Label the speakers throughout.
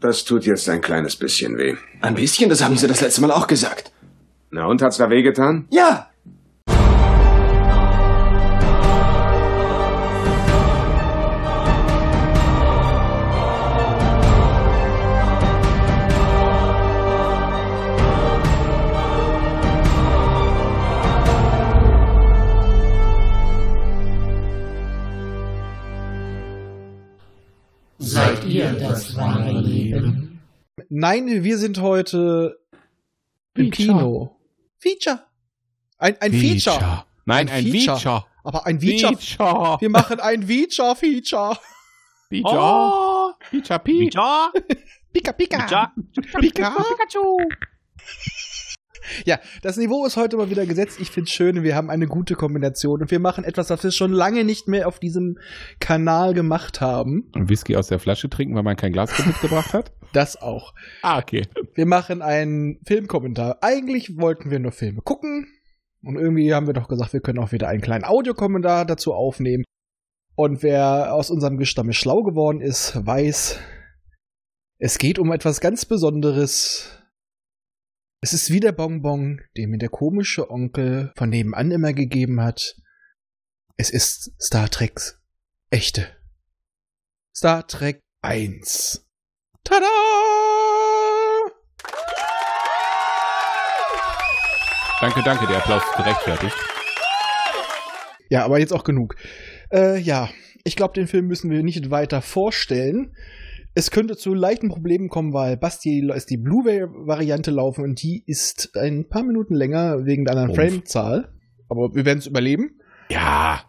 Speaker 1: Das tut jetzt ein kleines bisschen weh.
Speaker 2: Ein bisschen, das haben Sie das letzte Mal auch gesagt.
Speaker 1: Na und, hat's da wehgetan?
Speaker 2: Ja,
Speaker 3: Seid ihr das wahre Leben?
Speaker 4: Nein, wir sind heute im
Speaker 5: Feature.
Speaker 4: Kino. Feature. Ein, ein Feature.
Speaker 5: Nein,
Speaker 4: Ein
Speaker 5: ein
Speaker 4: Feature.
Speaker 5: Feature.
Speaker 4: Aber ein Feature.
Speaker 5: Feature.
Speaker 4: Wir machen ein Feature-Feature. Oh.
Speaker 5: Feature. Feature. Feature.
Speaker 4: Pika Pika. Pika. Ja, das Niveau ist heute mal wieder gesetzt. Ich find's schön, wir haben eine gute Kombination und wir machen etwas, was wir schon lange nicht mehr auf diesem Kanal gemacht haben.
Speaker 5: Und Whisky aus der Flasche trinken, weil man kein Glas mitgebracht hat?
Speaker 4: Das auch.
Speaker 5: Ah, okay.
Speaker 4: Wir machen einen Filmkommentar. Eigentlich wollten wir nur Filme gucken. Und irgendwie haben wir doch gesagt, wir können auch wieder einen kleinen Audiokommentar dazu aufnehmen. Und wer aus unserem Gestamme schlau geworden ist, weiß, es geht um etwas ganz Besonderes. Es ist wie der Bonbon, den mir der komische Onkel von nebenan immer gegeben hat. Es ist Star Treks echte. Star Trek 1. Tada!
Speaker 5: Danke, danke. Der Applaus ist gerechtfertigt.
Speaker 4: Ja, aber jetzt auch genug. Äh, ja, ich glaube, den Film müssen wir nicht weiter vorstellen. Es könnte zu leichten Problemen kommen, weil Basti lässt die Blu-ray-Variante laufen und die ist ein paar Minuten länger wegen der anderen
Speaker 5: Uff.
Speaker 4: Frame-Zahl. Aber wir werden es überleben.
Speaker 5: Ja.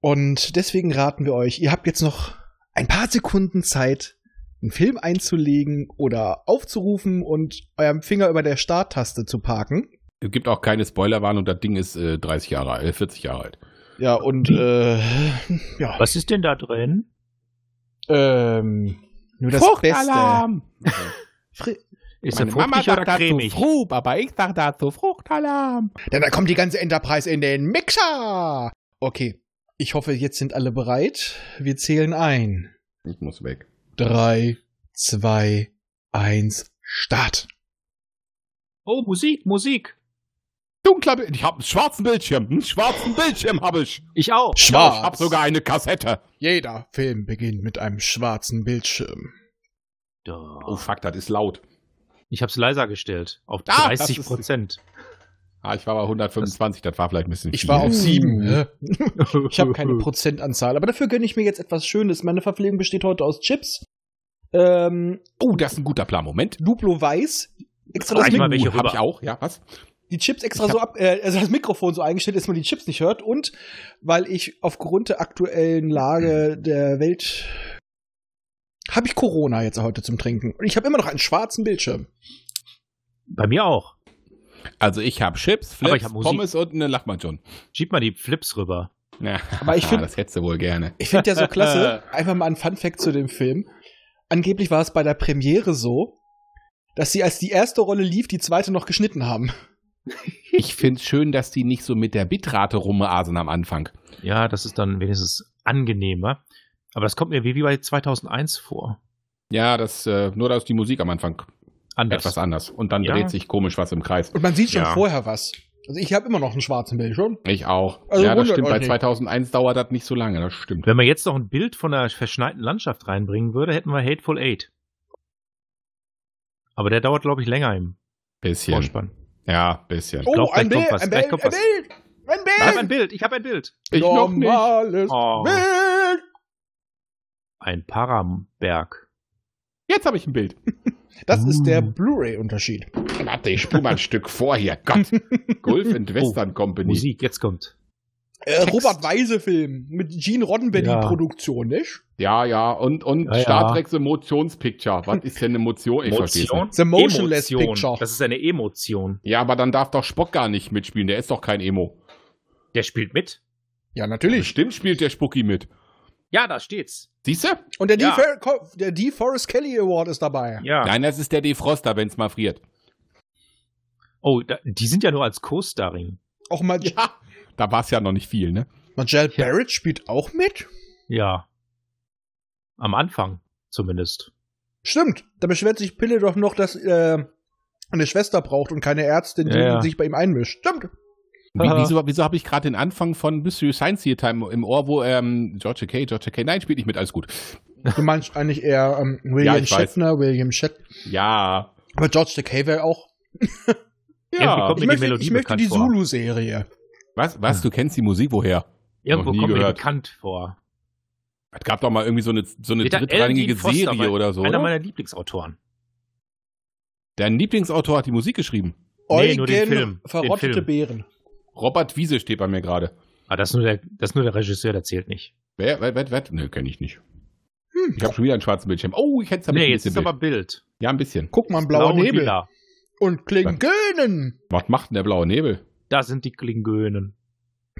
Speaker 4: Und deswegen raten wir euch, ihr habt jetzt noch ein paar Sekunden Zeit, einen Film einzulegen oder aufzurufen und euren Finger über der Starttaste zu parken.
Speaker 5: Es gibt auch keine Spoilerwarnung. Das Ding ist äh, 30 Jahre alt, äh, 40 Jahre alt.
Speaker 4: Ja, und äh, ja.
Speaker 6: Was ist denn da drin?
Speaker 4: Ähm, nur das Beste. Fri-
Speaker 6: Ist er fruchtig oder cremig?
Speaker 5: Frub, aber ich sag dazu Fruchtalarm.
Speaker 4: Denn da kommt die ganze Enterprise in den Mixer. Okay. Ich hoffe, jetzt sind alle bereit. Wir zählen ein.
Speaker 5: Ich muss weg.
Speaker 4: Drei, zwei, eins, Start.
Speaker 6: Oh, Musik, Musik.
Speaker 5: Dunkler, Bild- ich hab einen schwarzen Bildschirm. Einen schwarzen Bildschirm habe ich.
Speaker 6: Ich auch.
Speaker 4: Schwarz.
Speaker 5: Ich hab sogar eine Kassette.
Speaker 4: Jeder Film beginnt mit einem schwarzen Bildschirm.
Speaker 6: Da.
Speaker 5: Oh fuck, das ist laut.
Speaker 6: Ich hab's leiser gestellt. Auf
Speaker 5: Ah, das
Speaker 6: 30
Speaker 5: ist-
Speaker 6: Prozent.
Speaker 5: Ah, ich war bei 125, das war vielleicht ein bisschen
Speaker 4: Ich
Speaker 5: viel.
Speaker 4: war auf sieben. hä? Ich habe keine Prozentanzahl, aber dafür gönne ich mir jetzt etwas Schönes. Meine Verpflegung besteht heute aus Chips, ähm,
Speaker 5: Oh, das ist ein guter Plan. Moment.
Speaker 4: Duplo Weiß, extra das
Speaker 6: Reicht
Speaker 4: Mikro
Speaker 6: mal welche
Speaker 5: Habe
Speaker 6: rüber.
Speaker 5: ich auch, ja, was?
Speaker 4: die Chips extra
Speaker 5: Ich
Speaker 4: so ab, äh, also das Mikrofon so eingestellt, dass man die Chips nicht hört und weil ich aufgrund der aktuellen Lage der Welt habe ich Corona jetzt heute zum Trinken und ich habe immer noch einen schwarzen Bildschirm.
Speaker 6: Bei mir auch.
Speaker 5: Also ich habe Chips,
Speaker 6: Aber
Speaker 5: Flips,
Speaker 6: ich hab Musik.
Speaker 5: Pommes und eine Lachmann schon.
Speaker 6: Schieb mal die Flips rüber.
Speaker 5: Ja,
Speaker 4: Aber ich find-
Speaker 5: Ah, das hättest du wohl gerne.
Speaker 4: Ich finde ja so klasse. Einfach mal ein Fun Fact zu dem Film. Angeblich war es bei der Premiere so, dass sie als die erste Rolle lief, die zweite noch geschnitten haben.
Speaker 5: Ich find's schön, dass die nicht so mit der Bitrate rumasen am Anfang.
Speaker 6: Ja, das ist dann wenigstens angenehmer. Aber das kommt mir wie wie bei 2001 vor.
Speaker 5: Ja, das äh, nur dass die Musik am Anfang
Speaker 6: Anders.
Speaker 5: etwas anders und dann
Speaker 6: Ja.
Speaker 5: dreht sich komisch was im Kreis.
Speaker 4: Und man sieht schon
Speaker 6: Ja.
Speaker 4: vorher was. Also ich habe immer noch einen schwarzen Bildschirm.
Speaker 5: Ich auch.
Speaker 4: Also
Speaker 5: ja, das
Speaker 4: wundert
Speaker 5: stimmt.
Speaker 4: euch
Speaker 5: Bei
Speaker 4: nicht.
Speaker 5: 2001 dauert das nicht so lange. Das stimmt.
Speaker 6: Wenn man jetzt noch ein Bild von einer verschneiten Landschaft reinbringen würde, hätten wir Hateful Eight. Aber der dauert, glaube ich, länger im
Speaker 5: Bisschen.
Speaker 6: Vorspann.
Speaker 5: Ja, bisschen.
Speaker 4: Oh,
Speaker 6: glaub, gleich
Speaker 4: ein,
Speaker 6: kommt
Speaker 4: Bild,
Speaker 6: was,
Speaker 4: ein
Speaker 6: gleich
Speaker 4: Bild, ein
Speaker 6: kommt
Speaker 4: Bild,
Speaker 6: was.
Speaker 4: ein Bild,
Speaker 6: Ich habe ein Bild, ich habe ein Bild.
Speaker 5: Ich noch nicht.
Speaker 4: Normales
Speaker 6: Oh,
Speaker 4: Bild.
Speaker 6: ein Paramberg.
Speaker 5: Jetzt habe ich ein Bild.
Speaker 4: Das ist der
Speaker 6: Mm.
Speaker 4: Blu-ray-Unterschied.
Speaker 5: Warte, ich spule mal ein Stück vorher. Gott. Gulf and Western Company.
Speaker 6: Oh, Musik, jetzt kommt.
Speaker 4: Äh, Robert Weise-Film mit Gene
Speaker 6: Ja.
Speaker 4: Roddenberry-Produktion, nicht?
Speaker 5: Ja, ja. Und, und
Speaker 6: Ja, ja.
Speaker 5: Star Trek's Emotionspicture. Was ist denn eine Emotion? Ich versteh's nicht.
Speaker 4: The Motionless
Speaker 6: Emotion.
Speaker 4: Picture.
Speaker 6: Das ist eine Emotion.
Speaker 5: Ja, aber dann darf doch Spock gar nicht mitspielen. Der ist doch kein Emo.
Speaker 6: Der spielt mit.
Speaker 4: ja, natürlich.
Speaker 5: Bestimmt spielt der Spucki mit.
Speaker 6: Ja, da steht's.
Speaker 5: Siehst du?
Speaker 4: Und der,
Speaker 6: Ja.
Speaker 4: D. Fer- Ko- der D. Forrest Kelly Award ist dabei.
Speaker 6: Ja.
Speaker 5: Nein, das ist der Defroster, wenn's mal friert.
Speaker 6: Oh, da, die sind ja nur als Co-Starring.
Speaker 4: Auch mal
Speaker 5: Ja. Da war's ja noch nicht viel, ne?
Speaker 4: Marcel Barrett spielt auch mit?
Speaker 6: Ja. Am Anfang zumindest.
Speaker 4: Stimmt, da beschwert sich Pille doch noch, dass äh, eine Schwester braucht und keine Ärztin, die
Speaker 6: Ja, ja.
Speaker 4: sich bei ihm einmischt. Stimmt.
Speaker 5: Wie,
Speaker 6: Aha.
Speaker 5: wieso wieso habe ich gerade den Anfang von Mystery Science Theater im, im Ohr, wo ähm, George K. George K. Nein, spielt nicht mit, alles gut.
Speaker 4: Du meinst eigentlich eher ähm, William
Speaker 5: ich weiß.
Speaker 4: Shatner, William Shatner.
Speaker 5: Ja.
Speaker 4: Aber George Takei wäre auch.
Speaker 6: Irgendwie kommt
Speaker 4: Ich
Speaker 6: mir die
Speaker 4: möchte,
Speaker 6: Melodie
Speaker 4: ich möchte
Speaker 6: bekannt
Speaker 4: die
Speaker 6: vor.
Speaker 4: Zulu-Serie.
Speaker 5: Was,
Speaker 6: Ah.
Speaker 5: was? Du kennst die Musik woher?
Speaker 6: Irgendwo
Speaker 5: Noch nie
Speaker 6: kommt mir die
Speaker 5: gehört.
Speaker 6: bekannt vor.
Speaker 5: Es gab doch mal irgendwie so eine, so eine
Speaker 6: Peter
Speaker 5: drittrangige
Speaker 6: L. Dean Foster,
Speaker 5: Serie
Speaker 6: mein-
Speaker 5: oder so.
Speaker 6: Einer
Speaker 5: Oder?
Speaker 6: meiner Lieblingsautoren.
Speaker 5: Dein Lieblingsautor hat die Musik geschrieben.
Speaker 6: Nee, nur den
Speaker 4: Eugen
Speaker 6: Film, den
Speaker 4: Verrottete
Speaker 6: Film.
Speaker 4: Beeren.
Speaker 5: Robert Wiese steht bei mir gerade.
Speaker 6: Ah, das ist nur der, das ist nur der Regisseur, der zählt nicht.
Speaker 5: Wer, wer, wer, wer? Nö, kenne ich nicht. Ich habe schon wieder einen schwarzen Bildschirm. Oh, ich hätte es
Speaker 6: Hm. nee, jetzt ist aber Bild.
Speaker 5: Ja, ein bisschen.
Speaker 4: Guck mal, ein blauer
Speaker 6: Blau und
Speaker 4: Nebel.
Speaker 6: lila.
Speaker 4: Und Klingonen.
Speaker 5: Was macht denn der blaue Nebel?
Speaker 6: Da sind die Klingonen.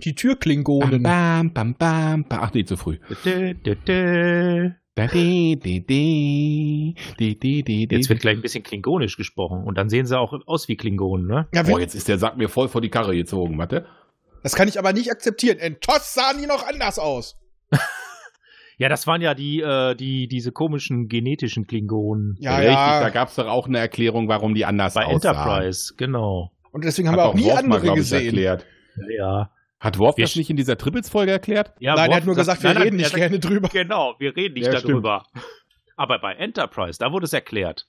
Speaker 4: Die Türklingonen.
Speaker 5: Bam, bam, bam, bam. Ach nee, zu früh.
Speaker 6: Dö, dö, dö.
Speaker 5: Da, di, di, di, di, di, di, di.
Speaker 6: Jetzt wird gleich ein bisschen klingonisch gesprochen. Und dann sehen sie auch aus wie Klingonen, ne?
Speaker 4: Ja,
Speaker 5: Boah,
Speaker 4: wir,
Speaker 5: Oh, jetzt ist der Sack mir voll vor die Karre gezogen, warte.
Speaker 4: das kann ich aber nicht akzeptieren. In Toss sahen die noch anders aus.
Speaker 6: Ja, das waren ja die, äh, die, diese komischen genetischen Klingonen.
Speaker 4: Ja,
Speaker 5: Richtig, da
Speaker 4: ja.
Speaker 5: gab es doch auch eine Erklärung, warum die anders
Speaker 6: Bei
Speaker 5: aussahen.
Speaker 6: Enterprise, genau.
Speaker 4: Und deswegen
Speaker 5: Hat
Speaker 4: haben wir auch nie
Speaker 5: Worf mal,
Speaker 4: andere
Speaker 5: glaub ich,
Speaker 4: gesehen.
Speaker 5: erklärt.
Speaker 6: Ja.
Speaker 5: Hat Worf
Speaker 6: Wir-
Speaker 5: das nicht in dieser Tribbles-Folge erklärt?
Speaker 6: ja
Speaker 4: Nein, er
Speaker 6: Worf
Speaker 4: hat nur gesagt, wir
Speaker 6: nein, nein,
Speaker 4: reden nicht
Speaker 6: er sagt,
Speaker 4: gerne drüber.
Speaker 6: Genau, wir reden nicht
Speaker 5: Ja,
Speaker 6: darüber. Aber bei Enterprise, da wurde es erklärt.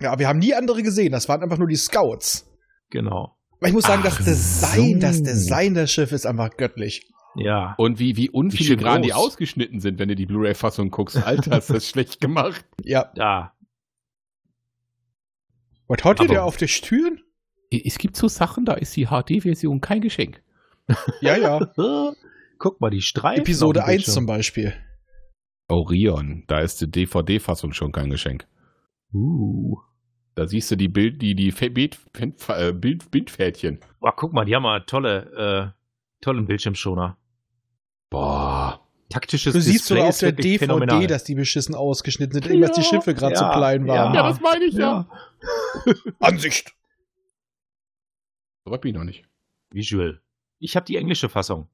Speaker 4: Ja, wir haben nie andere gesehen. Das waren einfach nur die Scouts.
Speaker 6: Genau.
Speaker 4: Aber ich muss sagen,
Speaker 5: Ach
Speaker 4: das Design,
Speaker 5: so.
Speaker 4: das Design des Schiffes ist einfach göttlich.
Speaker 6: Ja.
Speaker 5: Und wie, wie
Speaker 6: Wie
Speaker 5: unviel
Speaker 6: schön
Speaker 5: gerade die
Speaker 6: groß.
Speaker 5: ausgeschnitten sind, wenn du die Blu-ray-Fassung guckst. Alter, ist das schlecht gemacht.
Speaker 4: Ja.
Speaker 6: Da.
Speaker 4: Was haut ihr
Speaker 6: Aber-
Speaker 4: da auf den Stühlen?
Speaker 5: Es gibt so Sachen, da ist die HD-Version kein Geschenk.
Speaker 4: Ja, ja.
Speaker 6: Äh, Guck mal, die Streifen.
Speaker 4: Episode
Speaker 6: auf dem
Speaker 4: 1
Speaker 6: Bildschirm.
Speaker 4: zum Beispiel.
Speaker 5: Orion, da ist die DVD-Fassung schon kein Geschenk.
Speaker 6: Uh.
Speaker 5: Da siehst du die Bild, die, die Fe- Bild, Fen- äh, Bild, Bildfädchen.
Speaker 6: Boah, Oh, guck mal, die haben mal tolle, äh, tollen Bildschirmschoner.
Speaker 5: Boah.
Speaker 6: Taktisches
Speaker 4: Du siehst
Speaker 6: Display
Speaker 4: sogar auf
Speaker 6: ist
Speaker 4: der
Speaker 6: wirklich
Speaker 4: DVD,
Speaker 6: phänomenal.
Speaker 4: dass die beschissen ausgeschnitten sind, irgendwas die
Speaker 6: Ja,
Speaker 4: Schiffe gerade zu
Speaker 6: ja,
Speaker 4: klein waren.
Speaker 5: Ja,
Speaker 6: Ah,
Speaker 5: das meine ich ja.
Speaker 6: ja.
Speaker 4: Ansicht.
Speaker 5: So weit bin ich noch nicht.
Speaker 6: Visual. Ich habe die englische Fassung.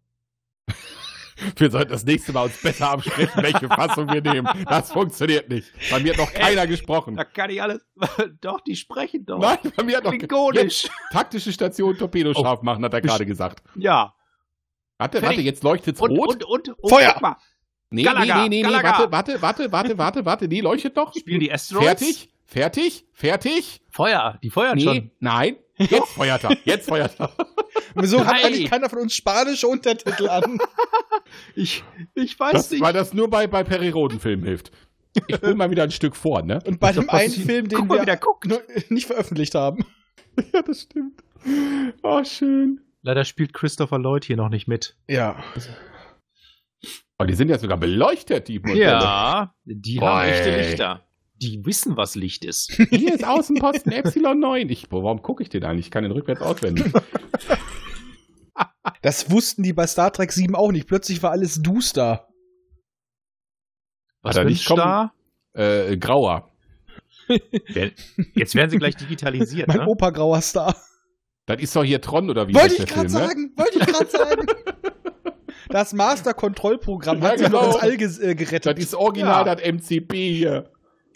Speaker 5: Wir sollten das nächste Mal uns besser absprechen, welche Fassung wir nehmen. Das funktioniert nicht. Bei mir hat noch keiner gesprochen.
Speaker 6: Da kann ich alles. doch, die sprechen doch.
Speaker 5: Nein, bei mir hat noch
Speaker 6: Klingonisch.
Speaker 5: Jetzt, Taktische Station Torpedo
Speaker 6: Oh.
Speaker 5: scharf machen, hat er gerade gesagt.
Speaker 6: Ja.
Speaker 5: Warte,
Speaker 6: Fertig.
Speaker 5: warte, jetzt leuchtet's
Speaker 6: Und,
Speaker 5: rot.
Speaker 6: und, und, und
Speaker 4: Feuer!
Speaker 6: guck mal,
Speaker 5: nee,
Speaker 6: Galaga,
Speaker 5: nee, nee, nee, nee,
Speaker 6: Galaga.
Speaker 5: warte, warte, warte, warte, warte, warte, nee, leuchtet doch.
Speaker 6: spielen die Asteroids.
Speaker 5: Fertig, fertig, fertig.
Speaker 6: Feuer. Die feuern
Speaker 5: Nee,
Speaker 6: schon.
Speaker 5: nein. Jetzt feuert er, jetzt feuert er.
Speaker 4: Wieso hat
Speaker 6: Drei.
Speaker 4: eigentlich keiner von uns spanische Untertitel an?
Speaker 6: Ich, ich weiß
Speaker 5: Das,
Speaker 6: nicht.
Speaker 5: weil das nur bei, bei Peri-Roden-Filmen hilft. Ich hol mal wieder ein Stück vor, ne?
Speaker 4: Und bei dem
Speaker 6: Was
Speaker 4: einen
Speaker 6: ich-
Speaker 4: Film, den
Speaker 6: guck mal, wie der
Speaker 4: wir
Speaker 6: guckt.
Speaker 4: nur nicht veröffentlicht haben.
Speaker 5: Ja, das stimmt. Oh, schön.
Speaker 6: Leider spielt Christopher Lloyd hier noch nicht mit.
Speaker 4: Ja.
Speaker 5: Oh, die sind ja sogar beleuchtet, die Modelle.
Speaker 6: Ja, die
Speaker 5: Boah,
Speaker 6: haben echte
Speaker 5: ey.
Speaker 6: Lichter. Die wissen, was Licht ist.
Speaker 5: Hier ist Außenposten Y9. Ich, boah, warum gucke ich den an? Ich kann den rückwärts auswendig.
Speaker 4: Das wussten die bei Star Trek 7 auch nicht. Plötzlich war alles duster.
Speaker 6: Was
Speaker 5: er
Speaker 6: für ein
Speaker 5: nicht kommen-
Speaker 6: Star?
Speaker 5: äh, grauer.
Speaker 6: Wer- Jetzt werden sie gleich digitalisiert,
Speaker 4: Mein
Speaker 6: ne?
Speaker 4: Opa grauer Star.
Speaker 5: Das ist doch hier Tron oder wie
Speaker 4: Wollte
Speaker 5: heißt
Speaker 4: ich
Speaker 5: der
Speaker 4: gerade
Speaker 5: Film, ne?
Speaker 4: sagen, wollte ich gerade sagen. Das Master-Kontrollprogramm
Speaker 5: Ja,
Speaker 4: hat sich noch
Speaker 5: genau.
Speaker 4: ins All ges- äh,
Speaker 5: Das
Speaker 4: gerettet.
Speaker 5: ist original,
Speaker 6: Ja.
Speaker 5: das MCP hier.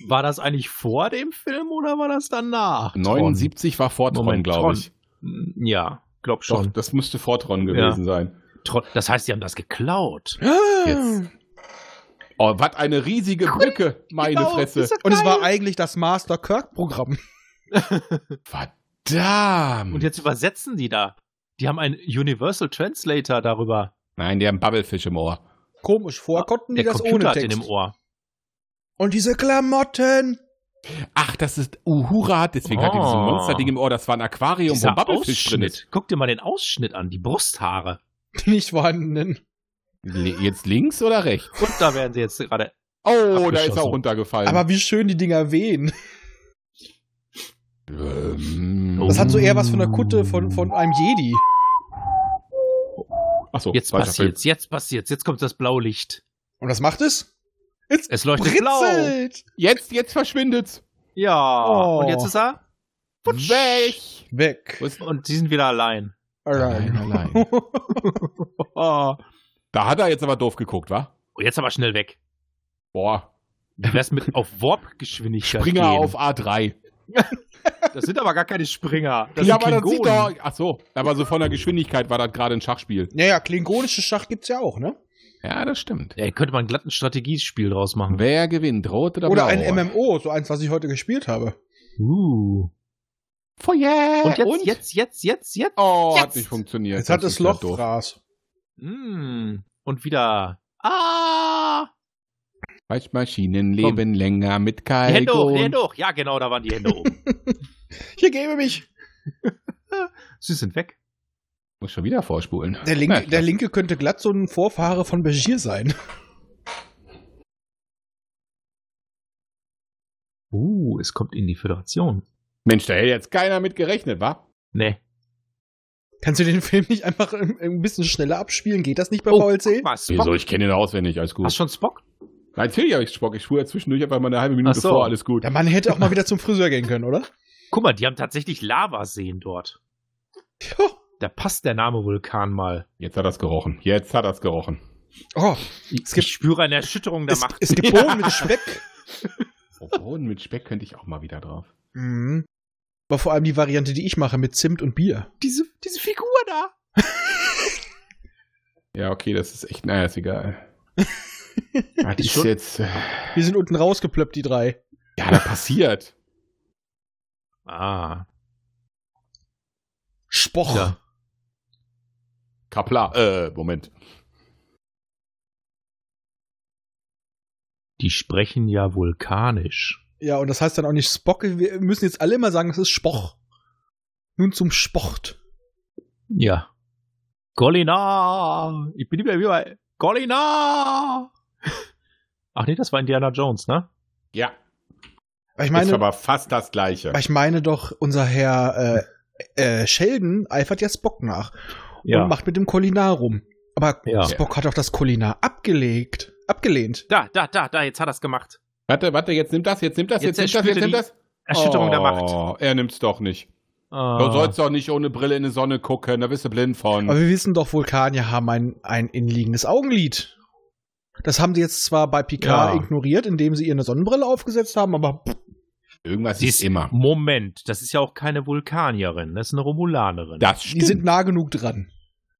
Speaker 6: War das eigentlich vor dem Film oder war das danach?
Speaker 5: 79 war Fortron,
Speaker 6: Moment, Tron.
Speaker 5: glaube ich.
Speaker 6: Tron. Ja, glaub
Speaker 5: Doch,
Speaker 6: schon.
Speaker 5: das müsste Fortron
Speaker 6: Ja.
Speaker 5: gewesen sein.
Speaker 6: Tron. Das heißt, sie haben das geklaut.
Speaker 5: Jetzt. Oh, was eine riesige Brücke, meine
Speaker 6: Genau,
Speaker 5: Fresse.
Speaker 6: ist das
Speaker 4: Und es
Speaker 6: geil?
Speaker 4: war eigentlich das Master-Kirk-Programm.
Speaker 5: Verdammt.
Speaker 6: Hm. Und jetzt übersetzen die da. Die haben einen Universal Translator darüber.
Speaker 5: Nein, die haben Bubblefish im Ohr.
Speaker 4: Komisch, vorher konnten die
Speaker 6: Der
Speaker 4: das
Speaker 6: Computer
Speaker 4: ohne
Speaker 6: hat den
Speaker 4: Text.
Speaker 6: im Ohr.
Speaker 4: Und diese Klamotten.
Speaker 5: Ach, das ist Uhura, hat, deswegen hat die dieses
Speaker 6: Oh.
Speaker 5: Monsterding im Ohr. Das war ein Aquarium, wo
Speaker 6: Dieser
Speaker 5: Bubblefish um drin ist.
Speaker 6: Ausschnitt. Guck dir mal den Ausschnitt an, die Brusthaare.
Speaker 4: Die nicht vorhandenen.
Speaker 5: Le- Jetzt links oder rechts?
Speaker 6: Und da werden sie jetzt gerade.
Speaker 5: Oh, da ist er
Speaker 6: Abgeschossen.
Speaker 5: runtergefallen.
Speaker 4: Aber wie schön die Dinger wehen.
Speaker 5: Ähm,
Speaker 6: Oh.
Speaker 4: Das hat so eher was von der Kutte von, von einem Jedi.
Speaker 5: Achso,
Speaker 6: Jetzt
Speaker 5: Oh, weiter
Speaker 6: passiert's, jetzt passiert's, jetzt kommt das Blaulicht.
Speaker 4: Und was macht es?
Speaker 6: Es leuchtet blau.
Speaker 4: Britzelt.
Speaker 5: Film. Jetzt, jetzt verschwindet's.
Speaker 6: Ja.
Speaker 4: Oh.
Speaker 6: Und jetzt ist er.
Speaker 5: Weg!
Speaker 4: Weg.
Speaker 5: Wo ist-
Speaker 6: Und sie sind wieder allein.
Speaker 5: Allein,
Speaker 4: Allein.
Speaker 5: allein.
Speaker 6: Oh.
Speaker 5: Da hat er jetzt aber doof geguckt, wa?
Speaker 6: Oh, Und jetzt aber schnell weg.
Speaker 5: Boah.
Speaker 6: Wie wär's mit auf Warp-Geschwindigkeit
Speaker 5: Springer
Speaker 6: gehen?
Speaker 5: auf A3.
Speaker 6: Das sind aber gar keine Springer. Das
Speaker 5: ja,
Speaker 6: sind
Speaker 5: aber das sieht
Speaker 6: Klingonen.
Speaker 5: doch. Ach so, aber so von der Geschwindigkeit war das gerade ein Schachspiel.
Speaker 4: Naja, klingonische Schach gibt's ja auch, ne?
Speaker 5: Ja, das stimmt.
Speaker 6: Ey, könnte man ein glattes Strategiespiel draus machen.
Speaker 5: Wer gewinnt, rot oder,
Speaker 4: Oder
Speaker 5: blau?
Speaker 4: ein MMO, so eins, was ich heute gespielt habe.
Speaker 6: Uh.
Speaker 5: Feuer!
Speaker 6: Und jetzt, jetzt, jetzt, jetzt, jetzt.
Speaker 5: Oh, hat
Speaker 6: Jetzt.
Speaker 5: nicht funktioniert.
Speaker 4: Jetzt hat
Speaker 5: Das
Speaker 4: es
Speaker 5: ist ja doof.
Speaker 4: Lochfraß.
Speaker 6: Mm. Und wieder. Ah!
Speaker 5: Waschmaschinen leben länger mit
Speaker 6: Die Hände hoch,
Speaker 5: Kalkon.
Speaker 6: die Hände hoch. Ja, genau, da waren die Hände hoch.
Speaker 4: Hier gebe mich.
Speaker 6: Sie sind weg.
Speaker 5: Muss schon wieder vorspulen.
Speaker 4: Der
Speaker 5: Ja,
Speaker 4: Linke,
Speaker 5: klar.
Speaker 4: der Linke könnte glatt so ein Vorfahre von Begier sein.
Speaker 6: Uh, es kommt in die Föderation.
Speaker 5: Mensch, da hätte jetzt keiner mit gerechnet, wa?
Speaker 6: Nee.
Speaker 4: Kannst du den Film nicht einfach ein, ein bisschen schneller abspielen? Geht das
Speaker 5: Oh,
Speaker 4: nicht bei
Speaker 6: guck
Speaker 4: VLC?
Speaker 6: mal, Spock.
Speaker 5: Wieso? Ich kenne ihn auswendig, alles gut.
Speaker 6: Hast schon Spock?
Speaker 5: Nein, Natürlich habe ich Spock. Ich fuhr ja zwischendurch einfach mal eine halbe Minute
Speaker 6: Ach so.
Speaker 5: vor, alles gut.
Speaker 4: Der Mann hätte auch mal wieder zum Friseur gehen können, oder?
Speaker 6: Guck mal, die haben tatsächlich Lavaseen dort.
Speaker 4: Oh,
Speaker 6: Da passt der Name Vulkan mal.
Speaker 5: Jetzt hat er es gerochen. Jetzt hat er es gerochen.
Speaker 4: oh
Speaker 6: Ich,
Speaker 4: gibt-
Speaker 6: ich spüre eine Erschütterung der
Speaker 4: es,
Speaker 6: Macht.
Speaker 4: es gibt Bohnen mit Speck.
Speaker 5: Oh, Bohnen mit Speck könnte ich auch mal wieder drauf.
Speaker 4: Mhm. Aber vor allem die Variante, die ich mache, mit Zimt und Bier.
Speaker 6: Diese, diese Figur da.
Speaker 5: Ja, okay, das ist echt, naja, ist egal. das ist
Speaker 6: Schon-
Speaker 5: jetzt, äh,
Speaker 4: Wir sind unten rausgeplöppt, die drei.
Speaker 5: ja, da passiert.
Speaker 6: Ah.
Speaker 4: Spoch.
Speaker 6: Ja.
Speaker 5: Kapla, äh, Moment.
Speaker 6: Die sprechen ja vulkanisch.
Speaker 4: Ja, und das heißt dann auch nicht Spock. Wir müssen jetzt alle immer sagen, es ist Spoch. Nun zum Sport.
Speaker 6: Ja. Golina! Ich bin immer wieder. Golina! Ach nee, das war Indiana Jones, ne?
Speaker 5: Ja,
Speaker 4: Aber ich
Speaker 5: ist
Speaker 4: meine,
Speaker 5: aber fast das Gleiche.
Speaker 4: aber ich meine doch, unser Herr äh, äh, Sheldon eifert ja Spock nach und macht mit dem Kolinar rum. Aber
Speaker 6: Ja.
Speaker 4: Spock hat auch das Kolinar abgelegt, abgelehnt.
Speaker 6: Da, da, da, da, jetzt hat er's gemacht.
Speaker 5: Warte, warte, jetzt nimmt das, jetzt nimmt das,
Speaker 6: Jetzt
Speaker 5: jetzt, nimmt das, jetzt
Speaker 6: erspürte
Speaker 5: nimmt das.
Speaker 6: Erschütterung
Speaker 5: oh,
Speaker 6: der Macht.
Speaker 5: Er nimmt's doch nicht. Du
Speaker 6: Ah. Also
Speaker 5: sollst doch nicht ohne Brille in die Sonne gucken, da bist du blind von.
Speaker 4: Aber wir wissen doch, Vulkanier haben ein, ein innenliegendes Augenlid. Das haben sie jetzt zwar bei Picard
Speaker 6: Ja.
Speaker 4: ignoriert, indem sie ihr eine Sonnenbrille aufgesetzt haben, aber pff,
Speaker 5: Irgendwas
Speaker 6: Sie
Speaker 5: ist immer.
Speaker 6: Moment, das ist ja auch keine Vulkanierin, das ist eine Romulanerin.
Speaker 5: Das
Speaker 4: die
Speaker 5: stimmt.
Speaker 4: sind nah genug dran.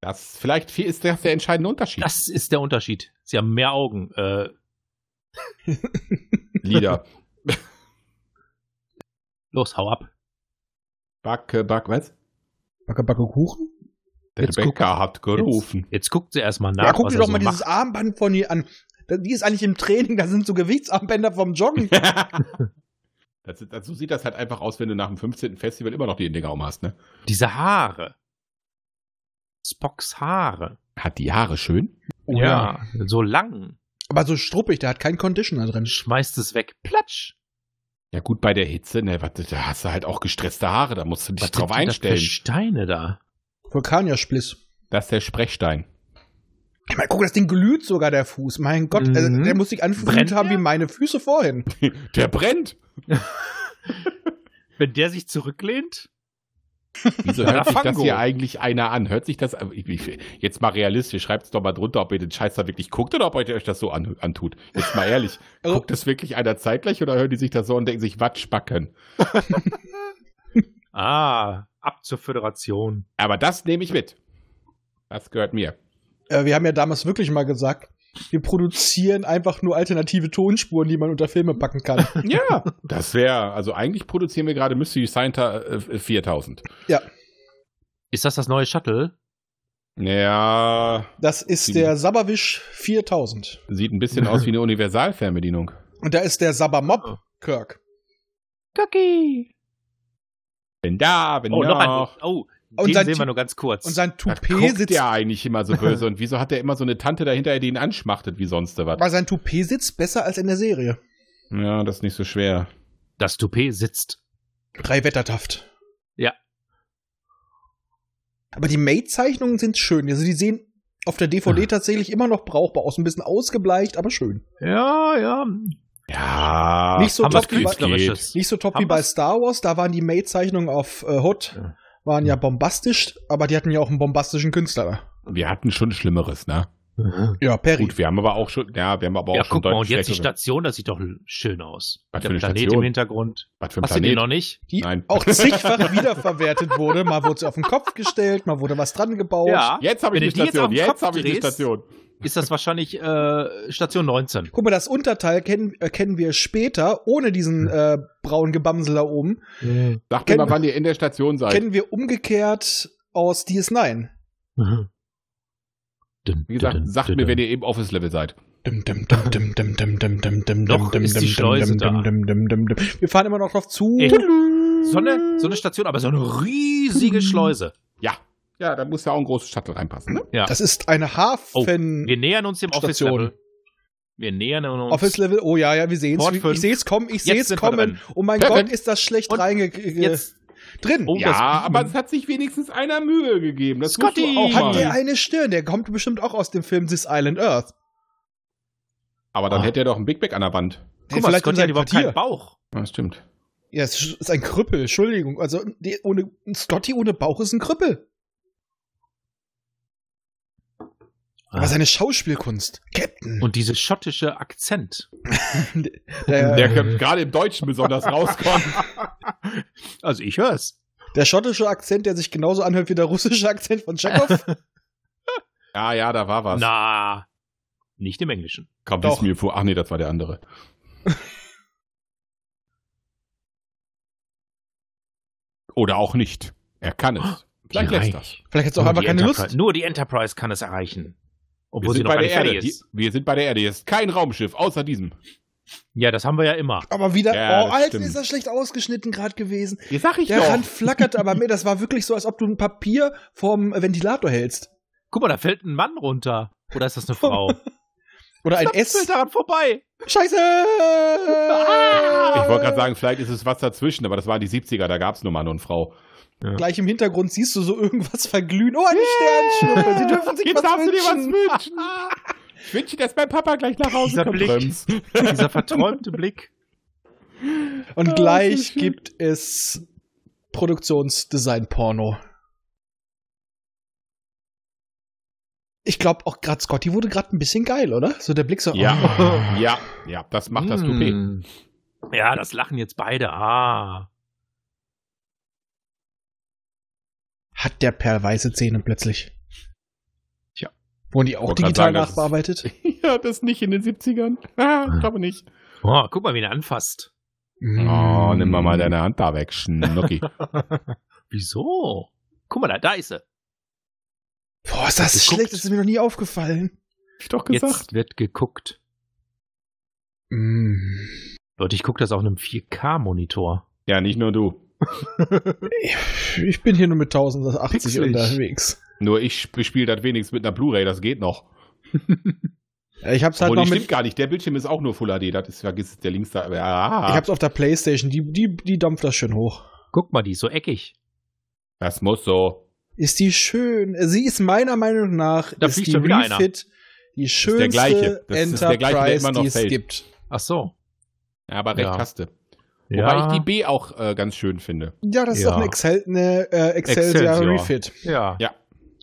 Speaker 5: das, vielleicht viel- ist das der entscheidende Unterschied.
Speaker 6: Das ist der Unterschied. Sie haben mehr Augen. Äh,
Speaker 5: Lieder.
Speaker 6: los, hau ab.
Speaker 5: Backe, Back, was?
Speaker 4: Backe, Backe, Kuchen?
Speaker 5: Der
Speaker 6: Jetzt guck-
Speaker 5: Bäcker hat gerufen.
Speaker 6: Jetzt guckt sie erstmal nach.
Speaker 4: Ja, guck
Speaker 6: was
Speaker 4: dir
Speaker 6: er
Speaker 4: doch
Speaker 6: so
Speaker 4: mal
Speaker 6: macht.
Speaker 4: dieses Armband von ihr an. Da- Die ist eigentlich im Training, da sind so Gewichtsarmbänder vom Joggen.
Speaker 5: Das, ist- das, so sieht das halt einfach aus, wenn du nach dem 15. Festival immer noch die Dinger um hast, ne?
Speaker 6: Diese Haare. Spocks Haare.
Speaker 5: Hat die Haare schön?
Speaker 4: Oh
Speaker 6: So lang.
Speaker 4: Aber so struppig, der hat keinen Conditioner drin.
Speaker 6: Schmeißt es weg. Platsch.
Speaker 5: Ja gut, bei der Hitze, ne, warte, da hast du halt auch gestresste Haare, da musst du dich
Speaker 6: Was
Speaker 5: drauf
Speaker 6: sind denn Da für
Speaker 5: einstellen.
Speaker 6: Steine da.
Speaker 4: Vulkanierspiss.
Speaker 5: Das ist der Sprechstein.
Speaker 4: Ich meine, guck, das Ding glüht sogar der Fuß. Mein Gott,
Speaker 6: Mhm.
Speaker 4: also, der muss sich
Speaker 6: Brennt
Speaker 4: angefühlt haben
Speaker 6: der?
Speaker 4: wie meine Füße vorhin.
Speaker 5: Der brennt!
Speaker 6: Wenn der sich zurücklehnt.
Speaker 5: Wieso
Speaker 6: Ja,
Speaker 5: hört sich das
Speaker 6: Fango.
Speaker 5: hier eigentlich einer an? Hört sich das ich- ich- jetzt mal realistisch? Schreibt es doch mal drunter, ob ihr den Scheiß da wirklich guckt oder ob ihr euch das so an, antut. Jetzt mal ehrlich,
Speaker 4: Also-
Speaker 5: guckt das wirklich einer zeitgleich oder hören die sich das so und denken sich, was spacken?
Speaker 6: Ah, ab zur Föderation.
Speaker 5: Aber das nehme ich mit. Das gehört mir.
Speaker 4: Äh, wir haben ja damals wirklich mal gesagt, wir produzieren einfach nur alternative Tonspuren, die man unter Filme packen kann.
Speaker 5: Ja, das wäre, also eigentlich produzieren wir gerade Mystery Scienter äh, 4000.
Speaker 6: Ist das das neue Shuttle?
Speaker 5: Ja,
Speaker 4: Das ist der Sabawisch 4000.
Speaker 5: sieht ein bisschen aus wie eine Universalfernbedienung.
Speaker 4: Und da ist der
Speaker 6: Oh.
Speaker 4: Sabamob Kirk.
Speaker 6: Kaki.
Speaker 5: Wenn da, wenn
Speaker 6: Oh,
Speaker 5: da.
Speaker 6: noch ein. Oh,
Speaker 4: Genau. Und
Speaker 6: den
Speaker 4: sein
Speaker 6: sehen wir
Speaker 4: Typ-
Speaker 6: nur ganz kurz.
Speaker 4: Und sein
Speaker 5: Was
Speaker 4: Toupet
Speaker 5: guckt
Speaker 4: sitzt
Speaker 5: der eigentlich immer so böse und wieso hat der immer so eine Tante dahinter, die ihn anschmachtet wie sonst was?
Speaker 4: Aber sein Toupet sitzt besser als in der Serie.
Speaker 5: Ja, das ist nicht so schwer.
Speaker 6: das Toupet sitzt.
Speaker 4: Drei Wettertaft.
Speaker 6: Ja.
Speaker 4: Aber die Mate-Zeichnungen sind schön. Also die sehen auf der DVD tatsächlich immer noch brauchbar aus. Ein bisschen ausgebleicht, aber schön.
Speaker 6: Ja, ja.
Speaker 5: Ja.
Speaker 4: Nicht so
Speaker 6: Haben
Speaker 4: top
Speaker 6: was
Speaker 4: wie bei-
Speaker 6: Künstlerisches.
Speaker 4: Nicht so top
Speaker 6: Haben
Speaker 4: wie bei
Speaker 6: wir's?
Speaker 4: Star Wars. Da waren die Mate-Zeichnungen auf äh, Hood,
Speaker 6: Ja.
Speaker 4: waren ja bombastisch, aber die hatten ja auch einen bombastischen Künstler.
Speaker 5: Wir hatten schon Schlimmeres, ne?
Speaker 4: Ja, Perry.
Speaker 5: Gut, wir haben aber auch schon, ja, wir haben aber auch
Speaker 6: Ja,
Speaker 5: schon
Speaker 6: guck mal, und
Speaker 5: deutlich
Speaker 6: jetzt die
Speaker 5: schlechtere-
Speaker 6: Station, das sieht doch schön aus.
Speaker 5: Was
Speaker 6: Der
Speaker 5: für eine
Speaker 6: Planet
Speaker 5: Station?
Speaker 6: im Hintergrund.
Speaker 5: Was für ein
Speaker 6: Hast du den
Speaker 5: Planet?
Speaker 6: noch nicht?
Speaker 4: die
Speaker 5: Nein.
Speaker 4: auch zigfach wiederverwertet wurde. Mal wurde sie auf den Kopf gestellt, mal wurde was dran gebaut.
Speaker 5: Jetzt habe ich
Speaker 6: Wenn
Speaker 5: die
Speaker 6: du die jetzt auf
Speaker 5: Station.
Speaker 6: den
Speaker 5: Jetzt
Speaker 6: Kopf
Speaker 5: habe ich die
Speaker 6: drehst-
Speaker 5: Station.
Speaker 6: Ist das wahrscheinlich äh, Station 19?
Speaker 4: Guck mal, das Unterteil kennen, erkennen wir später, ohne diesen
Speaker 6: Hm.
Speaker 4: äh, braunen Gebamsel da oben,
Speaker 5: Sag mir
Speaker 4: Kennen-
Speaker 5: mal, wann ihr in der Station seid.
Speaker 4: kennen wir umgekehrt aus DS9.
Speaker 5: Wie gesagt, sagt mir, wenn ihr eben Office Level seid.
Speaker 6: Noch ist die Schleuse da.
Speaker 4: Wir fahren immer noch drauf zu.
Speaker 6: Ey, so, eine, so eine Station, aber so eine
Speaker 4: Mhm.
Speaker 6: riesige Schleuse.
Speaker 5: Ja. Ja, da muss ja auch ein großes Shuttle reinpassen. Ne?
Speaker 6: Ja. Oh,
Speaker 4: Das ist eine Hafen.
Speaker 6: Wir nähern uns dem Office
Speaker 4: Station.
Speaker 6: Level. Wir nähern uns.
Speaker 4: Office Level, oh ja, ja, wir sehen
Speaker 6: Port
Speaker 4: es.
Speaker 6: fünf.
Speaker 4: Ich sehe es kommen, ich
Speaker 6: Jetzt
Speaker 4: sehe es
Speaker 6: sind wir
Speaker 4: kommen.
Speaker 6: drin.
Speaker 4: Oh mein
Speaker 5: Perfekt.
Speaker 4: Gott, ist das schlecht
Speaker 6: Und
Speaker 4: reinge
Speaker 6: Jetzt
Speaker 4: drin.
Speaker 6: Oh,
Speaker 5: ja,
Speaker 6: das-
Speaker 5: aber es hat sich wenigstens einer Mühe gegeben. Das
Speaker 6: Scotty!
Speaker 5: musst du auch
Speaker 4: Hat der
Speaker 5: mal.
Speaker 4: eine Stirn? Der kommt bestimmt auch aus dem Film This Island Earth.
Speaker 5: Aber dann
Speaker 6: Ah.
Speaker 5: hätte er doch ein Big Mac an der Wand.
Speaker 6: guck mal,
Speaker 4: vielleicht
Speaker 6: Scotty
Speaker 4: unser
Speaker 6: hat überhaupt
Speaker 4: Quartier.
Speaker 6: keinen Bauch.
Speaker 5: Ja, stimmt.
Speaker 4: Ja, es ist ein Krüppel, Entschuldigung. Also die, ohne, ein Scotty ohne Bauch ist ein Krüppel.
Speaker 6: Ah.
Speaker 4: Aber seine Schauspielkunst. Captain.
Speaker 5: Mhm.
Speaker 6: Und diese schottische Akzent.
Speaker 4: der,
Speaker 5: Der
Speaker 4: der,
Speaker 6: Äh.
Speaker 5: kann gerade im Deutschen besonders rauskommen.
Speaker 6: Also ich hör's.
Speaker 4: schottische Akzent, der sich genauso anhört wie der russische Akzent von Chekhov.
Speaker 5: Ja, ja, da war was.
Speaker 6: Na, nicht im Englischen.
Speaker 5: Komm,
Speaker 4: Doch.
Speaker 5: wie's mir vor. Ach nee, das war der andere. Oder auch nicht. Er kann es. Vielleicht
Speaker 6: Die
Speaker 5: lässt
Speaker 6: Reich.
Speaker 5: das.
Speaker 4: Vielleicht hat es auch
Speaker 6: Nur
Speaker 4: einfach
Speaker 6: die
Speaker 4: keine
Speaker 6: Enterprise-
Speaker 4: Lust.
Speaker 6: Nur die Enterprise kann es
Speaker 5: Wir
Speaker 6: erreichen. Obwohl sie
Speaker 5: sind
Speaker 6: noch
Speaker 5: bei
Speaker 6: gar
Speaker 5: der
Speaker 6: nicht
Speaker 5: Erde.
Speaker 6: fertig
Speaker 5: Die,
Speaker 6: ist.
Speaker 5: wir sind bei der Erde. Hier ist kein Raumschiff, außer diesem.
Speaker 6: Ja, das haben wir ja immer.
Speaker 4: Aber wieder,
Speaker 5: Ja,
Speaker 4: oh, Alter,
Speaker 5: stimmt.
Speaker 4: ist das schlecht ausgeschnitten gerade gewesen.
Speaker 5: Hier sag ich
Speaker 4: Der
Speaker 5: doch.
Speaker 4: Rand flackert aber mir, das war wirklich so, als ob du ein Papier vom Ventilator hältst.
Speaker 6: Guck mal, da fällt ein Mann runter. Oder ist das eine Frau?
Speaker 4: Oder ein
Speaker 6: Das
Speaker 4: S.
Speaker 6: ist daran vorbei.
Speaker 4: Scheiße!
Speaker 5: Ich wollte gerade sagen, vielleicht ist es was dazwischen, aber das waren die 70er, da gab es nur Mann und Frau.
Speaker 4: Gleich im Hintergrund siehst du so irgendwas verglühen. Oh, eine Sternschnuppe, sie dürfen sich was wünschen.
Speaker 5: wünschen. Ich wünsche, dass mein Papa gleich nach Hause
Speaker 6: Dieser
Speaker 5: kommt.
Speaker 6: Blick.
Speaker 5: Brems.
Speaker 6: Dieser verträumte Blick.
Speaker 4: Und
Speaker 5: Oh, so
Speaker 4: gleich
Speaker 5: schön.
Speaker 4: gibt es Produktionsdesign-Porno. Ich glaube auch gerade Scotty wurde gerade ein bisschen geil, oder? So der Blick so. oh,
Speaker 5: Ja, ja, ja, das macht das
Speaker 4: Mm.
Speaker 5: Coupé.
Speaker 6: Hm. Ja, das lachen jetzt beide. Ah.
Speaker 4: Hat der Perl weiße Zähne plötzlich?
Speaker 6: Tja.
Speaker 4: Wurden die auch
Speaker 5: Wollte grad
Speaker 4: digital
Speaker 5: sagen, das ist-
Speaker 4: nachbearbeitet?
Speaker 5: Ja, das nicht in den 70ern. Ah, ich glaube nicht.
Speaker 6: Oh, guck mal, wie er anfasst.
Speaker 4: Mm.
Speaker 5: Oh, nimm mal, mal deine Hand da weg, Schnucki.
Speaker 6: Wieso? Guck mal, da, da ist er.
Speaker 4: Boah, ist das
Speaker 6: Geguckt.
Speaker 4: schlecht, das ist mir noch nie aufgefallen.
Speaker 5: ich doch
Speaker 6: Jetzt wird geguckt.
Speaker 5: Mm.
Speaker 6: Leute, ich gucke das auf einem 4K-Monitor.
Speaker 5: Ja, nicht nur du.
Speaker 4: Ich bin hier nur mit 1080
Speaker 6: Pixelig.
Speaker 4: unterwegs.
Speaker 5: Nur ich spiele das wenigstens mit einer Blu-ray, das geht noch.
Speaker 4: Ich hab's halt
Speaker 5: Obwohl,
Speaker 4: noch
Speaker 5: das
Speaker 4: mit,
Speaker 5: stimmt gar nicht. Der Bildschirm ist auch nur Full HD. Das ist, vergiss es, der links da. Ah,
Speaker 4: Ich hab's auf der Playstation, die, die, die dampft das schön hoch.
Speaker 6: Guck mal, die ist so eckig.
Speaker 5: das muss so.
Speaker 4: Ist die schön. Sie ist meiner Meinung nach
Speaker 6: Da
Speaker 4: ist
Speaker 6: fliegt
Speaker 4: die
Speaker 6: schon wieder einer.
Speaker 4: Refit die schönste
Speaker 5: gleiche. Das ist
Speaker 4: Enterprise,
Speaker 5: der gleiche, der immer noch
Speaker 4: die es
Speaker 5: fällt.
Speaker 4: gibt.
Speaker 6: Ach so.
Speaker 5: Ja, aber recht
Speaker 6: Ja.
Speaker 5: hast du. Wobei ich die B auch äh, ganz schön finde.
Speaker 4: Ja, das ist
Speaker 6: Ja.
Speaker 4: auch eine, Excel, eine äh, Excelsior,
Speaker 6: Excelsior.
Speaker 4: Refit.
Speaker 6: Ja.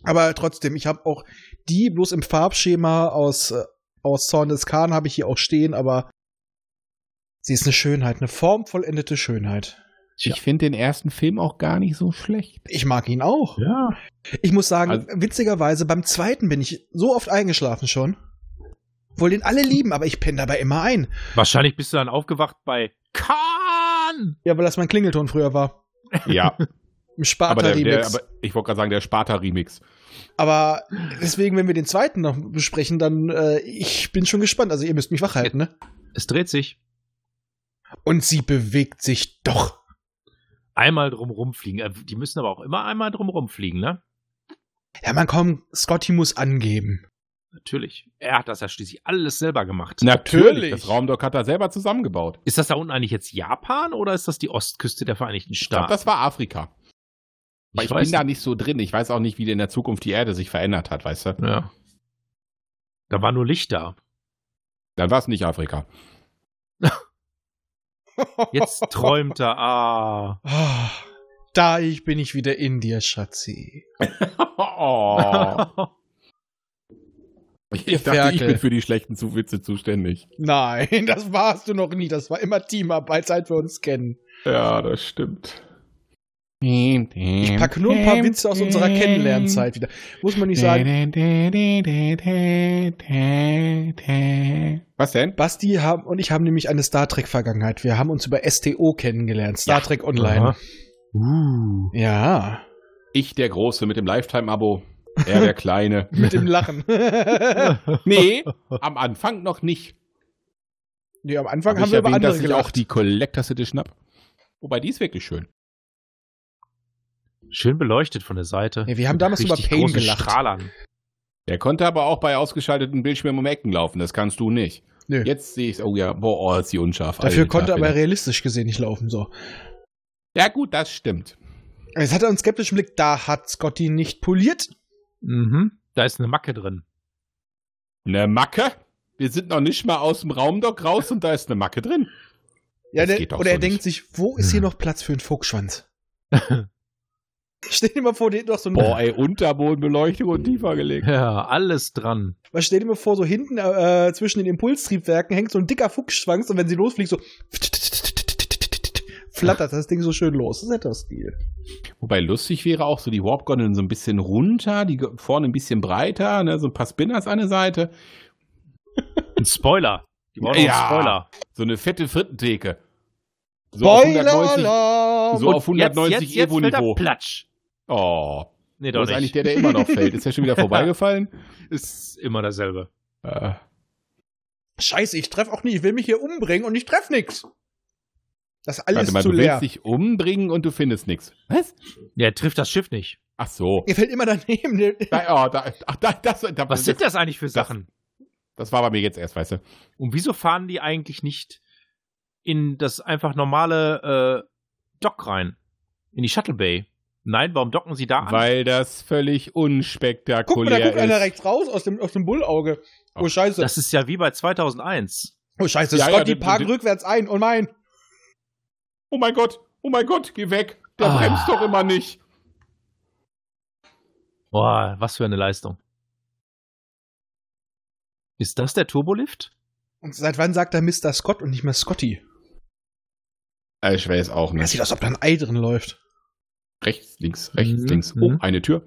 Speaker 4: Aber trotzdem, ich habe auch die bloß im Farbschema aus, äh, aus Zorn des Khan habe ich hier auch stehen, aber sie ist eine Schönheit, eine formvollendete Schönheit.
Speaker 5: Ich finde den ersten Film auch gar nicht so schlecht.
Speaker 4: Ich mag ihn auch.
Speaker 6: Ja.
Speaker 4: Ich muss sagen,
Speaker 5: Also-
Speaker 4: witzigerweise, beim zweiten bin ich so oft eingeschlafen schon. Wohl den alle lieben, aber ich penne dabei immer ein.
Speaker 6: Wahrscheinlich bist du dann aufgewacht bei Kahn.
Speaker 4: Ja, weil das mein Klingelton früher war.
Speaker 5: Ja,
Speaker 4: Im
Speaker 5: aber, der, der,
Speaker 4: Sparta-Remix.
Speaker 5: aber
Speaker 4: Aber,
Speaker 5: ich wollte gerade sagen, der Sparta-Remix.
Speaker 4: deswegen, wenn wir den zweiten noch besprechen, dann äh, ich bin schon gespannt. Also ihr müsst mich wach halten, ne?
Speaker 6: Es dreht sich.
Speaker 4: Und sie bewegt sich doch.
Speaker 6: Einmal drum rumfliegen. Äh, Die müssen aber auch immer einmal drum rumfliegen, ne?
Speaker 4: Ja, man komm, Scotty muss angeben.
Speaker 6: Natürlich. Er hat das ja schließlich alles selber gemacht.
Speaker 5: Natürlich. Das Raumdock hat er selber zusammengebaut.
Speaker 6: Ist das da unten eigentlich jetzt Japan oder ist das die Ostküste der Vereinigten
Speaker 5: Ich glaube,
Speaker 6: Staaten?
Speaker 5: das war Afrika. Aber ich, bin da
Speaker 6: nicht.
Speaker 5: nicht so drin. Ich weiß auch nicht, wie in der Zukunft die Erde sich verändert hat, weißt du?
Speaker 6: Ja. Da war nur Licht da.
Speaker 5: Dann war es nicht Afrika.
Speaker 6: Jetzt träumt er. Ah.
Speaker 4: Ah, Da ich bin ich wieder in dir, Schatzi.
Speaker 5: Oh. Ich,
Speaker 4: Ihr
Speaker 5: Oh. ich dachte, ich
Speaker 4: Ferkel.
Speaker 5: bin für die schlechten Zuwitze zuständig.
Speaker 4: Nein, das warst du noch nie. Das war immer Teamarbeit, seit wir uns kennen.
Speaker 5: Ja, das stimmt.
Speaker 4: Ich
Speaker 5: Ich
Speaker 4: pack nur ein
Speaker 5: Hm.
Speaker 4: paar Witze aus unserer Kennenlernzeit wieder. Muss man nicht sagen.
Speaker 5: Was denn?
Speaker 4: Basti haben, und ich haben nämlich eine Star Trek-Vergangenheit. Wir haben uns über STO kennengelernt. Star Trek Online.
Speaker 6: Aha. Uh.
Speaker 4: Ja.
Speaker 5: Ich der Große mit dem Lifetime-Abo. Er der Kleine.
Speaker 4: Mit dem Lachen.
Speaker 5: nee, am Anfang noch nicht.
Speaker 4: nee, am Anfang
Speaker 5: Hab
Speaker 4: haben
Speaker 5: ich
Speaker 4: wir über
Speaker 5: erwähnt,
Speaker 4: andere
Speaker 5: dass ich auch
Speaker 4: gelacht.
Speaker 5: die Collectors Edition hab. Wobei, die ist wirklich schön.
Speaker 6: Schön beleuchtet von der Seite.
Speaker 4: Nee, wir haben damals über
Speaker 6: Richtig
Speaker 4: Pain
Speaker 6: großen
Speaker 4: gelacht.
Speaker 6: Strahlern.
Speaker 5: Der konnte aber auch bei ausgeschalteten Bildschirmen um Ecken laufen. Das kannst du nicht.
Speaker 4: Nö.
Speaker 5: Jetzt sehe ich es. Oh ja, boah, oh, ist die unscharf.
Speaker 4: Dafür
Speaker 5: Alter,
Speaker 4: konnte aber
Speaker 5: Alter.
Speaker 4: realistisch gesehen nicht laufen. So.
Speaker 5: Ja, gut, das stimmt.
Speaker 4: Jetzt hat er einen skeptischen Blick. Da hat Scotty nicht poliert.
Speaker 6: Mhm. Da ist eine Macke drin.
Speaker 5: Eine Macke? Wir sind noch nicht mal aus dem Raumdock raus und da ist eine Macke drin.
Speaker 4: Ja,
Speaker 5: Das
Speaker 4: der,
Speaker 5: geht doch
Speaker 4: oder er
Speaker 5: so
Speaker 4: denkt
Speaker 5: nicht. Hm.
Speaker 4: sich, wo ist hier noch Platz für einen Fuchsschwanz? stell dir mal vor, der hat doch so ein
Speaker 5: Boah, ey, Unterbodenbeleuchtung und tiefer gelegt.
Speaker 6: Ja, alles dran.
Speaker 4: Was stell dir mal vor, so hinten äh, zwischen den Impulstriebwerken hängt so ein dicker Fuchsschwanz und wenn sie losfliegt, so flattert das Ding so schön los. Das ist etwas Stil.
Speaker 5: Wobei lustig wäre auch so die Warp-Gondeln so ein bisschen runter, die go- vorne ein bisschen breiter, ne, so ein paar Spinners an der Seite.
Speaker 6: Ein Spoiler. Die brauchen noch
Speaker 5: Ja.
Speaker 6: einen Spoiler.
Speaker 5: So eine fette Frittentheke. So auf 190,
Speaker 4: Spoiler-Alarm!
Speaker 5: so auf 190
Speaker 6: jetzt, jetzt, jetzt fällt
Speaker 5: Evo-Niveau.
Speaker 6: er Platsch.
Speaker 5: Oh,
Speaker 6: Nee,
Speaker 5: das
Speaker 6: doch
Speaker 5: ist
Speaker 6: nicht.
Speaker 5: eigentlich der, der immer noch fällt. Ist der schon wieder vorbeigefallen?
Speaker 6: ist immer dasselbe.
Speaker 5: Äh,
Speaker 4: Scheiße, ich treff auch nie. Ich will mich hier umbringen und ich treff nix. Das alles
Speaker 5: warte mal,
Speaker 4: zu
Speaker 5: du
Speaker 4: leer.
Speaker 5: willst dich umbringen und du findest nichts. Was?
Speaker 6: Ja, er trifft das Schiff nicht.
Speaker 5: Ach so.
Speaker 4: Ihr fällt immer daneben.
Speaker 5: Da, oh, da, ach, da, das, da,
Speaker 6: Was sind das eigentlich für
Speaker 5: das-
Speaker 6: Sachen?
Speaker 5: Das war bei mir jetzt erst, weißt du.
Speaker 6: Und wieso fahren die eigentlich nicht in das einfach normale äh, Dock rein? In die Shuttle Bay? Nein, warum docken sie da an?
Speaker 5: Weil das völlig
Speaker 4: Guck mal, da
Speaker 5: unspektakulär
Speaker 4: guckt einer
Speaker 5: ist.
Speaker 4: rechts raus aus dem, aus dem Bullauge. Oh,
Speaker 5: Oh,
Speaker 4: scheiße.
Speaker 6: das ist ja wie bei 2001.
Speaker 4: oh, scheiße.
Speaker 5: Ja, ja,
Speaker 4: Scotty
Speaker 5: den-
Speaker 4: parkt
Speaker 5: den-
Speaker 4: rückwärts ein. Oh mein.
Speaker 5: Oh mein Gott, oh mein Gott, geh weg. Der
Speaker 6: Ah.
Speaker 5: bremst doch immer nicht.
Speaker 6: Boah, was für eine Leistung. Ist das der Turbolift?
Speaker 4: Und seit wann sagt er Mr. Scott und nicht mehr Scotty?
Speaker 5: Äh, Ich weiß auch
Speaker 4: Das sieht aus, als ob da ein Ei drin läuft.
Speaker 5: Rechts, links, rechts,
Speaker 6: Mhm.
Speaker 5: links. Oh,
Speaker 6: Mhm.
Speaker 5: eine Tür.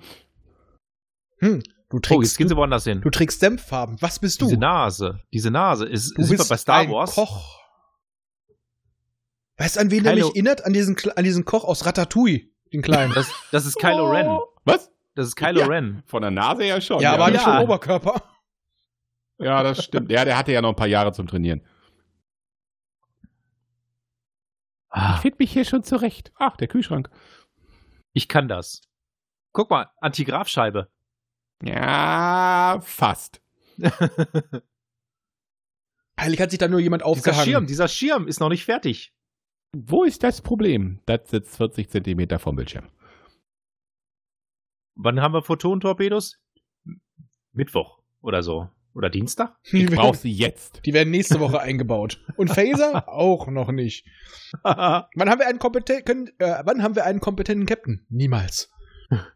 Speaker 4: Du
Speaker 6: Oh, jetzt
Speaker 4: trägst,
Speaker 6: gehen
Speaker 4: du,
Speaker 6: sie woanders hin.
Speaker 4: du trägst Dämpffarben. Was bist du?
Speaker 6: Diese Nase. Diese Nase. Ist,
Speaker 4: du
Speaker 6: sind wir bei Star Wars?
Speaker 4: ein Koch. Weißt du, an wen er
Speaker 6: Kylo-
Speaker 4: mich erinnert? An diesen, Kle- an diesen Koch aus Ratatouille, den kleinen.
Speaker 6: Das, das ist Kylo
Speaker 5: Oh.
Speaker 6: Ren.
Speaker 5: Was?
Speaker 6: Das ist Kylo
Speaker 5: Ja.
Speaker 6: Ren.
Speaker 5: Von der Nase her schon.
Speaker 4: ja, aber
Speaker 5: ja,
Speaker 4: nicht
Speaker 6: ja.
Speaker 4: vom Oberkörper.
Speaker 5: ja, das stimmt. Ja, der hatte ja noch ein paar Jahre zum Trainieren.
Speaker 6: Ah,
Speaker 5: finde mich hier schon zurecht. Ach, der Kühlschrank.
Speaker 6: ich kann das. Guck mal, Antigrafscheibe.
Speaker 5: Ja, fast.
Speaker 4: Heilig hat sich da nur jemand
Speaker 6: Dieser Schirm,
Speaker 4: aufgehangen.
Speaker 6: dieser Schirm ist noch nicht fertig.
Speaker 5: Wo ist das Problem? Das sitzt 40 Zentimeter vom Bildschirm.
Speaker 6: Wann haben wir Photon-Torpedos? Mittwoch oder so. Oder Dienstag?
Speaker 5: Ich
Speaker 4: Die
Speaker 5: brauch
Speaker 4: werden,
Speaker 5: sie jetzt.
Speaker 4: die werden nächste Woche eingebaut. Und Phaser? Auch noch nicht. Wann haben wir einen, kompeten können, äh, wann haben wir einen kompetenten Captain? Niemals.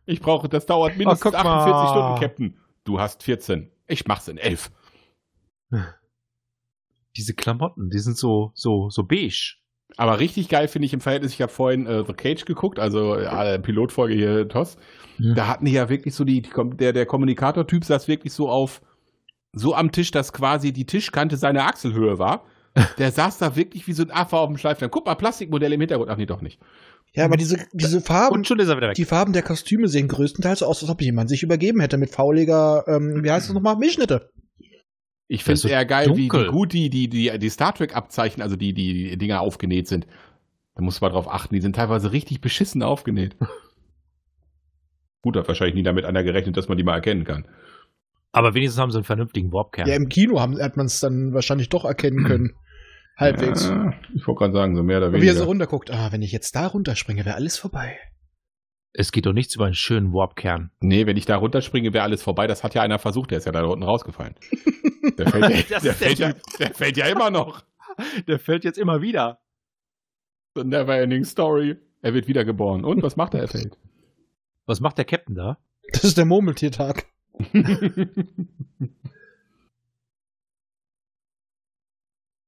Speaker 5: Ich brauche, das dauert
Speaker 4: Oh,
Speaker 6: guck
Speaker 5: mindestens
Speaker 6: mal.
Speaker 5: 48 Stunden, Captain. Du hast 14. Ich mach's in 11.
Speaker 6: Diese Klamotten, die sind so, so, so beige.
Speaker 5: Aber richtig geil finde ich im Verhältnis, ich habe vorhin äh, The Cage geguckt, also äh, Pilotfolge hier, Toss.
Speaker 6: Mhm.
Speaker 5: Da hatten die ja wirklich so die, die Kom- der, der Kommunikator-Typ saß wirklich so auf, so am Tisch, dass quasi die Tischkante seine Achselhöhe war. Der saß da wirklich wie so ein Affe auf dem Schleifstein. Guck mal, Plastikmodell im Hintergrund. Ach nee, doch nicht.
Speaker 4: Ja, aber diese, diese Farben,
Speaker 6: Mhm. Und schon ist er wieder weg.
Speaker 4: Die Farben der Kostüme sehen größtenteils so aus, als ob jemand sich übergeben hätte mit fauliger, ähm, wie heißt das
Speaker 6: Mhm.
Speaker 4: nochmal, Milchschnitte.
Speaker 5: Ich
Speaker 6: Der
Speaker 5: finde
Speaker 6: ist
Speaker 5: es
Speaker 6: so
Speaker 5: eher geil, wie, wie
Speaker 6: dunkel.
Speaker 5: gut die, die, die, die Star Trek-Abzeichen, also die, die Dinger aufgenäht sind. Da muss man drauf achten, die sind teilweise richtig beschissen aufgenäht. Gut, hat wahrscheinlich nie damit einer gerechnet, dass man die mal erkennen kann.
Speaker 6: Aber wenigstens haben sie einen vernünftigen
Speaker 4: Ja,
Speaker 6: Warpkern.
Speaker 4: im Kino haben, hat man es dann wahrscheinlich doch erkennen können. Halbwegs.
Speaker 5: Hm. Ja, ich wollte gerade sagen, so mehr oder
Speaker 4: Und wie er so
Speaker 5: weniger.
Speaker 4: runterguckt, ah, wenn ich jetzt da runterspringe, wäre alles vorbei.
Speaker 6: Es geht doch nichts über einen schönen Warpkern.
Speaker 5: nee, wenn ich da runterspringe, wäre alles vorbei. Das hat ja einer versucht, der ist ja da unten rausgefallen. Der fällt, ja,
Speaker 6: Das
Speaker 5: der
Speaker 6: ist der
Speaker 5: fällt, ja, der fällt ja immer noch.
Speaker 6: Der fällt jetzt immer wieder.
Speaker 5: The never ending story. Er wird wiedergeboren. Und was macht er? Er fällt.
Speaker 6: Was macht der Captain da?
Speaker 4: Das ist der Murmeltiertag.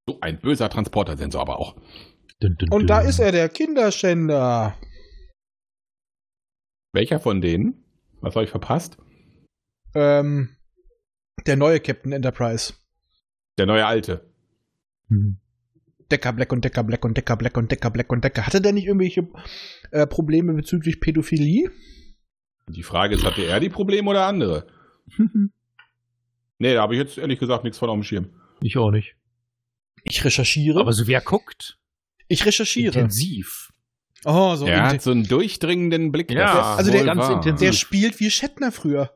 Speaker 5: So ein böser Transportersensor aber auch.
Speaker 3: Dun, dun,
Speaker 4: Und da
Speaker 5: Genau.
Speaker 3: dun.
Speaker 4: ist er, der Kinderschänder.
Speaker 5: Welcher von denen? Was habe ich verpasst?
Speaker 4: Ähm, der neue Captain Enterprise.
Speaker 5: Der neue alte.
Speaker 3: Hm.
Speaker 4: Decker Black und Decker Black und Decker Black und Decker Black und Decker. Hatte der nicht irgendwelche äh, Probleme bezüglich Pädophilie?
Speaker 5: Die Frage ist, hatte er die Probleme oder andere? nee, da habe ich jetzt ehrlich gesagt nichts von auf dem Schirm.
Speaker 6: Ich auch nicht.
Speaker 4: Ich recherchiere.
Speaker 6: Aber so wer guckt?
Speaker 4: ich recherchiere.
Speaker 6: Intensiv.
Speaker 4: Oh, so
Speaker 5: er
Speaker 4: inten-
Speaker 5: hat so einen durchdringenden Blick.
Speaker 6: Ja,
Speaker 5: das ist
Speaker 4: also der-
Speaker 5: wohl
Speaker 6: ganz
Speaker 5: wahr.
Speaker 6: intensiv.
Speaker 4: Der spielt wie Shatner früher.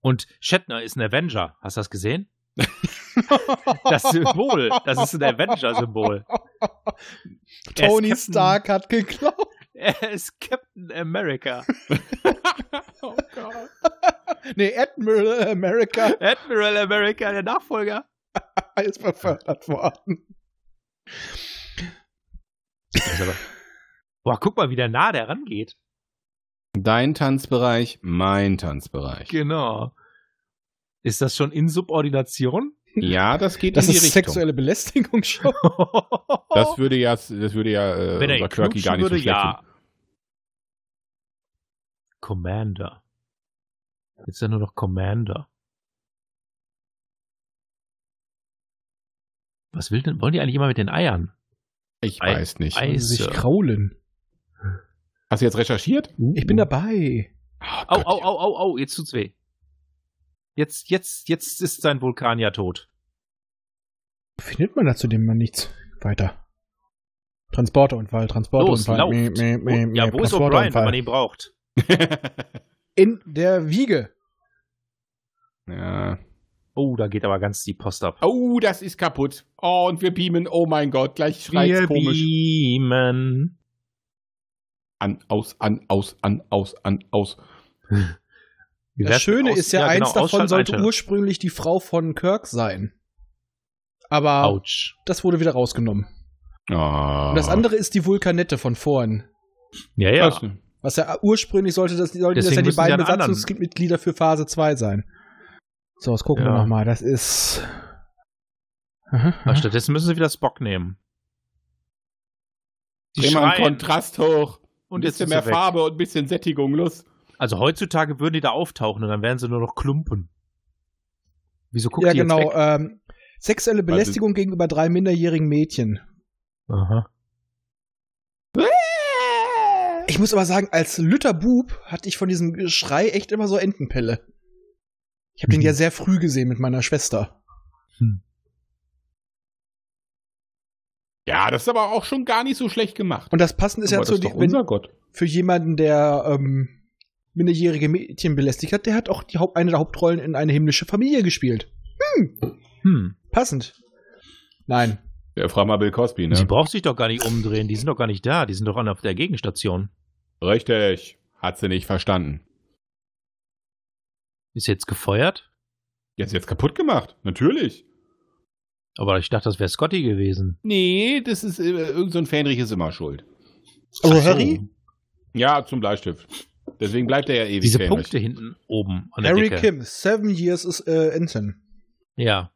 Speaker 6: Und Shatner ist ein Avenger. Hast du das gesehen? Das Symbol. Das ist ein Avenger-Symbol. Er ist
Speaker 4: Tony
Speaker 6: Captain-
Speaker 4: Stark hat geklaut.
Speaker 6: Er ist Captain America.
Speaker 5: Oh Gott.
Speaker 4: Nee, Admiral America
Speaker 6: Admiral America, der Nachfolger.
Speaker 4: ist befördert worden.
Speaker 6: Boah, guck mal, wie der nah der rangeht.
Speaker 5: Dein Tanzbereich, mein Tanzbereich.
Speaker 6: Genau. Ist das schon Insubordination?
Speaker 5: Ja, das geht
Speaker 4: Das
Speaker 5: in die
Speaker 4: ist Oh.
Speaker 5: Richtung.
Speaker 4: sexuelle Belästigung schon.
Speaker 5: Das würde ja, das würde ja äh,
Speaker 6: Wenn er
Speaker 5: unser
Speaker 6: ihn
Speaker 5: Kirky gar
Speaker 6: knutschen
Speaker 5: nicht
Speaker 6: würde,
Speaker 5: so schlecht finden.
Speaker 6: ja. Commander. Jetzt ist er nur noch Commander. Was will denn, wollen die eigentlich immer mit den Eiern?
Speaker 5: Ich
Speaker 6: Ei-
Speaker 5: weiß nicht.
Speaker 6: Ei- Scheiße.
Speaker 4: Sich kraulen.
Speaker 5: Hast du jetzt recherchiert? Oh,
Speaker 4: Ich
Speaker 6: Hm.
Speaker 4: bin dabei.
Speaker 6: Au, au, au, au, au, jetzt tut's weh. Jetzt, jetzt, jetzt ist sein Vulkanier tot.
Speaker 4: Findet man dazu dem mal nichts. Weiter. Transporterunfall, Transporterunfall.
Speaker 6: lauft. Oh,
Speaker 4: Mäh, mäh, mäh,
Speaker 6: ja,
Speaker 4: mäh,
Speaker 6: wo ist O'Brien, wenn
Speaker 4: Transporterunfall.
Speaker 6: man ihn braucht?
Speaker 4: In der Wiege.
Speaker 5: ja.
Speaker 6: Oh, da geht aber ganz die Post ab.
Speaker 5: Oh, das ist kaputt. Oh, und wir beamen. Oh mein Gott, gleich schreit's komisch.
Speaker 6: beamen.
Speaker 5: An, aus, an, aus, an, aus, an, aus.
Speaker 6: Wir
Speaker 4: Das
Speaker 6: werfen
Speaker 4: Schöne
Speaker 6: aus-
Speaker 4: ist ja,
Speaker 6: genau,
Speaker 4: eins davon
Speaker 6: Ausschalt-
Speaker 4: sollte
Speaker 6: Einschalt.
Speaker 4: ursprünglich die Frau von Kirk sein. Aber
Speaker 6: Autsch.
Speaker 4: das wurde wieder rausgenommen.
Speaker 5: Ah.
Speaker 4: Und das andere ist die Vulkanette von vorn.
Speaker 6: Ja, ja.
Speaker 5: Weiß nicht.
Speaker 4: Was ja ursprünglich sollte, das, sollten das
Speaker 6: Deswegen
Speaker 4: ja die
Speaker 6: müssen sie
Speaker 4: beiden
Speaker 6: einen anderen-
Speaker 4: Besatzungsmitglieder für Phase 2 sein. So, was gucken wir
Speaker 6: Ja.
Speaker 4: nochmal. Das ist. Mhm.
Speaker 6: Aber stattdessen müssen sie wieder Spock nehmen. Die
Speaker 5: Dreh mal einen
Speaker 6: schreien
Speaker 5: Kontrast hoch. Ein
Speaker 6: und jetzt
Speaker 5: bisschen
Speaker 6: sind
Speaker 5: mehr
Speaker 6: mehr weg.
Speaker 5: Farbe und ein bisschen Sättigung. Los.
Speaker 6: Also heutzutage würden die da auftauchen und dann wären sie nur noch Klumpen. Wieso guckt
Speaker 4: Ja,
Speaker 6: die
Speaker 4: genau.
Speaker 6: jetzt weg?
Speaker 4: Ähm, sexuelle Belästigung gegenüber drei minderjährigen Mädchen.
Speaker 6: Aha.
Speaker 4: Ich muss aber sagen, als Lütter Bub hatte ich von diesem Geschrei echt immer so Entenpelle. Ich habe den
Speaker 6: Mhm.
Speaker 4: ja sehr früh gesehen mit meiner Schwester.
Speaker 5: Ja, das ist aber auch schon gar nicht so schlecht gemacht.
Speaker 4: Und das Passende ist ja
Speaker 5: aber
Speaker 4: zu,
Speaker 5: das ist doch
Speaker 4: wenn,
Speaker 5: unser Gott.
Speaker 4: für jemanden, der ähm, minderjährige Mädchen belästigt hat, der hat auch die Haupt, eine der Hauptrollen in eine himmlische Familie gespielt.
Speaker 6: Hm.
Speaker 4: Passend. Nein.
Speaker 5: Ja, frag mal Bill Cosby,
Speaker 6: Sie
Speaker 5: ne?
Speaker 6: braucht sich doch gar nicht umdrehen. Die sind doch gar nicht da. Die sind doch an auf der Gegenstation.
Speaker 5: Richtig. Hat sie nicht verstanden.
Speaker 6: Ist jetzt gefeuert?
Speaker 5: Jetzt jetzt kaputt gemacht. Natürlich.
Speaker 6: Aber ich dachte, das wäre Scotty gewesen.
Speaker 5: Nee, das ist, äh, irgend so ein Fähnrich ist immer schuld.
Speaker 4: Also
Speaker 5: Oh,
Speaker 6: Ach so.
Speaker 4: Harry,
Speaker 5: Ja, zum Bleistift. Deswegen bleibt er ja ewig
Speaker 6: Diese
Speaker 5: fähnrich.
Speaker 6: Punkte hinten oben an der
Speaker 4: Harry
Speaker 6: Decke.
Speaker 4: Kim, Seven Years is äh, Anton.
Speaker 6: Ja.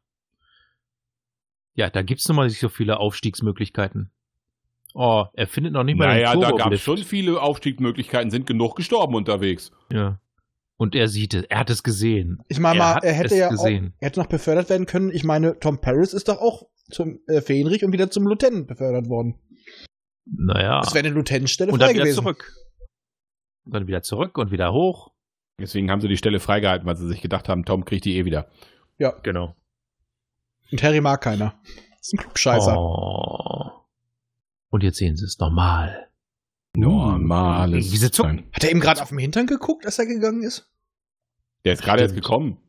Speaker 6: Ja, da gibt's nun mal nicht so viele Aufstiegsmöglichkeiten. Oh, er findet noch nicht mal
Speaker 5: Naja,
Speaker 6: den
Speaker 5: da
Speaker 6: Turbo
Speaker 5: gab es schon viele Aufstiegsmöglichkeiten, sind genug gestorben unterwegs.
Speaker 6: Ja. Und er sieht es. Er hat es gesehen.
Speaker 4: Ich meine mal,
Speaker 6: hat
Speaker 4: er hätte
Speaker 6: es
Speaker 4: ja auch,
Speaker 6: gesehen.
Speaker 4: er hätte noch befördert werden können. Ich meine, Tom Paris ist doch auch zum äh, Fähnrich und wieder zum Lieutenant befördert worden.
Speaker 6: Naja.
Speaker 4: Das wäre eine Lieutenantstelle
Speaker 6: Ah. Und dann
Speaker 4: frei
Speaker 6: wieder
Speaker 4: gewesen.
Speaker 6: zurück. Und dann wieder zurück und wieder hoch.
Speaker 5: Deswegen haben sie die Stelle freigehalten, weil sie sich gedacht haben, Tom kriegt die eh wieder.
Speaker 6: Genau.
Speaker 4: Und Harry mag keiner. Das ist ein Klugscheißer.
Speaker 6: Oh. Und jetzt sehen sie es normal.
Speaker 5: Oh, Normales.
Speaker 6: Diese Zucken.
Speaker 5: Sein.
Speaker 4: Hat er ihm gerade auf den Hintern geguckt, als er gegangen ist?
Speaker 5: Der ist gerade jetzt gekommen.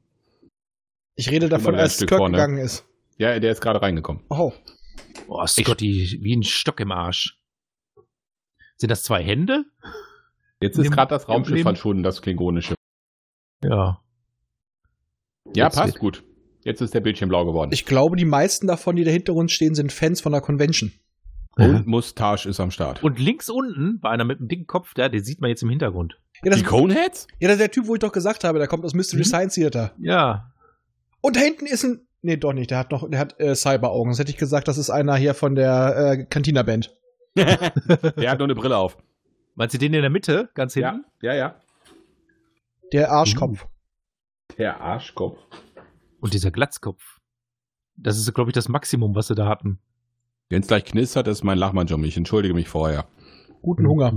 Speaker 4: Ich rede davon,
Speaker 5: mal ein
Speaker 4: als
Speaker 5: Stück
Speaker 4: Kirk
Speaker 5: vorne.
Speaker 4: gegangen ist.
Speaker 5: Ja, der ist gerade reingekommen.
Speaker 4: Oh.
Speaker 6: Oh, Scotty, wie ein Stock im Arsch. Sind das zwei Hände?
Speaker 5: Jetzt
Speaker 6: Im-
Speaker 5: ist gerade das
Speaker 6: im
Speaker 5: Raumschiff
Speaker 6: Leben-
Speaker 5: verschwunden, das klingonische.
Speaker 6: Ja.
Speaker 5: Ja,
Speaker 6: Jetzt-
Speaker 5: passt gut. Jetzt ist der Bildschirm blau geworden.
Speaker 4: Ich glaube, die meisten davon, die dahinter uns stehen, sind Fans von der Convention.
Speaker 5: Und Mustache ist am Start.
Speaker 6: Und links unten, bei einer mit einem dicken Kopf, der, den sieht man jetzt im Hintergrund.
Speaker 4: Ja, das, ja,
Speaker 5: Coneheads?
Speaker 4: das ist der Typ, wo ich doch gesagt habe, der kommt aus Mystery
Speaker 6: Mhm.
Speaker 4: Science Theater.
Speaker 6: Ja.
Speaker 4: Und da hinten ist ein Nee, doch nicht. Der hat noch, der hat äh, Cyberaugen. Das hätte ich gesagt, das ist einer hier von der äh, Cantina-Band.
Speaker 5: Der hat nur eine Brille auf.
Speaker 6: Meinst du den in der Mitte, ganz hinten?
Speaker 5: ja, ja.
Speaker 4: Der Arschkopf.
Speaker 5: Der Arschkopf.
Speaker 6: Und dieser Glatzkopf. Das ist, glaube ich, das Maximum, was sie da hatten.
Speaker 5: Wenn es gleich knistert, ist mein Lachmann-Job. Ich entschuldige mich vorher.
Speaker 4: Guten Hunger.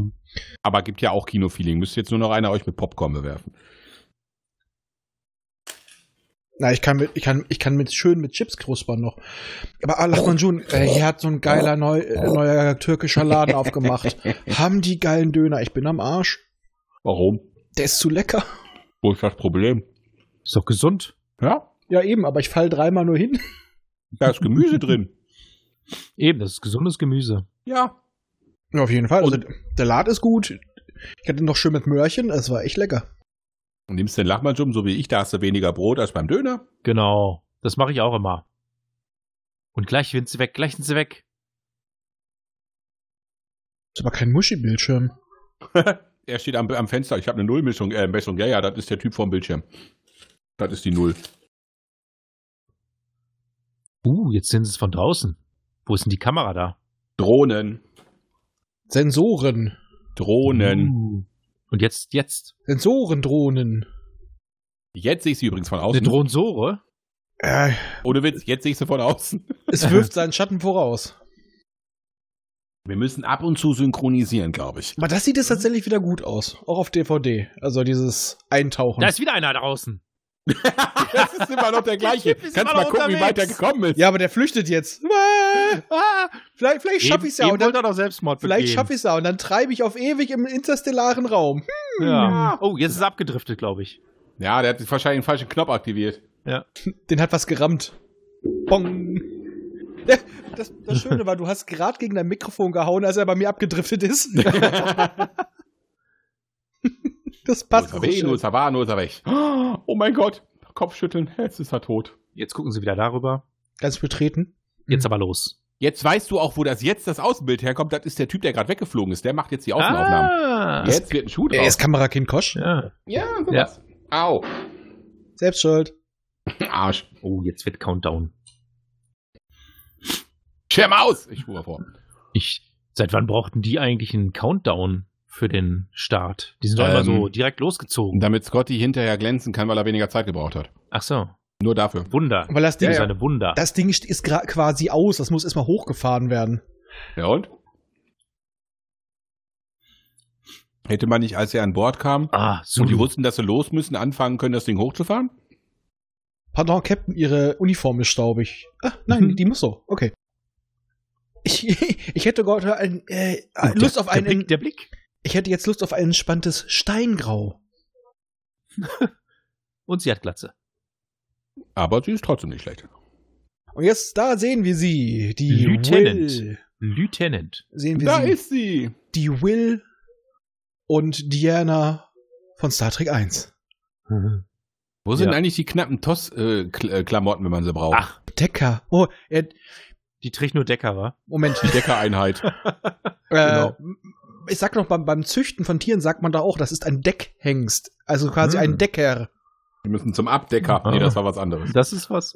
Speaker 5: Aber gibt ja auch Kinofeeling. Müsst jetzt nur noch einer euch mit Popcorn bewerfen.
Speaker 4: Na, ich kann mit, ich kann, ich kann mit schön mit Chips knuspern noch. Aber ah, Lachman Jun, äh, hier hat so ein geiler neu, äh, neuer türkischer Laden aufgemacht. Haben die geilen Döner? Ich bin am Arsch.
Speaker 5: Warum?
Speaker 4: Der ist zu lecker.
Speaker 5: Wo ist das Problem?
Speaker 6: Ist doch gesund.
Speaker 5: Ja,
Speaker 4: Ja, eben, aber ich fall dreimal nur hin.
Speaker 5: da ist Gemüse drin.
Speaker 6: Eben, das ist gesundes Gemüse.
Speaker 5: Ja.
Speaker 4: Ja, auf jeden Fall. Also, der Laden ist gut. Ich hatte noch schön mit Möhrchen. Es war echt lecker.
Speaker 5: Und nimmst den Lachmann-Job, so wie ich, da hast du weniger Brot als beim Döner.
Speaker 6: Genau. Das mache ich auch immer. Und gleich sind sie weg, gleich sind sie weg.
Speaker 4: Ist aber kein Muschi-Bildschirm.
Speaker 5: Er steht am, am Fenster. Ich habe eine Nullmischung, äh, Messung. Ja, ja, das ist der Typ vom Bildschirm. Das ist die Null.
Speaker 6: Uh, jetzt sind sie es von draußen. Wo ist denn die Kamera da?
Speaker 5: Drohnen.
Speaker 4: Sensoren.
Speaker 5: Drohnen.
Speaker 6: Uh. Und jetzt, jetzt.
Speaker 4: Sensorendrohnen.
Speaker 5: Jetzt sehe ich sie übrigens von
Speaker 6: Eine
Speaker 5: außen.
Speaker 6: Drohnsore?
Speaker 4: Äh,
Speaker 5: Ohne Witz, jetzt sehe ich sie von außen.
Speaker 4: es wirft seinen Schatten voraus.
Speaker 5: Wir müssen ab und zu synchronisieren, glaube ich.
Speaker 4: Aber das sieht es tatsächlich wieder gut aus. Auch auf DVD. Also dieses Eintauchen.
Speaker 6: Da ist wieder einer draußen.
Speaker 5: Das ist immer noch der gleiche.
Speaker 6: Der Typ ist
Speaker 5: Kannst
Speaker 6: immer
Speaker 5: mal
Speaker 6: noch
Speaker 5: gucken, wie weit der
Speaker 6: unterwegs.
Speaker 5: gekommen ist.
Speaker 4: ja, aber der flüchtet jetzt. Ah, ah, vielleicht vielleicht schaffe ich es ja.
Speaker 6: Eben
Speaker 4: Und dann,
Speaker 6: wollte er doch Selbstmord
Speaker 4: vielleicht
Speaker 6: begehen.
Speaker 4: schaffe ich es ja. Und dann treibe ich auf ewig im interstellaren Raum.
Speaker 6: Ja. Oh, jetzt ist er abgedriftet, glaube ich.
Speaker 5: Ja, der hat wahrscheinlich den falschen Knopf aktiviert.
Speaker 4: Den hat was gerammt. Bong. Ja, Das, das Schöne war, du hast gerade gegen dein Mikrofon gehauen, als er bei mir abgedriftet ist. das passt so
Speaker 5: Nur ist er
Speaker 6: eh
Speaker 5: weg,
Speaker 4: schön.
Speaker 5: nur ist er wahr, nur ist er weg. Oh mein Gott. Kopfschütteln, jetzt ist er tot.
Speaker 6: Jetzt gucken sie wieder darüber.
Speaker 4: Ganz betreten.
Speaker 6: Jetzt aber los.
Speaker 5: Jetzt weißt du auch, wo das jetzt das Außenbild herkommt. Das ist der Typ, der gerade weggeflogen ist. Der macht jetzt die Außenaufnahmen.
Speaker 6: Ah,
Speaker 5: Jetzt wird ein Schuh
Speaker 4: Er
Speaker 5: drauf.
Speaker 4: ist Kamerakind Kosch.
Speaker 6: ja.
Speaker 5: Ja, sowas. Au.
Speaker 4: Selbst schuld.
Speaker 5: Arsch.
Speaker 6: Oh, jetzt wird Countdown.
Speaker 5: Schirm aus. Ich schwur vor.
Speaker 6: Ich, seit wann brauchten die eigentlich einen Countdown für den Start? Die sind doch immer
Speaker 5: Ähm.
Speaker 6: so direkt losgezogen.
Speaker 5: Damit Scotty hinterher glänzen kann, weil er weniger Zeit gebraucht hat.
Speaker 6: Ach so,
Speaker 5: Nur dafür.
Speaker 6: Wunder.
Speaker 4: Aber lass die,
Speaker 6: Das
Speaker 5: Ja,
Speaker 6: ist
Speaker 5: ja.
Speaker 6: eine Wunder.
Speaker 4: Das Ding ist gra- quasi aus. Das muss erstmal hochgefahren werden.
Speaker 5: Ja und? Hätte man nicht, als er an Bord kam
Speaker 6: ah,
Speaker 5: und die
Speaker 6: Zulu.
Speaker 5: wussten, dass sie los müssen, anfangen können, das Ding hochzufahren?
Speaker 4: Pardon, Captain, Ihre Uniform ist staubig. Ah, nein,
Speaker 6: Mhm.
Speaker 4: die muss so. Okay. Ich, ich hätte gerade ein, äh,
Speaker 6: Und
Speaker 4: Lust
Speaker 6: der,
Speaker 4: auf einen.
Speaker 6: Der Blick, der Blick.
Speaker 4: Ich hätte jetzt Lust auf ein entspanntes Steingrau.
Speaker 6: Und sie hat Glatze.
Speaker 5: Aber sie ist trotzdem nicht schlecht.
Speaker 4: Und jetzt da sehen wir sie, die
Speaker 6: Lieutenant.
Speaker 4: Will.
Speaker 6: Lieutenant.
Speaker 4: Sehen wir
Speaker 5: Da
Speaker 4: sie,
Speaker 5: ist sie.
Speaker 4: die Will und Diana von Star Trek 1. Mhm.
Speaker 5: Wo sind
Speaker 6: Ja.
Speaker 5: eigentlich die knappen äh, Toss-Klamotten, wenn man sie braucht?
Speaker 6: Ach,
Speaker 4: Decker. Oh, er,
Speaker 6: die trägt nur Decker, wa?
Speaker 4: Moment.
Speaker 5: Die Deckereinheit.
Speaker 4: Äh, ich sag noch, beim, beim Züchten von Tieren sagt man da auch, das ist ein Deckhengst. Also quasi
Speaker 6: Hm.
Speaker 4: ein Decker.
Speaker 5: Wir müssen zum Abdecker.
Speaker 6: Ah.
Speaker 5: Nee, das war was anderes.
Speaker 6: Das ist was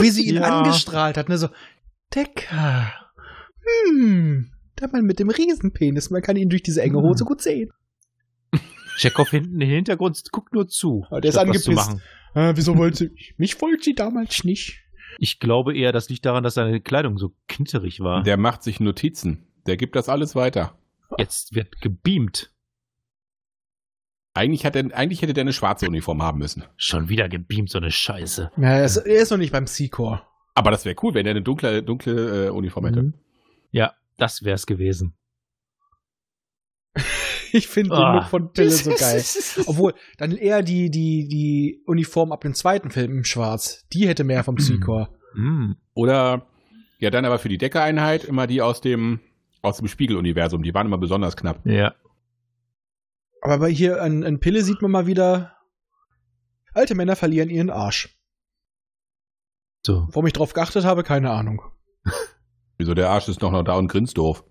Speaker 4: Wie sie ihn
Speaker 6: Ja.
Speaker 4: angestrahlt hat, ne? So, Decker. Hm. Der Mann mit dem Riesenpenis. Man kann ihn durch diese enge Hose gut sehen.
Speaker 6: Chekhov hinten im Hintergrund guckt nur zu.
Speaker 4: Ah, der ist
Speaker 6: statt was zu
Speaker 4: angepisst.
Speaker 6: machen.
Speaker 4: Äh, wieso wollte sie? Mich wollte sie damals nicht.
Speaker 6: Ich glaube eher, das liegt daran, dass seine Kleidung so knitterig war.
Speaker 5: Der macht sich Notizen. Der gibt das alles weiter.
Speaker 6: Jetzt wird gebeamt.
Speaker 5: Eigentlich, hat er, eigentlich hätte der eine schwarze Uniform haben müssen.
Speaker 6: Schon wieder gebeamt, so eine Scheiße.
Speaker 4: Na, er ist, er ist noch nicht beim C-Core.
Speaker 5: Aber das wäre cool, wenn er eine dunkle, dunkle äh, Uniform hätte.
Speaker 6: Mhm. Ja, das wär's gewesen.
Speaker 4: Ich finde
Speaker 6: Ah.
Speaker 4: den Look von Pille so geil. Obwohl, dann eher die, die, die Uniform ab dem zweiten Film im Schwarz. Die hätte mehr vom C-Core.
Speaker 6: Mm.
Speaker 5: Oder, ja, dann aber für die Deckereinheit immer die aus dem, aus dem Spiegeluniversum. Die waren immer besonders knapp.
Speaker 6: Ja.
Speaker 4: Aber bei hier an, an Pille sieht man mal wieder, alte Männer verlieren ihren Arsch.
Speaker 6: So.
Speaker 4: Warum ich drauf geachtet habe, keine Ahnung.
Speaker 5: Wieso, der Arsch ist noch, noch da und grinst doof.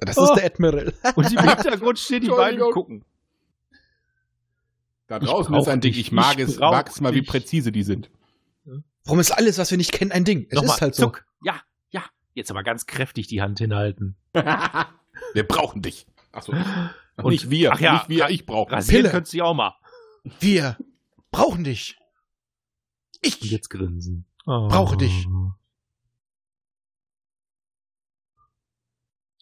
Speaker 4: Das
Speaker 6: Oh.
Speaker 4: ist der Admiral.
Speaker 6: Und im Hintergrund stehen die beiden
Speaker 5: Entschuldigung.
Speaker 6: und gucken.
Speaker 5: Da
Speaker 6: Ich
Speaker 5: draußen
Speaker 6: brauch
Speaker 5: ist ein Ding.
Speaker 6: dich.
Speaker 5: Ich mag
Speaker 6: Ich
Speaker 5: es,
Speaker 6: brauch
Speaker 5: mag es mal, wie
Speaker 6: dich.
Speaker 5: präzise die sind.
Speaker 4: Warum ist alles, was wir nicht kennen, ein Ding? Es
Speaker 6: Nochmal,
Speaker 4: ist halt so.
Speaker 6: zuck. Ja, ja. Jetzt aber ganz kräftig die Hand hinhalten.
Speaker 5: Wir brauchen dich. Achso.
Speaker 6: Und-
Speaker 5: nicht wir,
Speaker 6: ach ja,
Speaker 5: nicht wir,
Speaker 6: ra-
Speaker 5: ich brauche
Speaker 6: Rasieren
Speaker 4: Pille.
Speaker 6: könntest du ja auch mal.
Speaker 4: Wir brauchen dich.
Speaker 6: Ich jetzt grinsen. Oh.
Speaker 4: Brauche dich.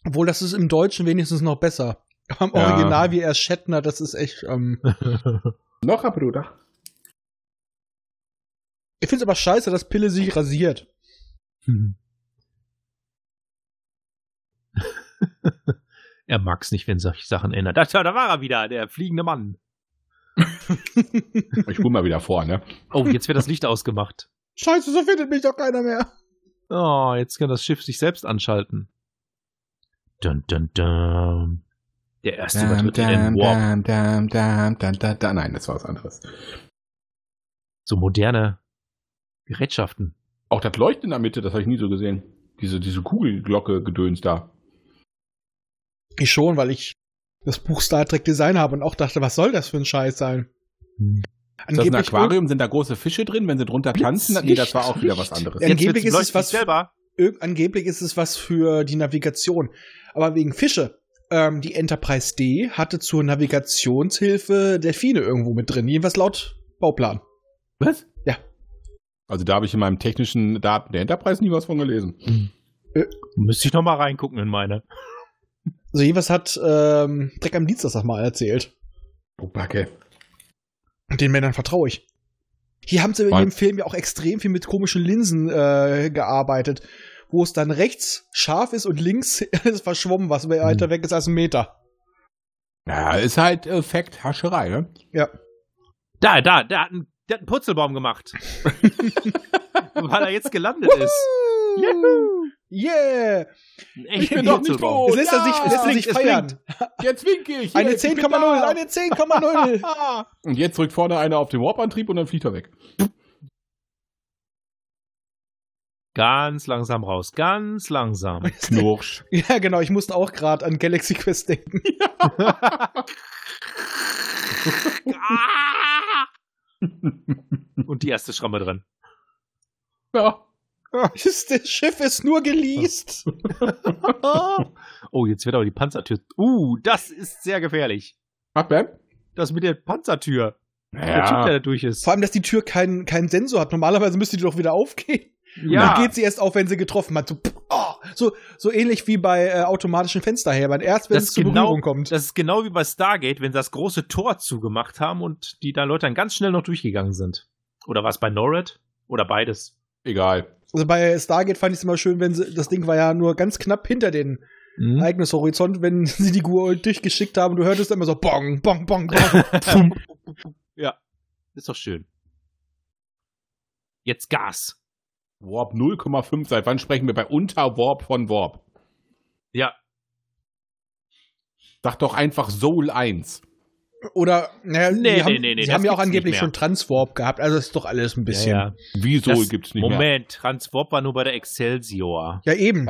Speaker 4: Obwohl, das ist im Deutschen wenigstens noch besser. Aber Im
Speaker 5: Ja.
Speaker 4: Original, wie er Shatner, das ist echt. Ähm,
Speaker 5: Noch ein Bruder.
Speaker 4: ich find's aber scheiße, dass Pille sich rasiert.
Speaker 6: er mag's nicht, wenn sich Sachen ändern. Da, da war er wieder, der fliegende Mann.
Speaker 5: Ich spule mal wieder vor, ne?
Speaker 6: Oh, jetzt wird das Licht ausgemacht.
Speaker 4: Scheiße, so findet mich doch keiner mehr.
Speaker 6: Oh, jetzt kann das Schiff sich selbst anschalten. Dun, dun, dun. Der erste übertritt in den Warp.
Speaker 5: dam, dam, dam, dam, dam. Nein, das war was anderes.
Speaker 6: So moderne Gerätschaften.
Speaker 5: Auch das Leuchten in der Mitte, das habe ich nie so gesehen. Diese, diese Kugelglocke gedöns da.
Speaker 4: Ich schon, weil ich das Buch Star Trek Design habe und auch dachte, was soll das für ein Scheiß sein?
Speaker 6: Hm.
Speaker 5: Ist das ein
Speaker 4: Angeblich
Speaker 5: Aquarium? Sind da große Fische drin? Wenn sie drunter tanzen? Nee, das war auch wieder was anderes.
Speaker 4: Ja, Angeblich
Speaker 6: wird's
Speaker 4: ist es
Speaker 6: leuchtend
Speaker 4: was-
Speaker 6: selber.
Speaker 4: irg angeblich ist es was für die Navigation. Aber wegen Fische. Ähm, die Enterprise D hatte zur Navigationshilfe Delfine irgendwo mit drin. Jedenfalls laut Bauplan.
Speaker 5: Was?
Speaker 4: Ja.
Speaker 5: Also da habe ich in meinem technischen Daten der Enterprise nie was von gelesen.
Speaker 6: Müsste ich noch mal reingucken in meine.
Speaker 4: Also jeweils hat ähm, Dreck am Dienstag das mal erzählt.
Speaker 5: Oh, Backe.
Speaker 4: Und den Männern vertraue ich. Hier haben sie in
Speaker 5: Mann.
Speaker 4: dem Film ja auch extrem viel mit komischen Linsen äh, gearbeitet, wo es dann rechts scharf ist und links ist verschwommen, was weiter weg ist als ein Meter.
Speaker 5: Ja, ist halt äh, Fact Hascherei, ne?
Speaker 6: Da, da, der hat, einen, der hat einen Purzelbaum gemacht. Weil er jetzt gelandet ist.
Speaker 4: Yeah!
Speaker 6: Ein echter
Speaker 5: bin doch nicht tot. Oh,
Speaker 6: Purzelbaum.
Speaker 4: es lässt er
Speaker 5: ja!
Speaker 4: sich, lässt er
Speaker 6: Es
Speaker 4: sich
Speaker 6: blinkt, es
Speaker 4: feiern.
Speaker 5: Jetzt winke ich. Hier,
Speaker 4: Eine
Speaker 5: ich bin
Speaker 4: 10,0,
Speaker 5: da.
Speaker 4: eine 10,0.
Speaker 5: Und jetzt drückt vorne einer auf den Warp-Antrieb und dann fliegt er weg.
Speaker 6: Ganz langsam raus, ganz langsam.
Speaker 5: Knursch.
Speaker 4: ja, genau, ich musste auch gerade an Galaxy Quest denken.
Speaker 6: Ah! Und die erste Schramme drin.
Speaker 5: ja.
Speaker 4: das Schiff ist nur geleast.
Speaker 6: Oh, jetzt wird aber die Panzertür. Uh, das ist sehr gefährlich.
Speaker 5: Hat Bam?
Speaker 6: Das mit der Panzertür. Der Typ, der da durch ist.
Speaker 4: Vor allem, dass die Tür keinen keinen Sensor hat. Normalerweise müsste die doch wieder aufgehen.
Speaker 6: Ja.
Speaker 4: Dann geht sie erst auf, wenn sie getroffen hat. So, pff, oh, so, so ähnlich wie bei äh, automatischen Fensterhebern. Erst wenn
Speaker 6: Das
Speaker 4: es
Speaker 6: ist
Speaker 4: zur
Speaker 6: genau-
Speaker 4: Berührung kommt.
Speaker 6: Das ist genau wie bei Stargate, wenn sie das große Tor zugemacht haben und die da Leute dann ganz schnell noch durchgegangen sind. Oder war es bei NORAD? Oder beides?
Speaker 5: Egal.
Speaker 4: Also bei Stargate fand ich es immer schön, wenn sie, das Ding war ja nur ganz knapp hinter den eigenes Horizont, wenn sie die Gurul durchgeschickt haben, du hörtest immer so bong, bong, bong, bong.
Speaker 6: ja. Ist doch schön. Jetzt Gas.
Speaker 5: Warp 0,5. Seit wann sprechen wir bei Unterwarp von Warp?
Speaker 6: Ja.
Speaker 5: Sag doch einfach Soul 1.
Speaker 4: Oder, naja,
Speaker 6: Nee,
Speaker 4: die haben,
Speaker 6: nee, nee, nee,
Speaker 4: sie
Speaker 6: das
Speaker 4: haben ja auch
Speaker 6: gibt's nicht
Speaker 4: angeblich
Speaker 6: mehr.
Speaker 4: schon Transwarp gehabt, also ist doch alles ein bisschen.
Speaker 6: Ja, ja.
Speaker 5: Wie Soul
Speaker 6: Das-
Speaker 5: gibt's nicht mehr.
Speaker 6: Moment, Transwop war nur bei der Excelsior.
Speaker 4: Ja, eben.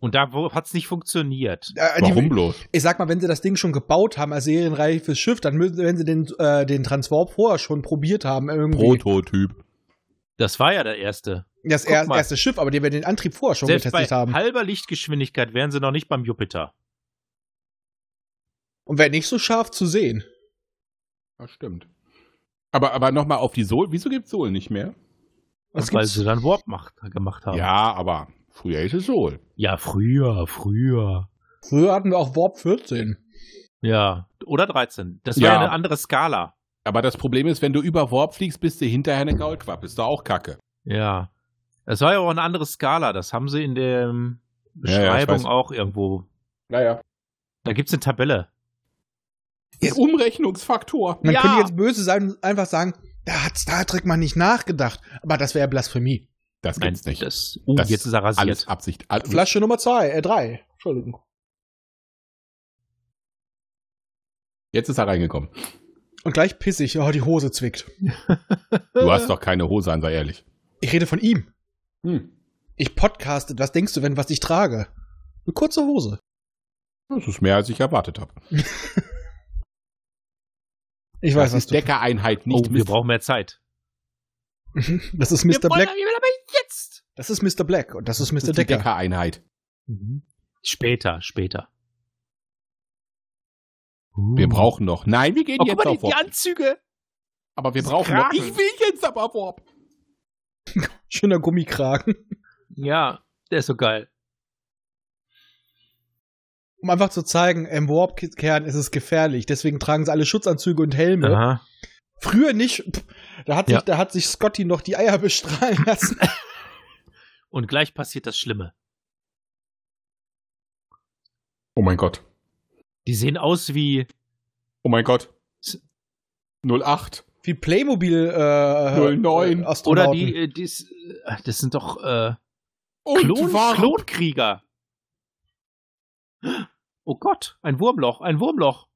Speaker 6: Und da wo- hat's nicht funktioniert.
Speaker 4: Äh, die-
Speaker 5: Warum bloß?
Speaker 4: ich sag mal, wenn sie das Ding schon gebaut haben als serienreifes Schiff, dann müssen, wenn sie den, äh, den Transwarp vorher schon probiert haben, irgendwie.
Speaker 5: Prototyp.
Speaker 6: Das war ja der erste.
Speaker 4: Das
Speaker 6: Guck
Speaker 4: er,
Speaker 6: mal.
Speaker 4: erste Schiff, aber die werden den Antrieb vorher schon
Speaker 6: Selbst bei
Speaker 4: getestet haben.
Speaker 6: halber Lichtgeschwindigkeit wären sie noch nicht beim Jupiter.
Speaker 4: Und wäre nicht so scharf zu sehen.
Speaker 5: Das stimmt. Aber, aber nochmal auf die Soul. Wieso gibt's Soul nicht mehr?
Speaker 4: Was
Speaker 6: weil
Speaker 4: gibt's?
Speaker 6: sie dann Warp macht, gemacht haben.
Speaker 5: Ja, aber früher hieß es Soul.
Speaker 6: ja, früher, früher.
Speaker 4: Früher hatten wir auch Warp 14.
Speaker 6: Ja, oder 13. Das
Speaker 5: Ja.
Speaker 6: war ja eine andere Skala.
Speaker 5: Aber das Problem ist, wenn du über Warp fliegst, bist du hinterher eine Gaulquappe. Ist doch auch kacke.
Speaker 6: Ja. Es war ja auch eine andere Skala. Das haben sie in der ähm,
Speaker 5: Ja, ja, ich
Speaker 6: Beschreibung
Speaker 5: weiß.
Speaker 6: auch irgendwo.
Speaker 5: Naja.
Speaker 6: Da gibt's eine Tabelle.
Speaker 5: Umrechnungsfaktor.
Speaker 4: Man
Speaker 6: Ja.
Speaker 4: könnte jetzt böse sein und einfach sagen, da hat Star Trek mal nicht nachgedacht. Aber das wäre Blasphemie.
Speaker 5: Das gibt's nicht.
Speaker 6: Das, oh,
Speaker 5: Das
Speaker 6: jetzt ist er rasiert.
Speaker 5: Alles Absicht. Alles
Speaker 4: Flasche Nummer 2, äh 3. Entschuldigung.
Speaker 5: Jetzt ist er reingekommen.
Speaker 4: Und gleich pissig, oh, die Hose zwickt.
Speaker 5: Du hast doch keine Hose an, sei ehrlich.
Speaker 4: Ich rede von ihm.
Speaker 5: Hm.
Speaker 4: Ich podcaste, was denkst du, wenn was ich trage? Eine kurze Hose.
Speaker 5: Das ist mehr, als ich erwartet habe.
Speaker 4: Ich
Speaker 5: Das
Speaker 4: weiß, was
Speaker 5: ist
Speaker 4: du.
Speaker 5: Deckereinheit
Speaker 6: oh,
Speaker 5: nicht
Speaker 6: wir brauchen mehr Zeit.
Speaker 4: Das ist
Speaker 6: Wir
Speaker 4: Mr.
Speaker 6: wollen-
Speaker 4: Black.
Speaker 6: wir wollen aber jetzt.
Speaker 4: Das ist Mr. Black und das ist Mr.
Speaker 5: Das ist die
Speaker 4: Decker.
Speaker 5: Decker-Einheit. Mhm.
Speaker 6: Später, später.
Speaker 5: Wir brauchen noch. Nein, wir gehen
Speaker 6: Oh, guck
Speaker 5: jetzt
Speaker 6: mal, die,
Speaker 5: auf
Speaker 6: die
Speaker 5: Warp.
Speaker 6: Anzüge.
Speaker 5: Aber wir brauchen noch.
Speaker 6: Kragen.
Speaker 5: Ich will jetzt aber Warp.
Speaker 4: Schöner Gummikragen.
Speaker 6: Uh. Ja, der ist so geil.
Speaker 4: Um einfach zu zeigen, im Warp-Kern ist es gefährlich. Deswegen tragen sie alle Schutzanzüge und Helme.
Speaker 6: Aha.
Speaker 4: Früher nicht. Pff, Da hat,
Speaker 6: Ja.
Speaker 4: sich, da hat sich Scotty noch die Eier bestrahlen lassen.
Speaker 6: Und gleich passiert das Schlimme.
Speaker 5: Oh mein Gott.
Speaker 6: Die sehen aus wie.
Speaker 5: Oh mein Gott.
Speaker 6: S-
Speaker 5: 08.
Speaker 4: Wie Playmobil äh,
Speaker 5: 09.
Speaker 6: Oder
Speaker 4: Astronauten.
Speaker 6: die, äh, dies, äh, das sind doch äh,
Speaker 5: Und
Speaker 6: Klon,
Speaker 5: Warp.
Speaker 6: Klonkrieger. Oh Gott, ein Wurmloch, ein Wurmloch.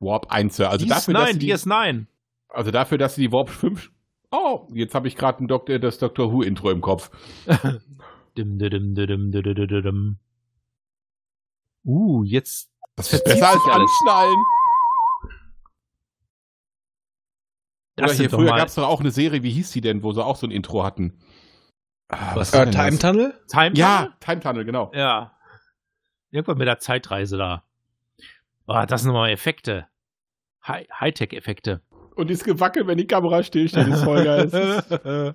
Speaker 5: Warp 1, Sir. Also
Speaker 6: die
Speaker 5: dafür, dass
Speaker 6: nein,
Speaker 5: sie
Speaker 6: die ist nein.
Speaker 5: Also dafür, dass sie die Warp 5. Oh, jetzt habe ich gerade ein Doktor, das Doctor Who Intro im Kopf.
Speaker 6: Dim, dim, dim, dim, dim, dim, dim, dim. Uh, jetzt.
Speaker 5: Das
Speaker 6: ist
Speaker 5: ist besser als
Speaker 6: sich alles.
Speaker 5: anschnallen.
Speaker 6: Das
Speaker 5: Oder hier
Speaker 6: sind doch
Speaker 5: früher
Speaker 6: mal
Speaker 5: gab es doch auch eine Serie, wie hieß die denn, wo sie auch so ein Intro hatten? Ah,
Speaker 6: Was
Speaker 5: war
Speaker 4: äh,
Speaker 5: denn
Speaker 4: Time
Speaker 5: das?
Speaker 4: Tunnel?
Speaker 6: Time
Speaker 5: Ja, Time Tunnel, genau.
Speaker 6: Ja. Irgendwann mit der Zeitreise da. Ah, das sind nochmal Effekte. Hi- Hightech-Effekte.
Speaker 5: Und das Gewackel, wenn die Kamera stillsteht, ist voll geil. Das ist-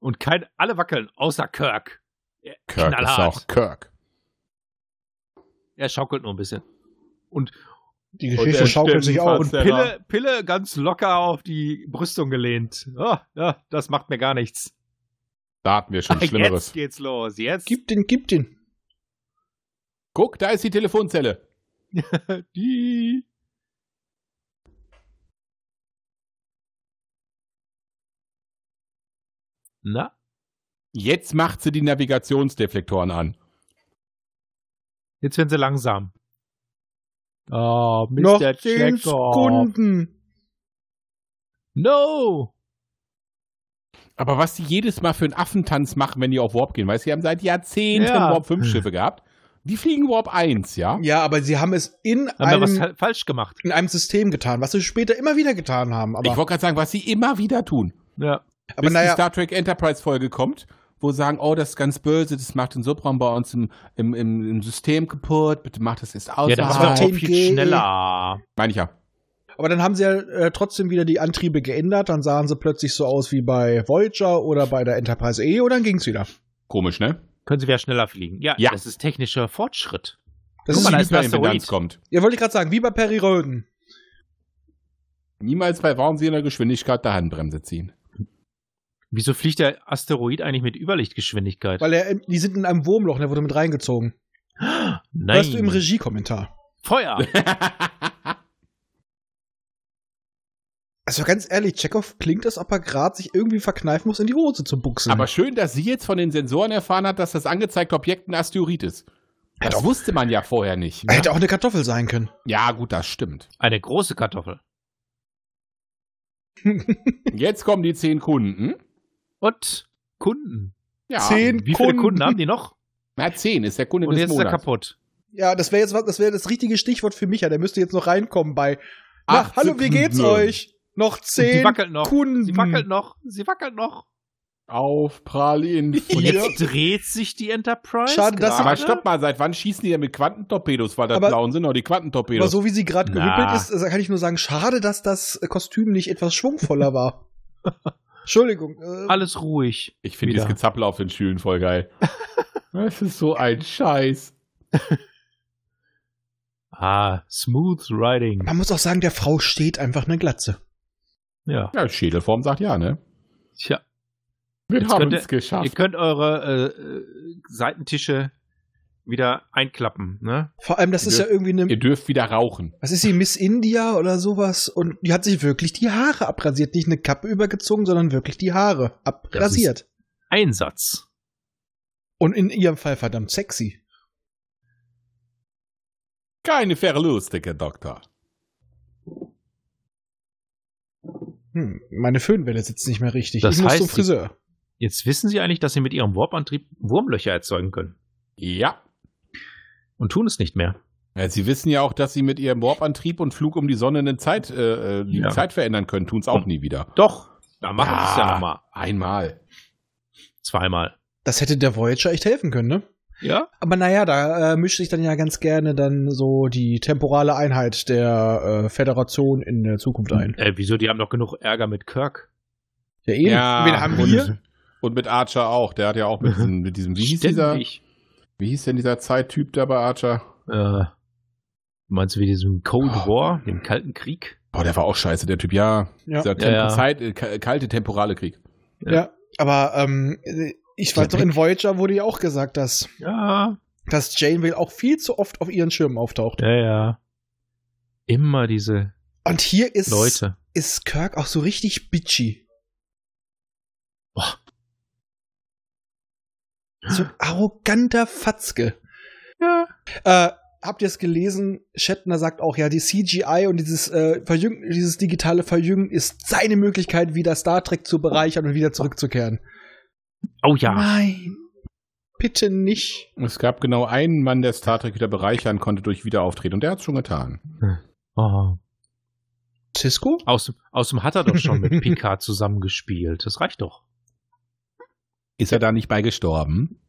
Speaker 6: Und kein, alle wackeln, außer Kirk. Er-
Speaker 5: Kirk ist
Speaker 6: knallhart.
Speaker 5: auch Kirk.
Speaker 6: Er schaukelt nur ein bisschen.
Speaker 4: Die
Speaker 5: Und der
Speaker 4: Geschichte schaukelt sich
Speaker 5: Stimmenfall.
Speaker 4: auf.
Speaker 5: Und
Speaker 6: Und
Speaker 5: Sehr Pille-
Speaker 6: Pille,
Speaker 5: wahr.
Speaker 6: Pille ganz locker auf die Brüstung gelehnt. Oh, ja, das macht mir gar nichts. Ah,
Speaker 5: Da hatten wir schon Schlimmeres.
Speaker 6: Jetzt geht's los. Jetzt.
Speaker 4: Gib den, gib den.
Speaker 5: Guck, da ist die Telefonzelle.
Speaker 6: die. Na?
Speaker 5: Jetzt macht sie die Navigationsdeflektoren an.
Speaker 6: Jetzt werden sie langsam. Oh, Mr.
Speaker 4: Noch zehn
Speaker 6: Chekhov.
Speaker 4: Sekunden.
Speaker 6: No!
Speaker 5: Aber was die jedes Mal für einen Affentanz machen, wenn die auf Warp gehen, weißt du, die haben seit Jahrzehnten
Speaker 6: Ja.
Speaker 5: Warp 5 Schiffe gehabt. Die fliegen Warp 1, ja?
Speaker 4: Ja, aber sie haben es in
Speaker 6: Haben wir was halt
Speaker 4: einem,
Speaker 6: fa- falsch gemacht.
Speaker 4: in einem System getan, was sie später immer wieder getan haben.
Speaker 5: ich
Speaker 4: Aber,
Speaker 5: wollte gerade sagen, was sie immer wieder tun.
Speaker 6: Ja.
Speaker 4: aber
Speaker 5: Bis die
Speaker 4: naja,
Speaker 5: Star Trek Enterprise Folge kommt, wo sie sagen, oh, das ist ganz böse, das macht den Subraum bei uns im, im, im, im System kaputt, bitte macht das jetzt aus.
Speaker 6: Ja, das
Speaker 4: das
Speaker 6: war
Speaker 4: war
Speaker 6: auch viel
Speaker 4: 10G.
Speaker 6: schneller.
Speaker 5: Meine ich ja.
Speaker 4: aber dann haben sie ja äh, trotzdem wieder die Antriebe geändert. Dann sahen sie plötzlich so aus wie bei Voyager oder bei der Enterprise E und dann ging's wieder.
Speaker 5: Komisch, ne?
Speaker 6: Können sie wieder schneller fliegen. Ja,
Speaker 5: Ja.
Speaker 6: das ist technischer Fortschritt.
Speaker 4: Das
Speaker 6: Guck
Speaker 4: ist,
Speaker 6: mal, da
Speaker 5: Bis
Speaker 6: ist
Speaker 5: man
Speaker 6: ein
Speaker 5: in Bilanz
Speaker 6: Asteroid.
Speaker 5: kommt.
Speaker 4: ja, wollte ich gerade sagen, wie bei Perry Rhoden.
Speaker 5: Niemals bei wahnsinniger Geschwindigkeit der Handbremse ziehen.
Speaker 6: Wieso fliegt der Asteroid eigentlich mit Überlichtgeschwindigkeit?
Speaker 4: Weil er, die sind in einem Wurmloch und er wurde mit reingezogen.
Speaker 6: Nein.
Speaker 4: Hörst du im Regiekommentar.
Speaker 6: Feuer.
Speaker 4: Also ganz ehrlich, Chekhov klingt, als ob er gerade sich irgendwie verkneifen muss, in die Hose zu
Speaker 6: Hm.
Speaker 4: buchsen.
Speaker 5: Aber schön, dass sie jetzt von den Sensoren erfahren hat, dass das angezeigte Objekt ein Asteroid ist.
Speaker 4: Ja,
Speaker 5: Das
Speaker 4: doch.
Speaker 5: wusste man ja vorher nicht. ne?
Speaker 4: Er hätte auch eine Kartoffel sein können.
Speaker 5: Ja, gut, das stimmt.
Speaker 6: Eine große Kartoffel.
Speaker 5: Jetzt kommen die zehn Kunden.
Speaker 6: Und Kunden.
Speaker 5: Ja.
Speaker 4: Zehn
Speaker 6: Wie viele Kunden haben die noch?
Speaker 5: Na, zehn ist der Kunde
Speaker 6: Und
Speaker 5: des
Speaker 6: jetzt ist er
Speaker 5: Monats.
Speaker 6: kaputt.
Speaker 4: Ja, das wäre jetzt was, das wäre das richtige Stichwort für Micha. Der müsste jetzt noch reinkommen bei.
Speaker 5: Acht
Speaker 4: Na, hallo, wie
Speaker 5: Sekunden.
Speaker 4: geht's euch? Noch
Speaker 6: Sie
Speaker 4: zehn
Speaker 6: wackelt noch.
Speaker 4: Kunden.
Speaker 6: Sie wackelt noch. Sie wackelt noch.
Speaker 5: Aufprall in
Speaker 6: Und
Speaker 5: Flirt.
Speaker 6: jetzt dreht sich die Enterprise.
Speaker 4: Schade, dass sie-
Speaker 5: Aber stopp mal, seit wann schießen die denn mit Quantentorpedos? Weil das
Speaker 4: Aber-
Speaker 5: blauen sind noch die
Speaker 4: Aber
Speaker 5: Quantentorpedos.
Speaker 4: so wie sie gerade
Speaker 6: Na.
Speaker 4: gerüppelt ist, also kann ich nur sagen, schade, dass das äh, Kostüm nicht etwas schwungvoller war. Entschuldigung. Äh,
Speaker 6: Alles ruhig.
Speaker 5: ich finde
Speaker 6: wieder.
Speaker 5: dieses Gezappel auf den Stühlen voll geil. das ist so ein Scheiß.
Speaker 6: Ah, smooth riding.
Speaker 4: man muss auch sagen, der Frau steht einfach eine Glatze.
Speaker 6: Ja.
Speaker 5: Ja, Schädelform sagt ja, ne?
Speaker 6: Tja,
Speaker 5: Wir
Speaker 6: Jetzt
Speaker 5: haben
Speaker 6: könnte-
Speaker 5: es geschafft.
Speaker 6: ihr könnt eure äh, äh, Seitentische wieder einklappen, ne?
Speaker 4: Vor allem, das
Speaker 5: Die
Speaker 4: ist ja
Speaker 5: dürfen-
Speaker 4: irgendwie eine.
Speaker 5: ihr dürft wieder rauchen.
Speaker 4: Was ist sie, Miss India oder sowas? Und die hat sich wirklich die Haare abrasiert. Nicht eine Kappe übergezogen, sondern wirklich die Haare abrasiert.
Speaker 6: Einsatz.
Speaker 4: Und in ihrem Fall verdammt sexy.
Speaker 5: Keine Verluste, Herr Doktor.
Speaker 4: Hm, meine Föhnwelle sitzt nicht mehr richtig.
Speaker 6: Das
Speaker 4: ich muss
Speaker 6: heißt,
Speaker 4: zum
Speaker 6: sie-
Speaker 4: Friseur.
Speaker 6: Jetzt wissen sie eigentlich, dass sie mit ihrem Warp-Antrieb Wurmlöcher erzeugen können.
Speaker 5: Ja.
Speaker 6: Und tun es nicht mehr.
Speaker 5: Ja, Sie wissen ja auch, dass Sie mit Ihrem Warp-Antrieb und Flug um die Sonne eine Zeit, äh, äh, die
Speaker 6: Ja.
Speaker 5: Zeit verändern können. Tun es auch nie wieder.
Speaker 6: Doch, da machen wir es ja
Speaker 5: Ah,
Speaker 6: nochmal.
Speaker 5: Einmal.
Speaker 6: Zweimal.
Speaker 4: Das hätte der Voyager echt helfen können, ne?
Speaker 6: Ja?
Speaker 4: Aber naja, da äh, mischt sich dann ja ganz gerne dann so die temporale Einheit der äh, Föderation in der Zukunft ein.
Speaker 6: Äh, wieso? Die haben doch genug Ärger mit Kirk.
Speaker 4: Ja, eben.
Speaker 5: Ja,
Speaker 4: Wen haben wir
Speaker 5: und-
Speaker 4: hier?
Speaker 5: Und mit Archer auch. Der hat ja auch mit diesem, mit diesem wie, hieß dieser,
Speaker 6: Ständig.
Speaker 5: wie hieß denn dieser Zeittyp da bei Archer?
Speaker 6: Äh, meinst du wie diesen Cold
Speaker 5: Ah.
Speaker 6: War, den Kalten Krieg?
Speaker 5: Boah, der war auch scheiße, der Typ. Ja,
Speaker 4: Ja.
Speaker 5: dieser
Speaker 6: Ja, ja.
Speaker 5: Tempo Zeit, äh, ka- kalte temporale Krieg.
Speaker 4: Ja. Aber ähm, ich weiß doch, in Voyager wurde ja auch gesagt, dass,
Speaker 6: Ja.
Speaker 4: dass Janeway auch viel zu oft auf ihren Schirmen auftaucht.
Speaker 6: Ja, ja. Immer diese
Speaker 4: Und hier ist,
Speaker 6: Leute.
Speaker 4: ist Kirk auch so richtig bitchy.
Speaker 6: Boah.
Speaker 4: So ein arroganter Fatzke.
Speaker 6: Ja.
Speaker 4: Äh, habt ihr es gelesen? Shatner sagt auch, ja, die CGI und dieses, äh, Verjüngen, dieses digitale Verjüngen ist seine Möglichkeit, wieder Star Trek zu bereichern und wieder zurückzukehren.
Speaker 6: Oh ja.
Speaker 4: Nein. Bitte nicht.
Speaker 5: Es gab genau einen Mann, der Star Trek wieder bereichern konnte durch Wiederauftreten. Und der hat es schon getan.
Speaker 6: Oh.
Speaker 4: Cisco?
Speaker 6: Aus, aus dem hat er doch schon mit Picard zusammengespielt. Das reicht doch.
Speaker 5: Ist er da nicht bei gestorben?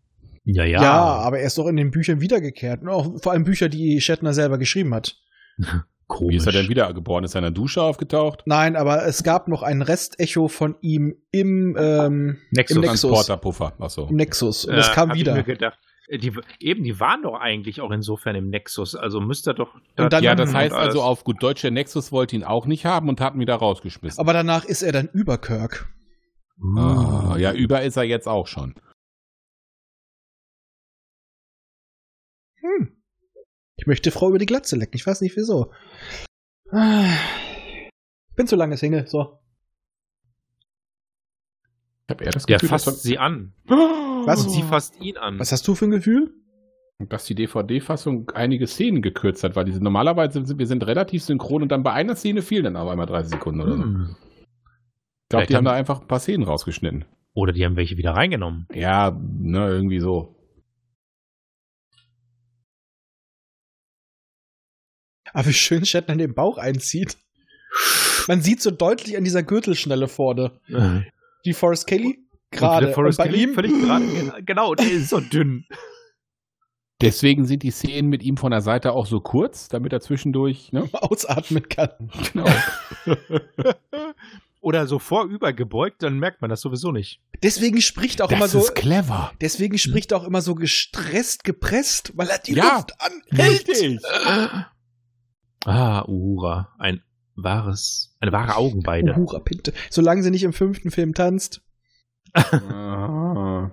Speaker 6: Ja, ja.
Speaker 4: Ja. aber er ist doch in den Büchern wiedergekehrt. Und auch vor allem Bücher, die Shatner selber geschrieben hat.
Speaker 5: Wie
Speaker 6: Komisch.
Speaker 5: ist er denn wiedergeboren? Ist er in der Dusche aufgetaucht?
Speaker 4: Nein, aber es gab noch ein Restecho von ihm im, ähm,
Speaker 6: Nexus.
Speaker 4: im Nexus.
Speaker 5: Transporterpuffer. Achso.
Speaker 4: Im Nexus. Und das kam
Speaker 6: hab
Speaker 4: wieder.
Speaker 6: Ich mir gedacht, äh, die, eben, die waren doch eigentlich auch insofern im Nexus. Also müsste er doch. da-
Speaker 4: Und dann-
Speaker 5: Ja, das heißt
Speaker 6: und alles.
Speaker 5: also auf gut Deutsch, der Nexus wollte ihn auch nicht haben und hat ihn wieder rausgeschmissen.
Speaker 4: Aber danach ist er dann über Kirk.
Speaker 5: Ah, ja, über ist er jetzt auch schon.
Speaker 4: Ich möchte Frau über die Glatze lecken. Ich weiß nicht wieso. Ah. Bin zu lange Single. So.
Speaker 5: Ich habe eher das
Speaker 6: Der
Speaker 5: Gefühl, dass,
Speaker 6: fasst sie an.
Speaker 4: Was?
Speaker 6: Und sie fasst ihn an.
Speaker 4: Was hast du für ein Gefühl?
Speaker 5: dass die DVD-Fassung einige Szenen gekürzt hat, weil diese normalerweise sind, wir sind relativ synchron und dann bei einer Szene fehlen dann auf einmal 30 Sekunden oder so.
Speaker 6: Hm.
Speaker 5: Ich glaube,
Speaker 6: Vielleicht
Speaker 5: die haben
Speaker 6: haben-
Speaker 5: da einfach ein paar Szenen rausgeschnitten.
Speaker 6: Oder die haben welche wieder reingenommen.
Speaker 5: Ja, ne, irgendwie so.
Speaker 4: Aber Ah, wie schön Shatner den Bauch einzieht. Man sieht so deutlich an dieser Gürtelschnelle vorne.
Speaker 6: Mhm.
Speaker 4: Die Forrest Kelly gerade.
Speaker 6: Und Forrest
Speaker 4: Und bei
Speaker 6: Kelly
Speaker 4: ihm
Speaker 6: völlig gerade. Genau, der ist so dünn.
Speaker 5: Deswegen sind die Szenen mit ihm von der Seite auch so kurz, damit er zwischendurch, ne?
Speaker 4: ausatmen kann.
Speaker 5: Genau.
Speaker 6: Oder so vorübergebeugt, dann merkt man das sowieso nicht.
Speaker 4: Deswegen spricht er auch immer so.
Speaker 5: clever.
Speaker 4: Deswegen spricht er auch immer so gestresst, gepresst, weil er die
Speaker 5: Ja.
Speaker 4: Luft anhält.
Speaker 5: Richtig.
Speaker 6: Ah, Uhura. Ein wahres, eine wahre Augenweide.
Speaker 4: Uhura Pinte. Solange sie nicht im fünften Film tanzt.
Speaker 5: Ah.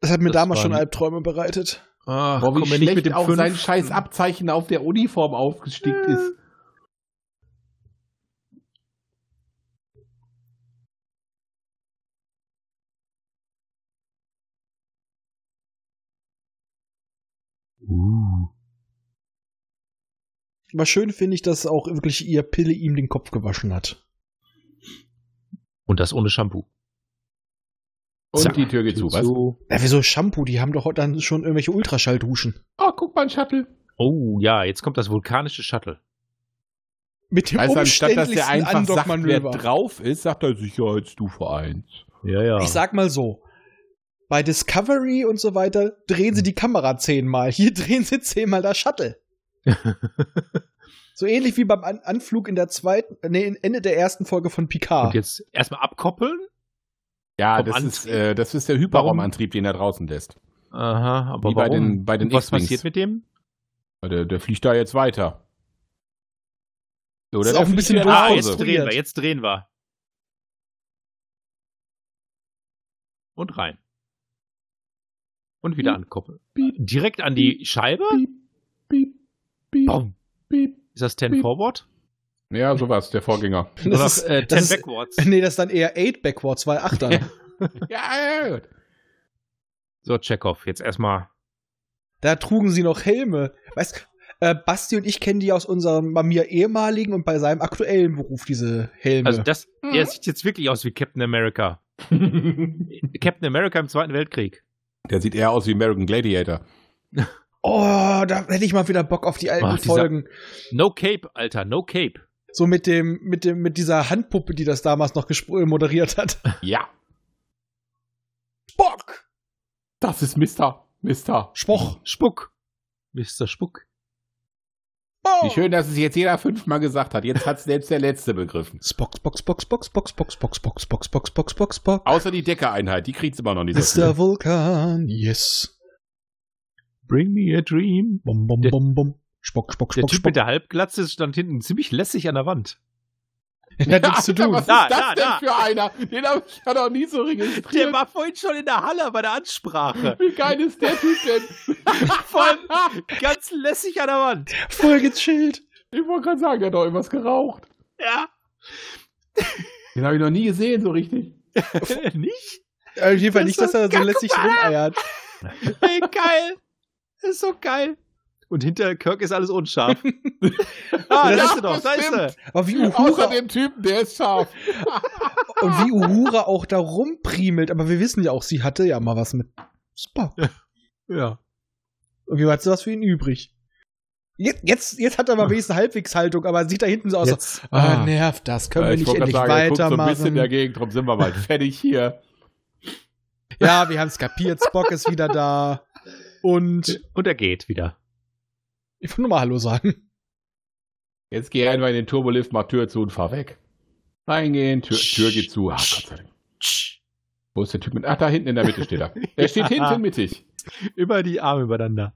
Speaker 4: Das hat mir
Speaker 6: Das
Speaker 4: damals
Speaker 6: war
Speaker 4: schon
Speaker 6: nie-
Speaker 4: Albträume bereitet.
Speaker 6: Ach,
Speaker 5: Boah, wie
Speaker 6: komm mir
Speaker 5: schlecht
Speaker 6: nicht mit dem
Speaker 5: auch sein
Speaker 6: fünften.
Speaker 5: scheiß Abzeichen auf der Uniform aufgestickt ist.
Speaker 6: Uh.
Speaker 4: Aber schön finde ich, dass auch wirklich ihr Pille ihm den Kopf gewaschen hat.
Speaker 6: Und das ohne Shampoo.
Speaker 5: Und
Speaker 6: Zack.
Speaker 5: die Tür geht zu, was?
Speaker 4: Ja, wieso Shampoo? Die haben doch heute dann schon irgendwelche Ultraschallduschen.
Speaker 5: Oh, guck mal, ein Shuttle.
Speaker 6: Oh ja, jetzt kommt das vulkanische Shuttle.
Speaker 4: Mit dem
Speaker 5: Also anstatt, dass der
Speaker 4: umständlichsten
Speaker 5: einfach sagt, wer
Speaker 4: Andockmanöver.
Speaker 5: drauf ist, sagt er Sicherheitsstufe 1.
Speaker 6: Ja, ja.
Speaker 4: Ich sag mal so. Bei Discovery und so weiter drehen sie die Kamera zehnmal. Hier drehen sie zehnmal das Shuttle. so ähnlich wie beim An Anflug in der zweiten, nee, Ende der ersten Folge von Picard.
Speaker 6: Und jetzt erstmal abkoppeln.
Speaker 5: Ja,
Speaker 6: Vom
Speaker 5: das ist,
Speaker 6: Antrieb?
Speaker 5: äh, das ist der Hyperraumantrieb, den er draußen lässt.
Speaker 6: Aha, aber
Speaker 5: Wie bei den, bei den
Speaker 6: Was
Speaker 5: X-Wings.
Speaker 6: passiert mit dem?
Speaker 5: Der, der fliegt da jetzt weiter. Oder
Speaker 4: Ist
Speaker 5: der
Speaker 4: auch ein
Speaker 5: fliegt
Speaker 4: bisschen
Speaker 5: wieder
Speaker 4: doof
Speaker 5: nach
Speaker 6: Ah,
Speaker 4: Hause.
Speaker 6: jetzt
Speaker 5: Hause.
Speaker 6: drehen wir, jetzt drehen wir. Und rein. Und
Speaker 5: Hm.
Speaker 6: wieder ankoppeln. Direkt an die Scheibe?
Speaker 5: Piep, piep,
Speaker 6: Bom.
Speaker 5: piep.
Speaker 6: Ist das 10
Speaker 5: Piep.
Speaker 6: forward?
Speaker 5: Ja, sowas, der Vorgänger.
Speaker 6: Oder
Speaker 4: das ist,
Speaker 6: äh, 10
Speaker 4: das ist,
Speaker 6: backwards?
Speaker 4: nee, das ist dann eher 8 backwards, weil 8 dann.
Speaker 5: ja, ja, gut.
Speaker 6: So, Chekhov, jetzt erstmal.
Speaker 4: Da trugen sie noch Helme. Weißt äh, Basti und ich kennen die aus unserem bei mir ehemaligen und bei seinem aktuellen Beruf, diese Helme.
Speaker 6: Also das,
Speaker 5: Hm.
Speaker 6: der sieht jetzt wirklich aus wie Captain America. Captain America im Zweiten Weltkrieg.
Speaker 5: Der sieht eher aus wie American Gladiator.
Speaker 4: Oh, da hätte ich mal wieder Bock auf die alten
Speaker 6: Ach, dieser-
Speaker 4: Folgen.
Speaker 6: No Cape, Alter, no Cape.
Speaker 4: So mit dem, mit dem, mit dieser Handpuppe, die das damals noch gespr- äh, moderiert hat.
Speaker 5: Ja.
Speaker 4: Bock!
Speaker 5: Das ist Mister. Mister.
Speaker 4: Spoch!
Speaker 6: Spuck. Mr. Spuck.
Speaker 4: Oh.
Speaker 5: Wie schön, dass es jetzt jeder fünfmal gesagt hat. Jetzt hat es selbst der Letzte begriffen.
Speaker 4: Spock, Spock, Spock, Spock, Spock, Spock, Spock, Spock, Spock, Spock, Spock, Spock, Spock.
Speaker 5: Außer die Deckereinheit, die kriegt es immer noch nicht so
Speaker 4: Mr.
Speaker 5: viel.
Speaker 4: Vulkan, yes.
Speaker 6: Bring me a dream.
Speaker 4: Bum, bum,
Speaker 6: Der-
Speaker 4: bum, bum. Spock, Spock,
Speaker 6: Der
Speaker 4: Spock,
Speaker 6: Typ
Speaker 4: Spock.
Speaker 6: mit der Halbglatze stand hinten ziemlich lässig an der Wand.
Speaker 4: Der hat nichts zu
Speaker 5: Alter,
Speaker 4: tun.
Speaker 5: was ist
Speaker 6: Da,
Speaker 5: das
Speaker 6: da,
Speaker 5: denn
Speaker 6: da.
Speaker 5: für einer? Den habe ich ja noch nie so registriert.
Speaker 6: war vorhin schon in der Halle bei der Ansprache.
Speaker 5: Wie geil ist der Typ denn?
Speaker 6: Voll ganz lässig an der Wand.
Speaker 4: Voll gechillt.
Speaker 5: ich wollte gerade sagen, der hat doch irgendwas geraucht.
Speaker 6: Ja.
Speaker 5: Den habe ich noch nie gesehen, so richtig.
Speaker 6: Nicht?
Speaker 4: Äh, Auf jeden Fall
Speaker 6: Das
Speaker 4: nicht,
Speaker 6: ist
Speaker 4: dass er so
Speaker 6: so-
Speaker 4: lässig
Speaker 6: Guck mal.
Speaker 4: rumeiert.
Speaker 6: Ey, geil. Ist so geil. Und hinter Kirk ist alles unscharf. ah,
Speaker 5: Ja,
Speaker 6: da ist er doch,
Speaker 5: das
Speaker 6: da ist er.
Speaker 4: Aber wie
Speaker 5: Außer
Speaker 4: Uhura,
Speaker 5: dem Typen, der ist scharf.
Speaker 4: und wie Uhura auch da rumpriemelt. Aber wir wissen ja auch, sie hatte ja mal was mit Spock.
Speaker 6: Ja.
Speaker 4: Und wie hat sie was für ihn übrig? Jetzt, jetzt, jetzt hat er mal wenigstens Halbwegshaltung, aber sieht da hinten so aus. So,
Speaker 6: Jetzt.
Speaker 4: ah,
Speaker 5: Ah.
Speaker 4: nervt das. Können wir
Speaker 5: ich
Speaker 4: nicht
Speaker 5: wollte gerade
Speaker 4: endlich
Speaker 5: sagen, er guckt so ein bisschen
Speaker 4: weitermachen?
Speaker 5: dagegen, drum sind wir bald fertig hier.
Speaker 4: ja, wir haben es kapiert. Spock ist wieder da. Und
Speaker 6: Und er geht wieder.
Speaker 4: ich wollte nur mal Hallo sagen.
Speaker 5: Jetzt geh einfach in den Turbolift, mach Tür zu und fahr weg. Reingehen, Tür, Tür geht zu. Ah, Gott sei Dank. Wo ist der Typ mit? Ach, da hinten in der Mitte steht er. Der steht hinten mittig.
Speaker 6: Über die Arme übereinander.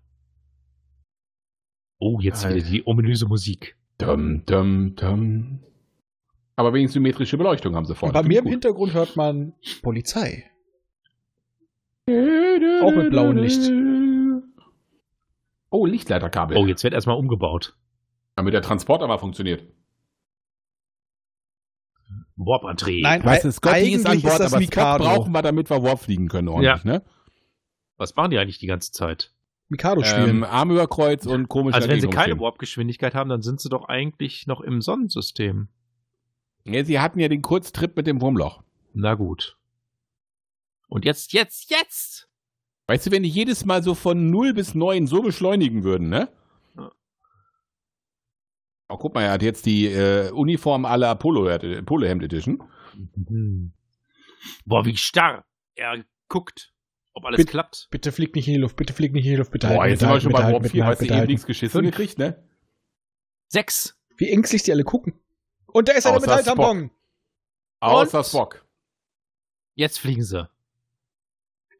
Speaker 6: Oh, jetzt
Speaker 5: Alter.
Speaker 6: wieder die ominöse Musik.
Speaker 5: Dum, dum, dum. Aber wenigstens symmetrische Beleuchtung haben sie vorne.
Speaker 4: Bei mir im
Speaker 5: Gut. Hm.
Speaker 4: Hintergrund hört man Polizei. auch mit blauem Licht.
Speaker 5: Oh, Lichtleiterkabel.
Speaker 6: Oh, jetzt wird erstmal umgebaut.
Speaker 5: Damit der Transporter mal funktioniert.
Speaker 6: Warp-Antrieb.
Speaker 4: Nein, eigentlich ist das Mikado.
Speaker 5: brauchen wir, damit wir Warp fliegen können ordentlich, ne?
Speaker 6: Was machen die eigentlich die ganze Zeit?
Speaker 4: Mikado spielen.
Speaker 5: Ähm, Arm über Kreuz und komisch
Speaker 6: Also wenn sie
Speaker 5: dagegen
Speaker 6: keine
Speaker 5: rumstehen.
Speaker 6: Warp-Geschwindigkeit haben, dann sind sie doch eigentlich noch im Sonnensystem.
Speaker 5: Ja, sie hatten ja den Kurztrip mit dem Wurmloch.
Speaker 6: Na gut. Und jetzt, jetzt, jetzt!
Speaker 5: Weißt du, wenn die jedes Mal so von 0 bis 9 so beschleunigen würden, ne?
Speaker 6: Ja.
Speaker 5: Oh, guck mal, er hat jetzt die äh, Uniform aller Polo, Polo Hemd Edition.
Speaker 6: hm. Boah, wie starr. Er guckt, ob alles
Speaker 4: Bitte-
Speaker 6: klappt.
Speaker 4: bitte flieg nicht in die Luft, bitte flieg nicht in die Luft, bitte
Speaker 5: Boah,
Speaker 4: halten,
Speaker 5: jetzt
Speaker 4: bitte
Speaker 5: sind wir
Speaker 4: halten,
Speaker 5: schon
Speaker 4: bitte halten,
Speaker 5: bei
Speaker 4: bitte
Speaker 5: Warp 4, hast
Speaker 4: halten,
Speaker 5: du
Speaker 4: bitte halt.
Speaker 5: eben
Speaker 4: halten.
Speaker 5: nichts geschissen gekriegt, ne?
Speaker 6: Sechs.
Speaker 4: Wie ängstlich die alle gucken. Und da ist eine
Speaker 5: Außer
Speaker 4: Metalltampon.
Speaker 5: Außer Spock.
Speaker 6: Jetzt fliegen sie.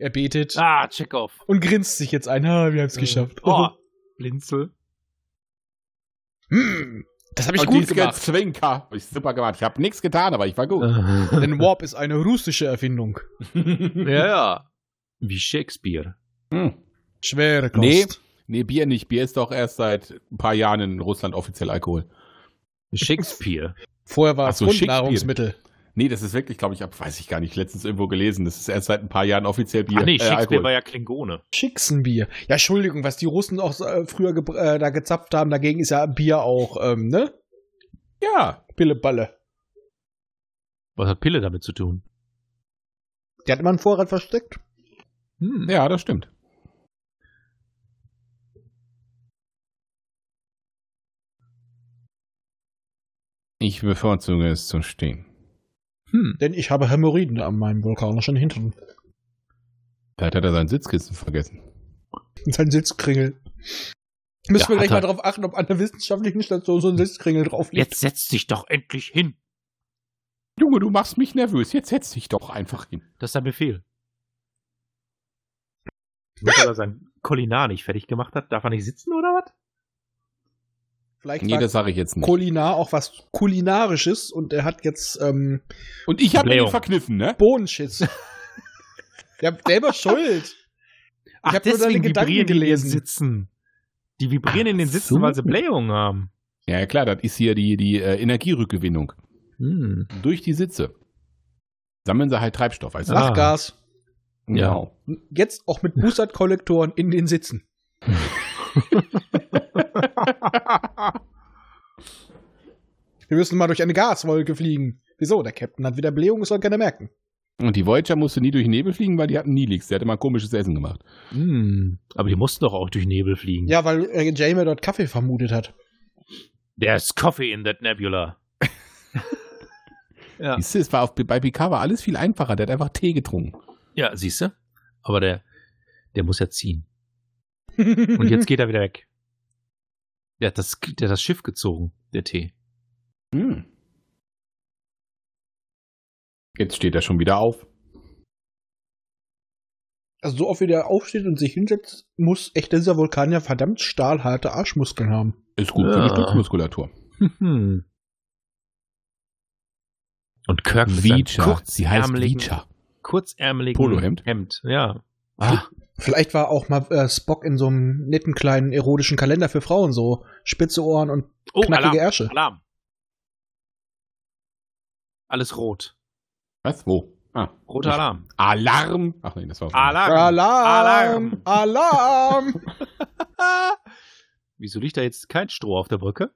Speaker 4: Er betet
Speaker 6: Ah, check off.
Speaker 4: und grinst sich jetzt ein. Ha, wir haben es geschafft.
Speaker 6: Oh, Blinzel.
Speaker 4: Hm, das habe ich
Speaker 5: Und
Speaker 4: gut
Speaker 5: dieses
Speaker 4: gemacht.
Speaker 5: Zwinker. Hab Ich super gemacht. Ich habe nichts getan, aber ich war
Speaker 6: Äh.
Speaker 5: gut.
Speaker 6: ja,
Speaker 4: Denn Warp ist eine russische Erfindung.
Speaker 6: ja. Wie Shakespeare.
Speaker 5: Hm.
Speaker 4: Schwere Kost.
Speaker 5: Nee. Nee, Bier nicht. Bier ist doch erst seit ein paar Jahren in Russland offiziell Alkohol.
Speaker 6: Shakespeare.
Speaker 4: Vorher war
Speaker 5: Ach
Speaker 4: es
Speaker 5: so,
Speaker 4: Grundnahrungsmittel.
Speaker 5: Nee, das ist wirklich, glaube ich, ab, weiß ich gar nicht, letztens irgendwo gelesen. Das ist erst seit ein paar Jahren offiziell Bier. äh,
Speaker 6: Ah, nee, Shakespeare
Speaker 5: Alkohol.
Speaker 6: war ja Klingone.
Speaker 4: Schicksenbier. Ja, Entschuldigung, was die Russen auch äh, früher gebr- äh, da gezapft haben, dagegen ist ja Bier auch, ähm, ne?
Speaker 5: Ja.
Speaker 4: Pilleballe.
Speaker 6: Was hat Pille damit zu tun?
Speaker 4: Der hat immer einen Vorrat versteckt.
Speaker 6: Hm.
Speaker 5: Ja, das stimmt. Ich bevorzuge es zum Stehen.
Speaker 6: Hm.
Speaker 4: Denn ich habe Hämorrhoiden an meinem vulkanischen Hintern.
Speaker 5: Vielleicht hat er sein Sitzkissen vergessen.
Speaker 4: Und sein Sitzkringel. Müssen
Speaker 6: Ja,
Speaker 4: wir gleich
Speaker 6: hat
Speaker 4: mal
Speaker 6: er-
Speaker 4: drauf achten, ob an der wissenschaftlichen Station so ein Sitzkringel drauf liegt.
Speaker 6: Jetzt setz dich doch endlich hin.
Speaker 5: Junge, du machst mich nervös. Jetzt setz dich doch einfach hin.
Speaker 6: Das ist ein Befehl. Nur weil er sein Kolinar nicht fertig gemacht hat, darf er nicht sitzen oder was?
Speaker 4: Vielleicht
Speaker 5: Nee,
Speaker 4: war
Speaker 5: das sage ich jetzt nicht.
Speaker 4: Kulinar auch was Kulinarisches und er hat jetzt ähm,
Speaker 5: Und ich habe ihn
Speaker 6: Blähung.
Speaker 5: verkniffen, ne?
Speaker 4: Bohnenschiss. Der hat selber Schuld. Ich hab nur deine Gedanken
Speaker 6: die in den
Speaker 4: gelesen.
Speaker 6: Sitzen. Die vibrieren in den
Speaker 5: Ach
Speaker 6: Sitzen,
Speaker 5: so.
Speaker 6: weil sie Blähungen haben.
Speaker 5: Ja, ja, klar, das ist hier die, die äh, Energierückgewinnung.
Speaker 6: Hm.
Speaker 5: Durch die Sitze sammeln sie halt Treibstoff. Also
Speaker 6: Ah.
Speaker 4: Lachgas.
Speaker 5: Genau.
Speaker 4: Jetzt auch mit Boostert-Kollektoren in den Sitzen. Wir müssen mal durch eine Gaswolke fliegen. Wieso? Der Captain hat wieder Blähung, es soll keiner merken.
Speaker 5: Und die Voyager musste nie durch den Nebel fliegen, weil die hatten Nilix. Der hatte mal komisches Essen gemacht.
Speaker 6: Hm. Aber die mussten doch auch durch Nebel fliegen.
Speaker 4: Ja, weil äh, Jamie dort Kaffee vermutet hat.
Speaker 6: There's coffee in that nebula. Ja.
Speaker 5: Siehst du, es war auf, bei Picard war alles viel einfacher. Der hat einfach Tee getrunken.
Speaker 6: Ja, siehst du? Aber der, der muss ja ziehen. Und jetzt geht er wieder weg. Der hat das, der hat das Schiff gezogen, der Tee.
Speaker 5: Hm. Jetzt steht er schon wieder auf.
Speaker 4: Also so oft wie der aufsteht und sich hinsetzt, muss echt dieser Vulkan ja verdammt stahlharte Arschmuskeln haben.
Speaker 5: Ist gut für die
Speaker 6: Ja.
Speaker 5: Stützmuskulatur.
Speaker 6: Und Kirk mit seinem kurz,
Speaker 5: Sie heißt
Speaker 6: ärmeligen-
Speaker 5: Vicha.
Speaker 6: kurzärmeligen
Speaker 5: Polohemd?
Speaker 6: Hemd. Ja.
Speaker 5: Ah,
Speaker 4: Vielleicht war auch mal äh, Spock in so einem netten kleinen erotischen Kalender für Frauen so. Spitze Ohren und
Speaker 6: Oh,
Speaker 4: knackige
Speaker 6: Alarm.
Speaker 4: Ärsche.
Speaker 6: Alarm. Alles rot.
Speaker 5: was? Wo? Ah.
Speaker 6: Roter Alarm.
Speaker 5: Alarm. Ach nein, das war
Speaker 6: Ah. Alarm.
Speaker 4: Alarm! Alarm!
Speaker 6: Ah. Wieso liegt da jetzt kein Stroh auf der Brücke?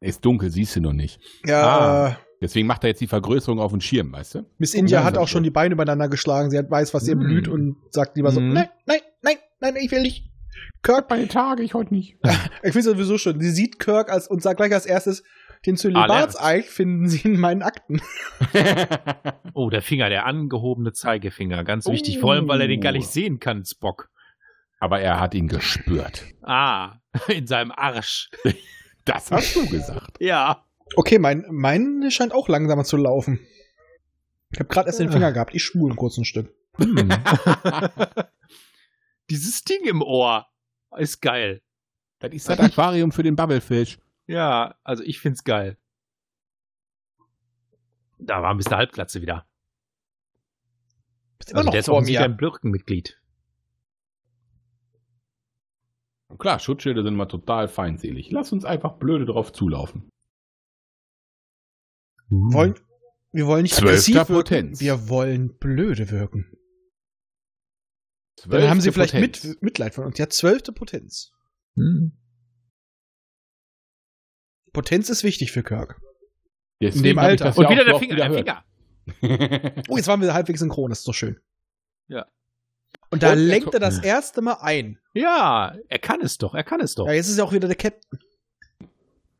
Speaker 5: Ist dunkel, siehst du noch nicht.
Speaker 6: Ah.
Speaker 4: ja, äh,
Speaker 5: Deswegen macht er jetzt die Vergrößerung auf den Schirm, weißt du?
Speaker 4: Miss India
Speaker 5: Ja,
Speaker 4: hat
Speaker 5: sagt
Speaker 4: auch schon
Speaker 5: er.
Speaker 4: die Beine übereinander geschlagen. Sie hat weiß, was ihr
Speaker 6: Mm.
Speaker 4: blüht und sagt lieber so,
Speaker 6: Mm.
Speaker 4: nein, nein, nein, nein, ich will nicht. Kirk,
Speaker 5: Meine Tage, ich heute nicht.
Speaker 4: ich finde sowieso schon, sie sieht Kirk als, und sagt gleich als erstes, den Zölibatseich finden sie in meinen Akten.
Speaker 6: Oh, der Finger, der angehobene Zeigefinger. Ganz wichtig. Vor allem, weil er den gar nicht sehen kann, Spock.
Speaker 5: Aber er hat ihn gespürt.
Speaker 6: Ah, in seinem Arsch.
Speaker 5: Das hast du gesagt.
Speaker 6: Ja.
Speaker 4: Okay, mein, mein scheint auch langsamer zu laufen. Ich habe gerade erst
Speaker 6: Ah.
Speaker 4: den Finger gehabt. Ich schwul kurz ein Stück.
Speaker 6: Dieses Ding im Ohr ist geil.
Speaker 5: Das ist das Aquarium für den Bubblefish.
Speaker 6: Ja, also ich find's geil. Da war ein bisschen Halbglatze wieder.
Speaker 4: Bist immer
Speaker 6: Also
Speaker 4: noch
Speaker 6: der ist
Speaker 4: vor
Speaker 6: offensichtlich
Speaker 4: mir.
Speaker 6: ein Blürkenmitglied.
Speaker 5: Und Klar, Schutzschilder sind mal total feindselig. Lass uns einfach blöde drauf zulaufen.
Speaker 6: Hm.
Speaker 4: Wollen, wir wollen nicht
Speaker 5: Zwölfter
Speaker 4: aggressiv wirken,
Speaker 5: Potenz.
Speaker 4: wir wollen blöde wirken. Dann haben sie vielleicht
Speaker 5: Potenz.
Speaker 4: mit, Mitleid von uns. Ja, zwölfte Potenz.
Speaker 6: Hm.
Speaker 4: Potenz ist wichtig für Kirk. in
Speaker 5: Deswegen
Speaker 4: dem
Speaker 5: hab ich
Speaker 4: Alter.
Speaker 5: das
Speaker 6: Und
Speaker 5: ja
Speaker 6: wieder
Speaker 5: auch
Speaker 6: der
Speaker 5: so
Speaker 6: Finger,
Speaker 5: oft
Speaker 6: der
Speaker 5: wieder
Speaker 6: Finger.
Speaker 5: gehört.
Speaker 4: Oh, jetzt waren wir halbwegs synchron, das ist doch schön.
Speaker 6: Ja.
Speaker 4: Und da
Speaker 5: Und er
Speaker 4: lenkt er
Speaker 5: guckt-
Speaker 4: das erste Mal ein.
Speaker 6: Ja, er kann es doch, er kann es doch.
Speaker 4: Ja, jetzt ist ja auch wieder der Captain.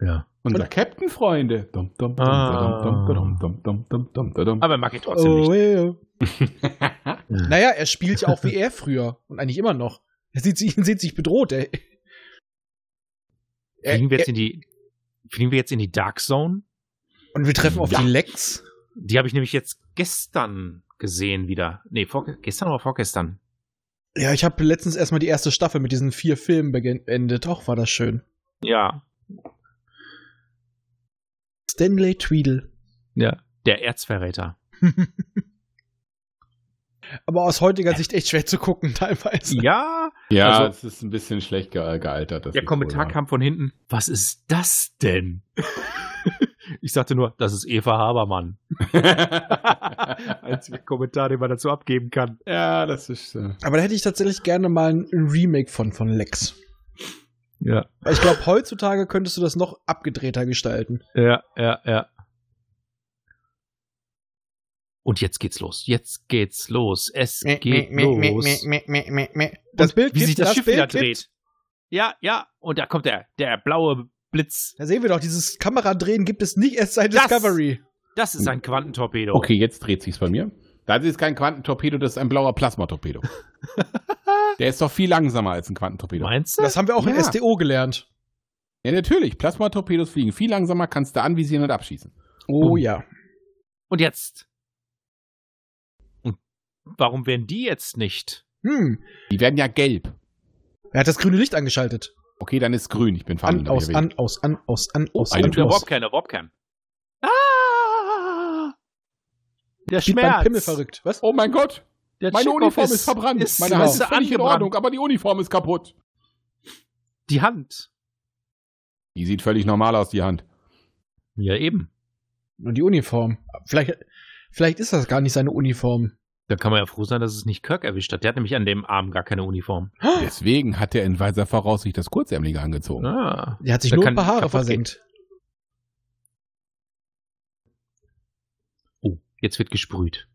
Speaker 6: Ja.
Speaker 5: Unser Captain, Freunde. Dum, dum, dum,
Speaker 6: Ah.
Speaker 5: dum, dum, dum, dum, dum, dum, dum.
Speaker 6: Aber er mag ihn trotzdem
Speaker 4: Oh,
Speaker 6: nicht.
Speaker 4: ja. Naja, er spielt ja auch wie er früher und eigentlich immer noch. Er sieht sich, sieht sich bedroht, ey. Er,
Speaker 6: Fliegen wir
Speaker 4: er,
Speaker 6: jetzt in die, fliegen wir jetzt in die Dark Zone?
Speaker 4: und wir treffen auf
Speaker 5: Ja.
Speaker 4: die Lex.
Speaker 6: Die habe ich nämlich jetzt gestern gesehen wieder. Nee, vor, gestern oder vorgestern.
Speaker 4: Ja, ich habe letztens erstmal die erste Staffel mit diesen vier Filmen beendet. Doch, war das schön.
Speaker 6: Ja.
Speaker 4: Stanley Tweedle.
Speaker 6: Ja. Der Erzverräter.
Speaker 4: Aber aus heutiger Sicht echt schwer zu gucken, teilweise.
Speaker 6: Ja.
Speaker 5: Ja,
Speaker 6: Also-
Speaker 5: es ist ein bisschen schlecht ge gealtert. das
Speaker 6: Der
Speaker 5: ist
Speaker 6: Kommentar
Speaker 5: wohl wahr.
Speaker 6: kam von hinten. Was ist das denn? ich sagte nur, das ist Eva Habermann. Einziger Kommentar, den man dazu abgeben kann.
Speaker 5: ja, das ist. Äh,
Speaker 4: Aber da hätte ich tatsächlich gerne mal ein Remake von, von Lex.
Speaker 6: Ja.
Speaker 4: Weil Ich glaube, heutzutage könntest du das noch abgedrehter gestalten.
Speaker 6: Ja, ja, ja. Und jetzt geht's los. Jetzt geht's los. Es geht los.
Speaker 4: Das Bild
Speaker 6: Wie sich
Speaker 4: kippt,
Speaker 6: das, Schiff
Speaker 4: Bild
Speaker 6: wieder
Speaker 4: kippt.
Speaker 6: dreht. Ja, ja. Und da kommt der, der blaue Blitz.
Speaker 4: Da sehen wir doch, dieses Kameradrehen gibt es nicht erst seit
Speaker 6: Das-
Speaker 4: Discovery.
Speaker 6: Das ist ein Quantentorpedo.
Speaker 5: okay, jetzt dreht sich's bei mir. Das ist kein Quantentorpedo, das ist ein blauer Plasmatorpedo. Der ist doch viel langsamer als ein Quantentorpedo.
Speaker 6: Meinst du?
Speaker 4: Das haben wir auch in
Speaker 5: Ja.
Speaker 4: SDO gelernt.
Speaker 5: Ja, natürlich. Plasmatorpedos fliegen viel langsamer, kannst du anvisieren und abschießen.
Speaker 4: Oh
Speaker 5: Oh.
Speaker 4: ja.
Speaker 6: Und jetzt? Und warum werden die jetzt nicht?
Speaker 4: Hm.
Speaker 5: Die werden ja gelb.
Speaker 4: Er hat das grüne Licht angeschaltet.
Speaker 5: Okay, dann ist grün. Ich bin
Speaker 4: An,
Speaker 5: Fabian.
Speaker 4: aus, an, aus, an, aus, an, aus,
Speaker 5: Oh, eine
Speaker 4: an,
Speaker 5: Tür.
Speaker 6: Der
Speaker 4: aus.
Speaker 6: Wobcam, der Wobcam. Ah! Der
Speaker 4: Sieht beim
Speaker 6: Schmerz.
Speaker 4: Pimmel verrückt. Was?
Speaker 5: Oh mein Gott,
Speaker 6: Der
Speaker 5: meine
Speaker 6: Tschikow
Speaker 5: Uniform ist, verbrannt.
Speaker 6: Ist
Speaker 5: meine Hand ist
Speaker 6: ist
Speaker 5: völlig in
Speaker 6: angebrannt.
Speaker 5: Ordnung, aber die Uniform ist kaputt.
Speaker 6: Die Hand.
Speaker 5: Die sieht völlig normal aus, die Hand.
Speaker 6: Ja, eben.
Speaker 4: Und die Uniform. Vielleicht, vielleicht ist das gar nicht seine Uniform.
Speaker 6: Da kann man ja froh sein, dass es nicht Kirk erwischt hat. Der hat nämlich an dem Arm gar keine Uniform.
Speaker 5: Deswegen hat er in weiser Voraussicht das Kurzärmelige angezogen.
Speaker 6: Ah.
Speaker 4: Er hat sich
Speaker 6: Da
Speaker 4: nur
Speaker 6: kann
Speaker 4: ein paar Haare
Speaker 6: kaputt gehen.
Speaker 4: versenkt.
Speaker 6: Oh, jetzt wird gesprüht.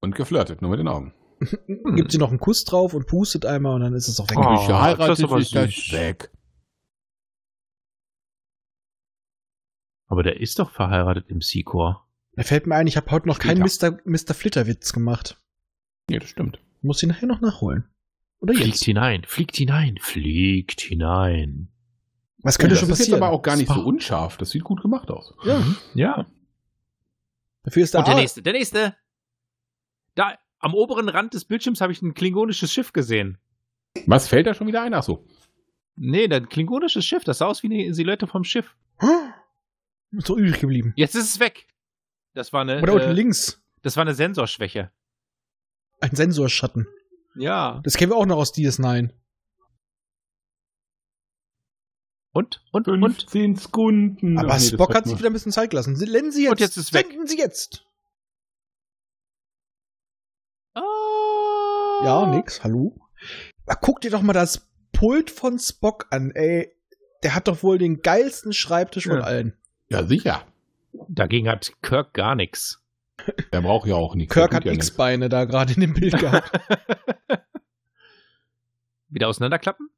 Speaker 5: Und geflirtet, nur mit den Augen. Hm.
Speaker 4: Gibt sie noch einen Kuss drauf und pustet einmal und dann ist es auch weg.
Speaker 6: Oh,
Speaker 5: ich heirate
Speaker 6: das ist aber
Speaker 5: dich, das
Speaker 6: süß.
Speaker 5: ist weg.
Speaker 6: Aber der ist doch verheiratet im Secor.
Speaker 4: Da fällt mir ein, ich habe heute noch keinen Mr. Mr. Flitterwitz gemacht.
Speaker 5: Nee, das stimmt.
Speaker 4: Muss ihn nachher noch nachholen. Oder
Speaker 6: Fliegt
Speaker 4: jetzt.
Speaker 6: hinein, fliegt hinein, fliegt hinein.
Speaker 4: Was könnte
Speaker 5: das
Speaker 4: schon
Speaker 5: ist
Speaker 4: passieren?
Speaker 5: jetzt aber auch gar nicht
Speaker 4: Spa-
Speaker 5: so unscharf. Das sieht gut gemacht aus.
Speaker 6: Ja.
Speaker 4: Dafür ist der,
Speaker 6: Und der
Speaker 4: Ar-
Speaker 6: nächste, der nächste. Da am oberen Rand des Bildschirms habe ich ein klingonisches Schiff gesehen.
Speaker 5: Was fällt da schon wieder ein? Ach so.
Speaker 6: Nee, ein klingonisches Schiff, das sah aus wie eine Silhouette vom Schiff.
Speaker 4: Hä? Ist doch übrig geblieben.
Speaker 6: Jetzt ist es weg. Das war eine
Speaker 4: Oder unten
Speaker 6: äh,
Speaker 4: links.
Speaker 6: das war eine Sensorschwäche.
Speaker 4: Ein Sensorschatten.
Speaker 6: Ja.
Speaker 4: Das kennen wir auch noch aus DS9.
Speaker 6: Und und und
Speaker 5: 15 Sekunden.
Speaker 4: Aber
Speaker 5: Ach nee, das
Speaker 4: Spock hat
Speaker 5: hatten
Speaker 4: sich
Speaker 5: wir.
Speaker 4: wieder ein bisschen Zeit gelassen. Sie- Senden Sie jetzt.
Speaker 6: Und jetzt ist weg.
Speaker 4: Senden Sie jetzt.
Speaker 6: Ah.
Speaker 4: Ja, nix. Hallo. Aber guck dir doch mal das Pult von Spock an, ey. Der hat doch wohl den geilsten Schreibtisch von
Speaker 6: Ja.
Speaker 4: allen.
Speaker 5: Ja, sicher.
Speaker 6: Dagegen hat Kirk gar nichts.
Speaker 5: Der braucht ja auch nichts.
Speaker 4: Kirk
Speaker 5: Der
Speaker 4: hat
Speaker 5: tut ja nichts.
Speaker 4: X-Beine da gerade in dem Bild gehabt.
Speaker 6: Wieder auseinanderklappen?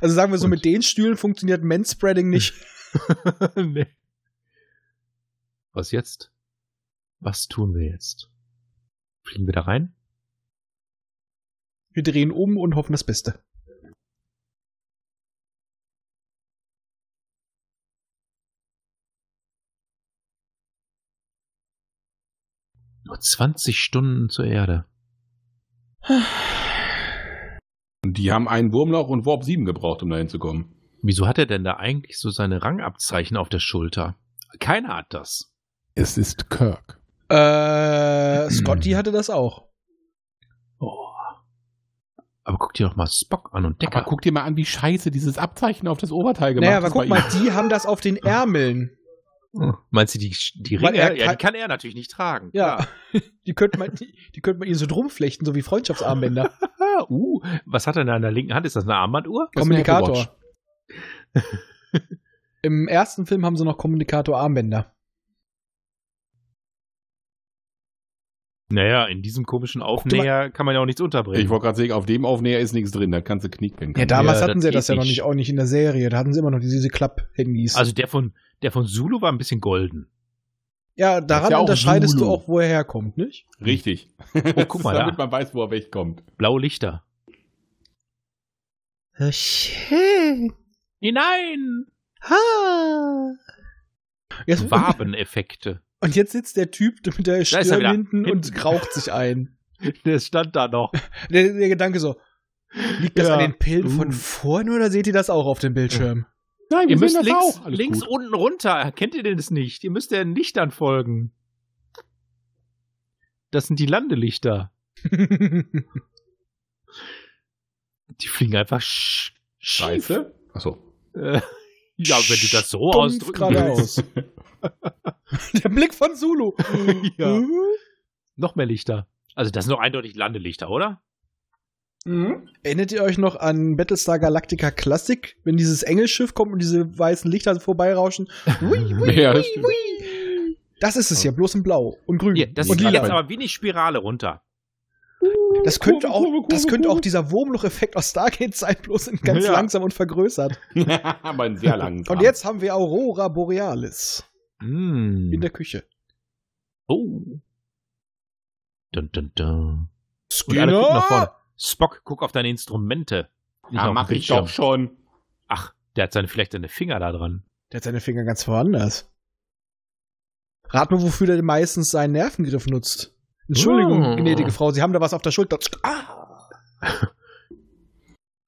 Speaker 4: Also sagen wir so,
Speaker 6: Und?
Speaker 4: mit den Stühlen funktioniert Manspreading nicht.
Speaker 6: nee. Was jetzt? Was tun wir jetzt? Fliegen wir da rein?
Speaker 4: Wir drehen um und hoffen das Beste.
Speaker 6: Nur 20 Stunden zur Erde.
Speaker 5: Und Die haben einen Wurmloch und Warp 7 gebraucht, um da hinzukommen.
Speaker 6: Wieso hat er denn da eigentlich so seine Rangabzeichen auf der Schulter? Keiner hat das.
Speaker 5: Es ist Kirk.
Speaker 4: Äh, Scotty hatte das auch.
Speaker 6: Oh. Aber guck dir doch mal Spock an und
Speaker 5: Aber
Speaker 6: Decker.
Speaker 5: guck dir mal an, wie scheiße dieses Abzeichen auf das Oberteil gemacht
Speaker 4: Naja,
Speaker 5: ist.
Speaker 4: aber guck
Speaker 5: bei
Speaker 4: mal,
Speaker 5: ihm.
Speaker 4: die haben das auf den Ärmeln.
Speaker 6: Meinst du, die, die
Speaker 4: Weil
Speaker 6: Ringe,
Speaker 4: er
Speaker 6: ja,
Speaker 4: kann-
Speaker 6: die kann er natürlich nicht tragen.
Speaker 4: Ja. Die könnte man, die, die könnte man ihnen so drum flechten, so wie Freundschaftsarmbänder.
Speaker 6: Klar. Uh, was hat er denn an der linken Hand? Ist das eine Armbanduhr?
Speaker 5: Das ist eine Apple
Speaker 4: Kommunikator. Im ersten Film haben sie noch Kommunikator-Armbänder.
Speaker 6: Naja, in diesem komischen Aufnäher kann man ja auch nichts unterbringen.
Speaker 5: Ich wollte gerade sagen, auf dem Aufnäher ist nichts drin. Da kannst du knicken.
Speaker 4: Ja, damals
Speaker 6: Ja,
Speaker 4: hatten
Speaker 6: das
Speaker 4: sie ja das ja
Speaker 6: geht
Speaker 4: noch
Speaker 6: nicht.
Speaker 4: nicht, auch nicht in der Serie. Da hatten sie immer noch diese, diese Klapp-Handys.
Speaker 6: also der von, der von Zulu war ein bisschen golden.
Speaker 4: ja,
Speaker 5: das
Speaker 4: daran
Speaker 5: ist ja auch
Speaker 4: unterscheidest
Speaker 5: Zulu.
Speaker 4: du auch, wo er herkommt, nicht?
Speaker 5: Richtig.
Speaker 6: Oh, guck
Speaker 5: Das
Speaker 6: mal
Speaker 5: ist,
Speaker 6: da.
Speaker 5: damit man weiß, wo er wegkommt.
Speaker 6: Blaue Lichter. Hinein!
Speaker 4: Jetzt,
Speaker 6: Wabeneffekte.
Speaker 4: und jetzt sitzt der Typ mit der
Speaker 6: er
Speaker 4: Stirn
Speaker 6: wieder.
Speaker 4: hinten
Speaker 6: Hinten.
Speaker 4: und raucht sich ein.
Speaker 6: Der stand da noch.
Speaker 4: Der, der Gedanke so, liegt das
Speaker 6: Ja.
Speaker 4: an den Pillen
Speaker 6: Uh.
Speaker 4: von vorhin oder seht ihr das auch auf dem Bildschirm?
Speaker 5: Nein,
Speaker 6: Ihr
Speaker 5: wir
Speaker 6: müsst
Speaker 5: sehen
Speaker 6: links,
Speaker 5: auch. Alles
Speaker 6: links
Speaker 5: gut.
Speaker 6: unten runter. Kennt ihr denn das nicht? Ihr müsst den Lichtern folgen. Das sind die Landelichter. Die fliegen einfach sch schief.
Speaker 5: Scheiße. Achso.
Speaker 6: Äh, ja, wenn du das so
Speaker 4: Stumpf
Speaker 6: ausdrücken willst.
Speaker 4: geradeaus. der Blick von Zulu. Mhm.
Speaker 6: Ja. Noch mehr Lichter. Also das sind doch eindeutig Landelichter, oder?
Speaker 4: Mhm. Erinnert ihr euch noch an Battlestar Galactica Classic, wenn dieses Engelschiff kommt und diese weißen Lichter vorbeirauschen? Ui, ui,
Speaker 5: Ja, das
Speaker 4: ui,
Speaker 5: stimmt.
Speaker 4: ui. Das ist es ja, bloß in Blau und Grün.
Speaker 6: Ja, das
Speaker 5: Und
Speaker 6: geht jetzt
Speaker 5: Lila.
Speaker 6: aber wie eine Spirale runter.
Speaker 4: das könnte
Speaker 5: Kurve,
Speaker 4: auch,
Speaker 5: Kurve,
Speaker 4: das
Speaker 5: Kurve,
Speaker 4: könnte auch
Speaker 5: Kurve.
Speaker 4: dieser Wurmloch-Effekt aus Stargate sein, bloß in ganz
Speaker 5: Ja.
Speaker 4: langsam und vergrößert.
Speaker 5: aber einen sehr langen.
Speaker 4: Und jetzt haben wir Aurora Borealis
Speaker 6: Mm.
Speaker 4: in der Küche.
Speaker 6: Oh. Dun, dun, dun. Und
Speaker 4: Skinner?
Speaker 6: alle gucken nach vorne. Spock, guck auf deine Instrumente. Ah, Nicht auf
Speaker 5: Ja,
Speaker 6: den
Speaker 5: mach ich
Speaker 6: Bildschirm.
Speaker 5: doch schon.
Speaker 6: Ach, der hat seine, vielleicht seine Finger da dran.
Speaker 4: Der hat seine Finger ganz woanders. Rat mal, wofür der meistens seinen Nervengriff nutzt. Entschuldigung,
Speaker 6: Oh.
Speaker 4: gnädige Frau, Sie haben da was auf der Schulter. Ah!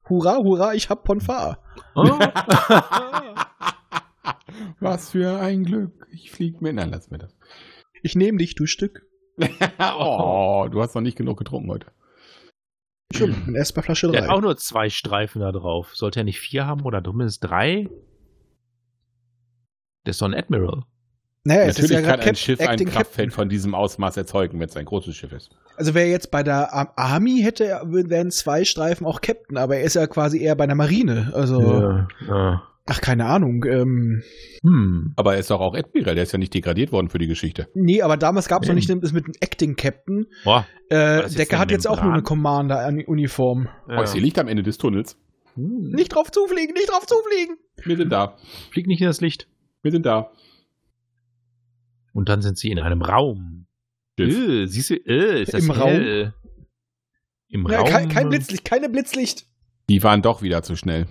Speaker 4: Hurra, hurra, ich hab Ponfar.
Speaker 6: Oh.
Speaker 5: Was für ein Glück. Ich flieg mir. Nein, lass mir das.
Speaker 4: Ich nehme dich, du Stück.
Speaker 5: oh, du hast noch nicht genug getrunken heute.
Speaker 4: Schön, erst bei Flasche
Speaker 6: Hm. der
Speaker 4: 3.
Speaker 6: hat auch nur zwei Streifen da drauf. Sollte er nicht vier haben oder zumindest drei? Der ist so ein Admiral.
Speaker 4: naja, es ist
Speaker 5: Natürlich
Speaker 4: ja
Speaker 5: kann
Speaker 4: gerade
Speaker 5: ein
Speaker 4: Cap
Speaker 5: Schiff ein
Speaker 4: Acting
Speaker 5: Kraftfeld
Speaker 4: Captain.
Speaker 5: von diesem Ausmaß erzeugen, wenn es ein großes Schiff ist.
Speaker 4: Also wäre jetzt bei der Ar- Army hätte, er- wären zwei Streifen auch Captain, aber er ist ja quasi eher bei der Marine. Also
Speaker 6: Ja.
Speaker 4: Ach, keine Ahnung. Ähm,
Speaker 3: Hm.
Speaker 5: Aber er ist doch auch Admiral, der ist ja nicht degradiert worden für die Geschichte.
Speaker 4: nee, aber damals gab es noch
Speaker 3: Eben.
Speaker 4: nicht den- das mit dem Acting Captain.
Speaker 6: Boah.
Speaker 4: Äh,
Speaker 6: das Hm. jetzt
Speaker 4: Decker
Speaker 6: noch
Speaker 4: hat
Speaker 6: in
Speaker 4: jetzt
Speaker 6: dem
Speaker 4: auch nur eine
Speaker 6: Plan?
Speaker 4: Commander-Uniform.
Speaker 5: Oh, ich sehe Licht am Ende des Tunnels.
Speaker 3: Hm.
Speaker 4: Nicht drauf zufliegen, nicht drauf zufliegen!
Speaker 5: Wir sind da.
Speaker 6: Flieg nicht in das Licht.
Speaker 5: Wir sind da.
Speaker 6: Und dann sind sie in einem Raum.
Speaker 5: Schiff.
Speaker 6: Äh, siehst du, äh, ist das
Speaker 4: Im Raum?
Speaker 6: hell. Im
Speaker 4: Ja,
Speaker 6: Raum.
Speaker 4: kein, kein Blitzlicht, keine Blitzlicht.
Speaker 5: Die waren doch wieder zu schnell.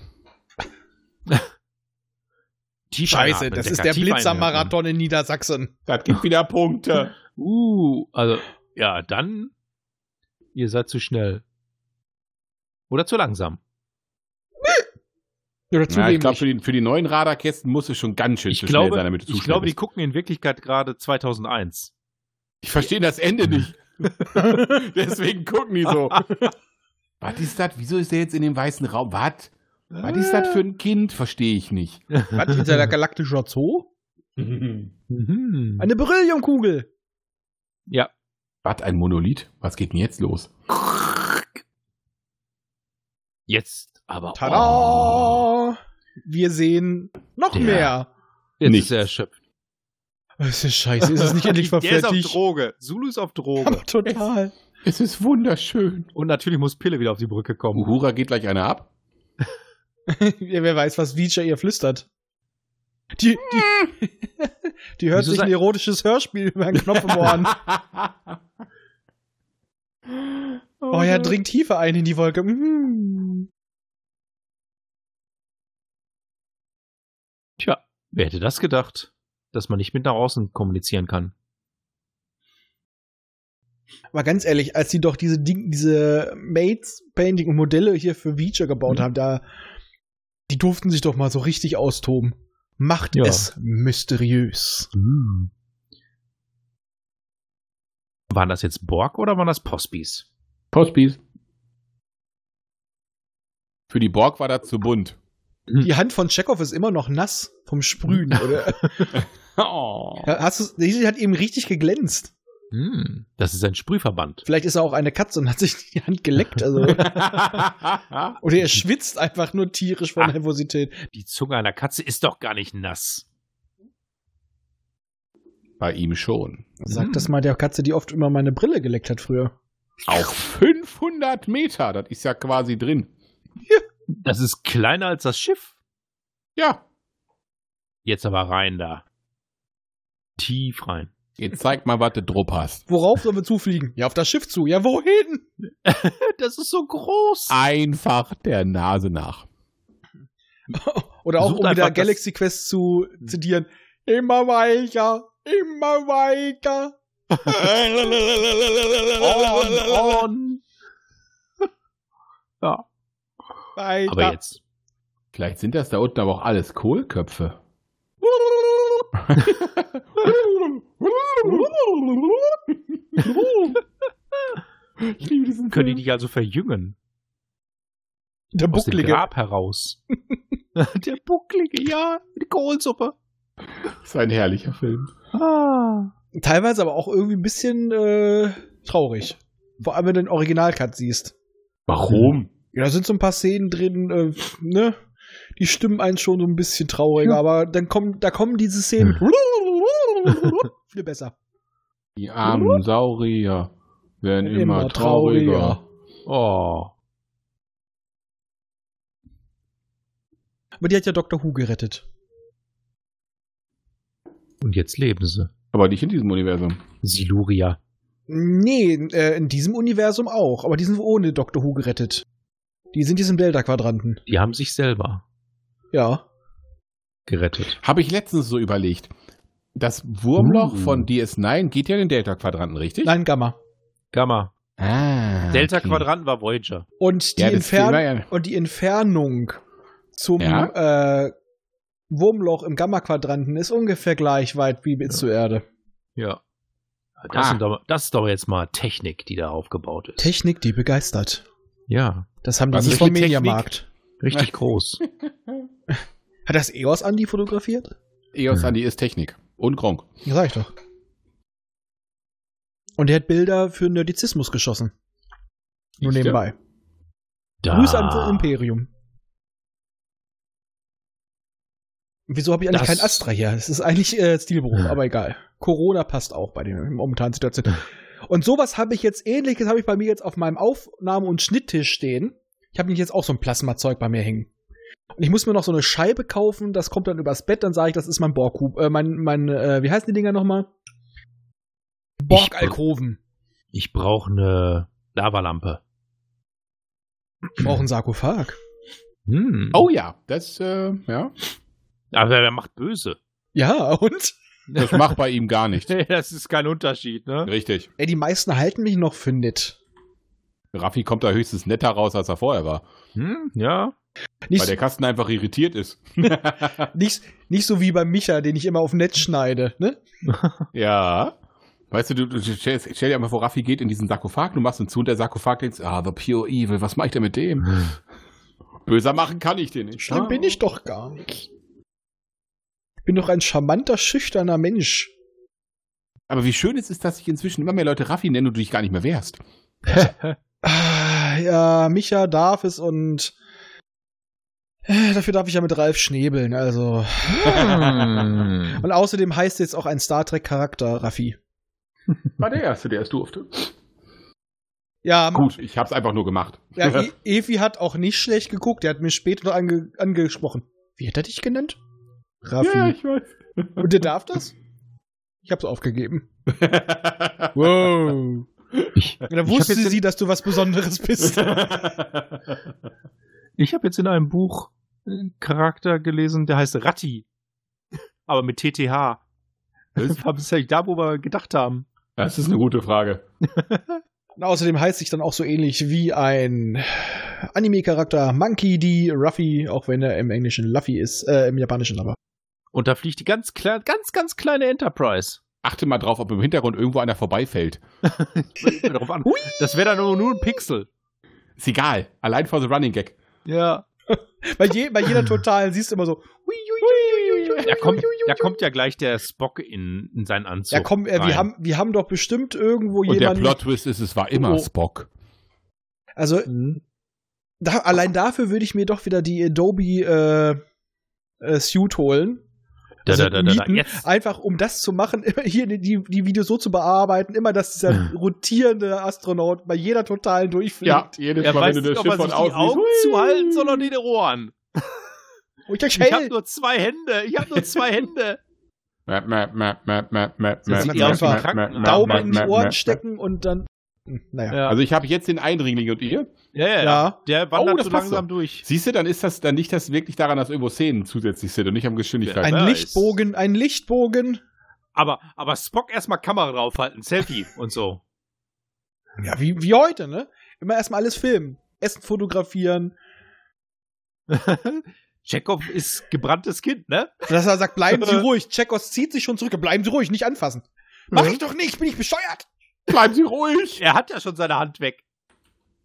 Speaker 6: Tief einatmen, tief einatmen.
Speaker 4: Blitzermarathon in Niedersachsen.
Speaker 5: Das gibt wieder Punkte.
Speaker 6: Uh, also, ja, dann. Ihr seid zu schnell. Oder zu langsam.
Speaker 4: Oder zu
Speaker 5: Na, ich glaube,
Speaker 4: wenig.
Speaker 5: für die, für die neuen Radarkästen muss es schon ganz schön
Speaker 6: Ich
Speaker 5: zu
Speaker 6: glaube,
Speaker 5: schnell sein, damit du zu
Speaker 6: ich
Speaker 5: schnell
Speaker 6: glaube die
Speaker 5: bist.
Speaker 6: gucken in Wirklichkeit gerade 2001.
Speaker 5: Ich verstehe das Ende nicht. Deswegen gucken die so. Was ist das? Wieso ist der jetzt in dem weißen Raum? Was? Was ist das für ein Kind? Verstehe ich nicht.
Speaker 4: Was, ist der galaktischer Zoo?
Speaker 6: Mhm.
Speaker 4: Eine Berylliumkugel.
Speaker 5: Was, ein Monolith? Was geht denn jetzt los?
Speaker 6: Jetzt aber. Oh,
Speaker 4: Tada! Wir sehen noch
Speaker 6: Der-
Speaker 4: mehr.
Speaker 6: jetzt
Speaker 5: Nichts.
Speaker 6: ist er erschöpft.
Speaker 4: Es ist scheiße, ist es nicht endlich
Speaker 6: Der ist auf
Speaker 4: verfertigt?
Speaker 6: Droge. Zulu ist auf Droge.
Speaker 4: Total.
Speaker 5: Es ist wunderschön.
Speaker 6: Und natürlich muss Pille wieder auf die Brücke kommen.
Speaker 5: Uhura geht gleich einer ab.
Speaker 4: ja, wer weiß, was Vija ihr flüstert. Die, die, die hört
Speaker 6: Wieso
Speaker 4: sich ein
Speaker 6: sei-
Speaker 4: erotisches Hörspiel über einen Knopf im Ohr an. Oh ja, dringt tiefer ein in die Wolke. Mhm.
Speaker 6: Tja, wer hätte das gedacht? Dass man nicht mit nach außen kommunizieren kann.
Speaker 4: Aber ganz ehrlich, als die doch diese Ding, diese Mates Painting und Modelle hier für Vija gebaut haben, da die durften sich doch mal so richtig austoben. Macht
Speaker 6: Ja.
Speaker 4: es mysteriös.
Speaker 6: Waren das jetzt Borg oder waren das Pospis?
Speaker 5: Postpiece. Für die Borg war das zu bunt.
Speaker 4: Die Hand von Chekhov ist immer noch nass vom Sprühen, oder?
Speaker 5: Oh.
Speaker 4: Ja, Hast du's- die hat eben richtig geglänzt.
Speaker 6: Hm, das ist ein Sprühverband.
Speaker 4: Vielleicht ist er auch eine Katze und hat sich die Hand geleckt. Also. Oder er schwitzt einfach nur tierisch vor
Speaker 6: Ah.
Speaker 4: Nervosität.
Speaker 6: Die Zunge einer Katze ist doch gar nicht nass.
Speaker 5: Bei ihm schon.
Speaker 4: Sag das mal der Katze, die oft immer meine Brille geleckt hat früher.
Speaker 5: Auf 500 Meter, das ist ja quasi drin.
Speaker 6: Das ist kleiner als das Schiff.
Speaker 5: Ja,
Speaker 6: Jetzt aber rein da. Tief rein.
Speaker 5: jetzt zeig mal, was du Drupp hast.
Speaker 4: Worauf sollen wir zufliegen? Ja, auf das Schiff zu. Ja, wohin?
Speaker 6: Das ist so groß.
Speaker 5: Einfach der Nase nach.
Speaker 4: Oder auch,
Speaker 6: Sucht
Speaker 4: um
Speaker 6: einfach
Speaker 4: wieder
Speaker 6: das-
Speaker 4: Galaxy Quest zu zitieren. Immer weiter, immer weiter.
Speaker 6: On, on.
Speaker 4: weiter.
Speaker 6: Aber jetzt.
Speaker 5: Vielleicht sind das da unten aber auch alles Kohlköpfe. ich liebe diesen
Speaker 6: Können die
Speaker 5: Film.
Speaker 6: dich also verjüngen?
Speaker 4: der
Speaker 6: Aus dem
Speaker 4: Bucklige.
Speaker 6: Grab heraus. Der Bucklige, ja. Die Kohlsuppe.
Speaker 5: Das ist ein herrlicher Film.
Speaker 6: Ah.
Speaker 4: Teilweise aber auch irgendwie ein bisschen äh, traurig. Vor allem, wenn du den Originalcut siehst.
Speaker 5: Warum?
Speaker 4: Ja, da sind so ein paar Szenen drin, äh, ne? Die stimmen einen schon so ein bisschen trauriger, aber dann kommen, da kommen diese Szenen.
Speaker 5: Hm.
Speaker 4: Viel besser.
Speaker 5: Die armen Saurier werden immer,
Speaker 4: Immer trauriger.
Speaker 5: trauriger.
Speaker 6: Oh.
Speaker 4: Aber die hat ja Dr. Who gerettet.
Speaker 6: Und jetzt leben sie.
Speaker 5: Aber nicht in diesem Universum.
Speaker 6: Siluria.
Speaker 4: Nee, äh, in diesem Universum auch, aber die sind ohne Dr. Who gerettet. Die sind jetzt im Delta-Quadranten.
Speaker 6: Die haben sich selber
Speaker 4: Ja.
Speaker 6: gerettet.
Speaker 5: Habe ich letztens so überlegt. Das Wurmloch
Speaker 6: Uh.
Speaker 5: von DS9 geht ja in den Delta-Quadranten, richtig?
Speaker 4: Nein, Gamma.
Speaker 6: Gamma.
Speaker 5: Ah,
Speaker 6: Delta
Speaker 5: okay.
Speaker 6: Quadranten war Voyager.
Speaker 4: Und die,
Speaker 5: Ja, das
Speaker 4: Entfern
Speaker 5: war ja-
Speaker 4: und die Entfernung zum äh, Wurmloch im Gamma-Quadranten ist ungefähr gleich weit wie bis zur Erde.
Speaker 6: Ja. Das,
Speaker 5: Ah.
Speaker 6: sind doch, das ist doch jetzt mal Technik, die da aufgebaut ist.
Speaker 4: Technik, die begeistert.
Speaker 6: ja,
Speaker 4: Das haben die
Speaker 5: Was
Speaker 4: nicht
Speaker 5: ist die
Speaker 4: vom
Speaker 5: Technik?
Speaker 4: Mediamarkt.
Speaker 6: richtig groß.
Speaker 4: Hat das EOS Andi fotografiert?
Speaker 5: EOS
Speaker 6: Hm.
Speaker 5: Andi ist Technik. Und Gronk.
Speaker 4: Ja, sag ich doch. Und er hat Bilder für Nerdizismus geschossen. Nur
Speaker 5: Siehste?
Speaker 4: nebenbei.
Speaker 6: Da.
Speaker 4: Grüß an Imperium. Und wieso habe ich eigentlich
Speaker 6: Das- Hm.
Speaker 4: keinen Astra hier? Es ist eigentlich äh, Stilbruch,
Speaker 3: Ja.
Speaker 4: aber egal. Corona passt auch bei den äh, momentanen Situationen. Und sowas habe ich jetzt, ähnliches habe ich bei mir jetzt auf meinem Aufnahme- und Schnitttisch stehen. Ich habe nämlich jetzt auch so ein Plasmazeug bei mir hängen. Und ich muss mir noch so eine Scheibe kaufen, das kommt dann übers Bett, dann sage ich, das ist mein Borghub, äh, mein, mein, äh, wie heißen die Dinger nochmal? Borgalkoven.
Speaker 6: Ich brauche eine Lavalampe.
Speaker 4: Ich brauche einen Sarkophag.
Speaker 6: Hm.
Speaker 5: Oh ja, das, äh, ja.
Speaker 6: Aber der macht böse.
Speaker 4: Ja, und?
Speaker 5: Das macht bei ihm gar nichts.
Speaker 6: das ist kein Unterschied, ne?
Speaker 5: Richtig.
Speaker 4: Ey, die meisten halten mich noch für nett.
Speaker 5: Raffi kommt da höchstens netter raus, als er vorher war.
Speaker 6: Hm, ja.
Speaker 4: Nicht,
Speaker 5: Weil der Kasten einfach irritiert ist.
Speaker 4: nicht, nicht so wie bei Micha, den ich immer auf Netz schneide, ne?
Speaker 5: Ja. Weißt du, du, du stell, stell dir mal vor, Raffi geht in diesen Sarkophag, du machst ihn zu und der Sarkophag denkt, ah, the pure evil, was mach ich denn mit dem?
Speaker 6: Hm.
Speaker 5: Böser machen kann ich den nicht.
Speaker 4: Schlimm bin ich doch gar nicht. Ich bin doch ein charmanter, schüchterner Mensch.
Speaker 5: Aber wie schön es ist, dass sich inzwischen immer mehr Leute Raffi nennen und du dich gar nicht mehr wehrst.
Speaker 4: Ah, Ja, Micha darf es und äh, dafür darf ich ja mit Ralf schnäbeln, also.
Speaker 3: Hm.
Speaker 4: Und außerdem heißt jetzt auch ein Star Trek Charakter Raffi.
Speaker 5: War Ah, der Erste, der es durfte.
Speaker 4: Ja,
Speaker 5: Gut, ich hab's einfach nur gemacht.
Speaker 4: ja e Evi hat auch nicht schlecht geguckt, der hat mir später noch ange angesprochen. Wie hat er dich genannt? Raffi.
Speaker 5: Ja, ich weiß.
Speaker 4: Und der darf das? Ich hab's aufgegeben.
Speaker 5: Wow.
Speaker 3: Ich,
Speaker 4: Und dann
Speaker 6: Ich hab
Speaker 4: wusste
Speaker 6: jetzt den-
Speaker 4: sie, dass du was Besonderes bist.
Speaker 6: Ich habe jetzt in einem Buch einen Charakter gelesen, der heißt Ratti. Aber mit TTH. Das war bisher nicht da, wo wir gedacht haben.
Speaker 5: Das ist eine gute Frage.
Speaker 4: Und außerdem heißt ich dann auch so ähnlich wie ein Anime-Charakter Monkey D. Ruffy, auch wenn er im Englischen Luffy ist, äh, im Japanischen aber.
Speaker 6: Und da fliegt die ganz, kle ganz, ganz kleine Enterprise.
Speaker 5: Achte mal drauf, ob im Hintergrund irgendwo einer vorbeifällt.
Speaker 6: Kommt mir drauf an. Das wäre dann nur, nur ein Pixel.
Speaker 5: Ist egal. Allein for the running gag.
Speaker 6: Ja.
Speaker 4: Bei, je, bei jeder Totalen siehst du immer so, hui, hui, hui, hui, hui,
Speaker 6: Da kommt,
Speaker 4: hui, hui,
Speaker 6: da
Speaker 4: hui.
Speaker 6: kommt ja gleich der Spock in, in seinen Anzug.
Speaker 4: ja komm, äh, wir,
Speaker 6: rein.
Speaker 4: haben, wir haben doch bestimmt irgendwo
Speaker 5: Und der
Speaker 4: jemanden.
Speaker 5: Plot-Twist ist, es war immer
Speaker 4: Oh.
Speaker 5: Spock.
Speaker 4: Also
Speaker 6: Mhm.
Speaker 4: da, allein dafür würde ich mir doch wieder die Adobe äh, äh, Suit holen.
Speaker 6: Da, da, da, da, da.
Speaker 4: mieten,
Speaker 6: Jetzt.
Speaker 4: Einfach um das zu machen, immer hier die, die, die Videos so zu bearbeiten, immer dass dieser rotierende Astronaut bei jeder Totalen durchfliegt.
Speaker 5: jedes
Speaker 6: Er weiß nicht, ob er sich die Augen zuhalten soll oder die Ohren.
Speaker 4: Und ich
Speaker 6: Ich habe
Speaker 4: hell.
Speaker 6: nur zwei Hände. Ich habe nur zwei Hände.
Speaker 5: Map, map, map, map, map, map,
Speaker 4: Jetzt
Speaker 5: map,
Speaker 4: sieht man
Speaker 5: map,
Speaker 4: so einen
Speaker 5: map,
Speaker 6: kranken
Speaker 5: map,
Speaker 4: Daumen
Speaker 5: map,
Speaker 4: in die
Speaker 5: map,
Speaker 4: Ohren
Speaker 5: map,
Speaker 4: stecken und dann. Hm, Naja.
Speaker 5: map.
Speaker 6: Ja.
Speaker 5: Also ich habe jetzt den Eindringling und ihr?
Speaker 6: ja, ja,
Speaker 4: Ja.
Speaker 6: Der wandert
Speaker 5: Oh, das
Speaker 6: so
Speaker 5: passt
Speaker 6: langsam durch.
Speaker 5: Siehst du, dann ist das, dann liegt das wirklich daran, dass irgendwo Szenen zusätzlich sind und nicht am Geschwindigkeit.
Speaker 4: Ein
Speaker 6: Ja, ist-
Speaker 4: Lichtbogen, ein Lichtbogen.
Speaker 6: Aber, aber Spock erstmal Kamera draufhalten, Selfie und so.
Speaker 4: Ja, wie, wie heute, ne? Immer erstmal alles filmen. Essen fotografieren.
Speaker 6: Chekhov ist gebranntes Kind, ne?
Speaker 4: Dass er sagt, bleiben Sie ruhig. Checkos zieht sich schon zurück. Bleiben Sie ruhig, nicht anfassen. Mach
Speaker 6: Mhm.
Speaker 4: ich doch nicht, bin ich besteuert.
Speaker 5: Bleiben Sie ruhig!
Speaker 6: Er hat ja schon seine Hand weg.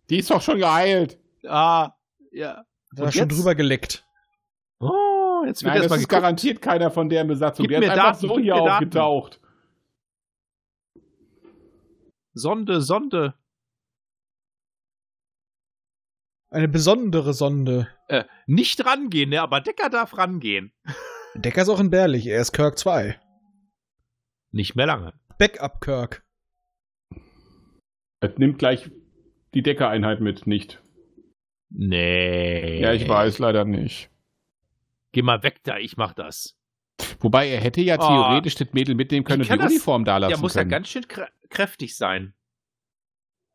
Speaker 5: Die ist doch schon geheilt.
Speaker 6: Ah, ja.
Speaker 4: Da hat er schon
Speaker 6: jetzt?
Speaker 4: drüber geleckt.
Speaker 6: Oh, jetzt
Speaker 5: Nein,
Speaker 6: wird
Speaker 5: das
Speaker 6: erstmal
Speaker 5: ist
Speaker 6: geguckt.
Speaker 5: garantiert keiner von der Besatzung.
Speaker 6: Gib
Speaker 5: der ist
Speaker 6: mir
Speaker 5: einfach
Speaker 6: Daten,
Speaker 5: so
Speaker 6: gib
Speaker 5: hier
Speaker 6: mir Daten.
Speaker 5: aufgetaucht.
Speaker 6: Sonde, Sonde.
Speaker 4: Eine besondere Sonde.
Speaker 6: Äh, nicht rangehen, ne? Aber Decker darf rangehen.
Speaker 4: Decker ist auch entbehrlich. Er ist Kirk 2.
Speaker 6: Nicht mehr lange.
Speaker 4: Backup Kirk.
Speaker 5: Es nimmt gleich die Deckereinheit mit, nicht.
Speaker 6: Nee.
Speaker 5: Ja, ich weiß leider nicht.
Speaker 6: Geh mal weg da, ich mach das.
Speaker 5: Wobei, er hätte ja
Speaker 6: Oh.
Speaker 5: theoretisch das Mädel mitnehmen können
Speaker 6: Ich
Speaker 5: und die
Speaker 6: kann das-
Speaker 5: Uniform da lassen
Speaker 6: Der muss ja
Speaker 5: können.
Speaker 6: ganz schön krä kräftig sein.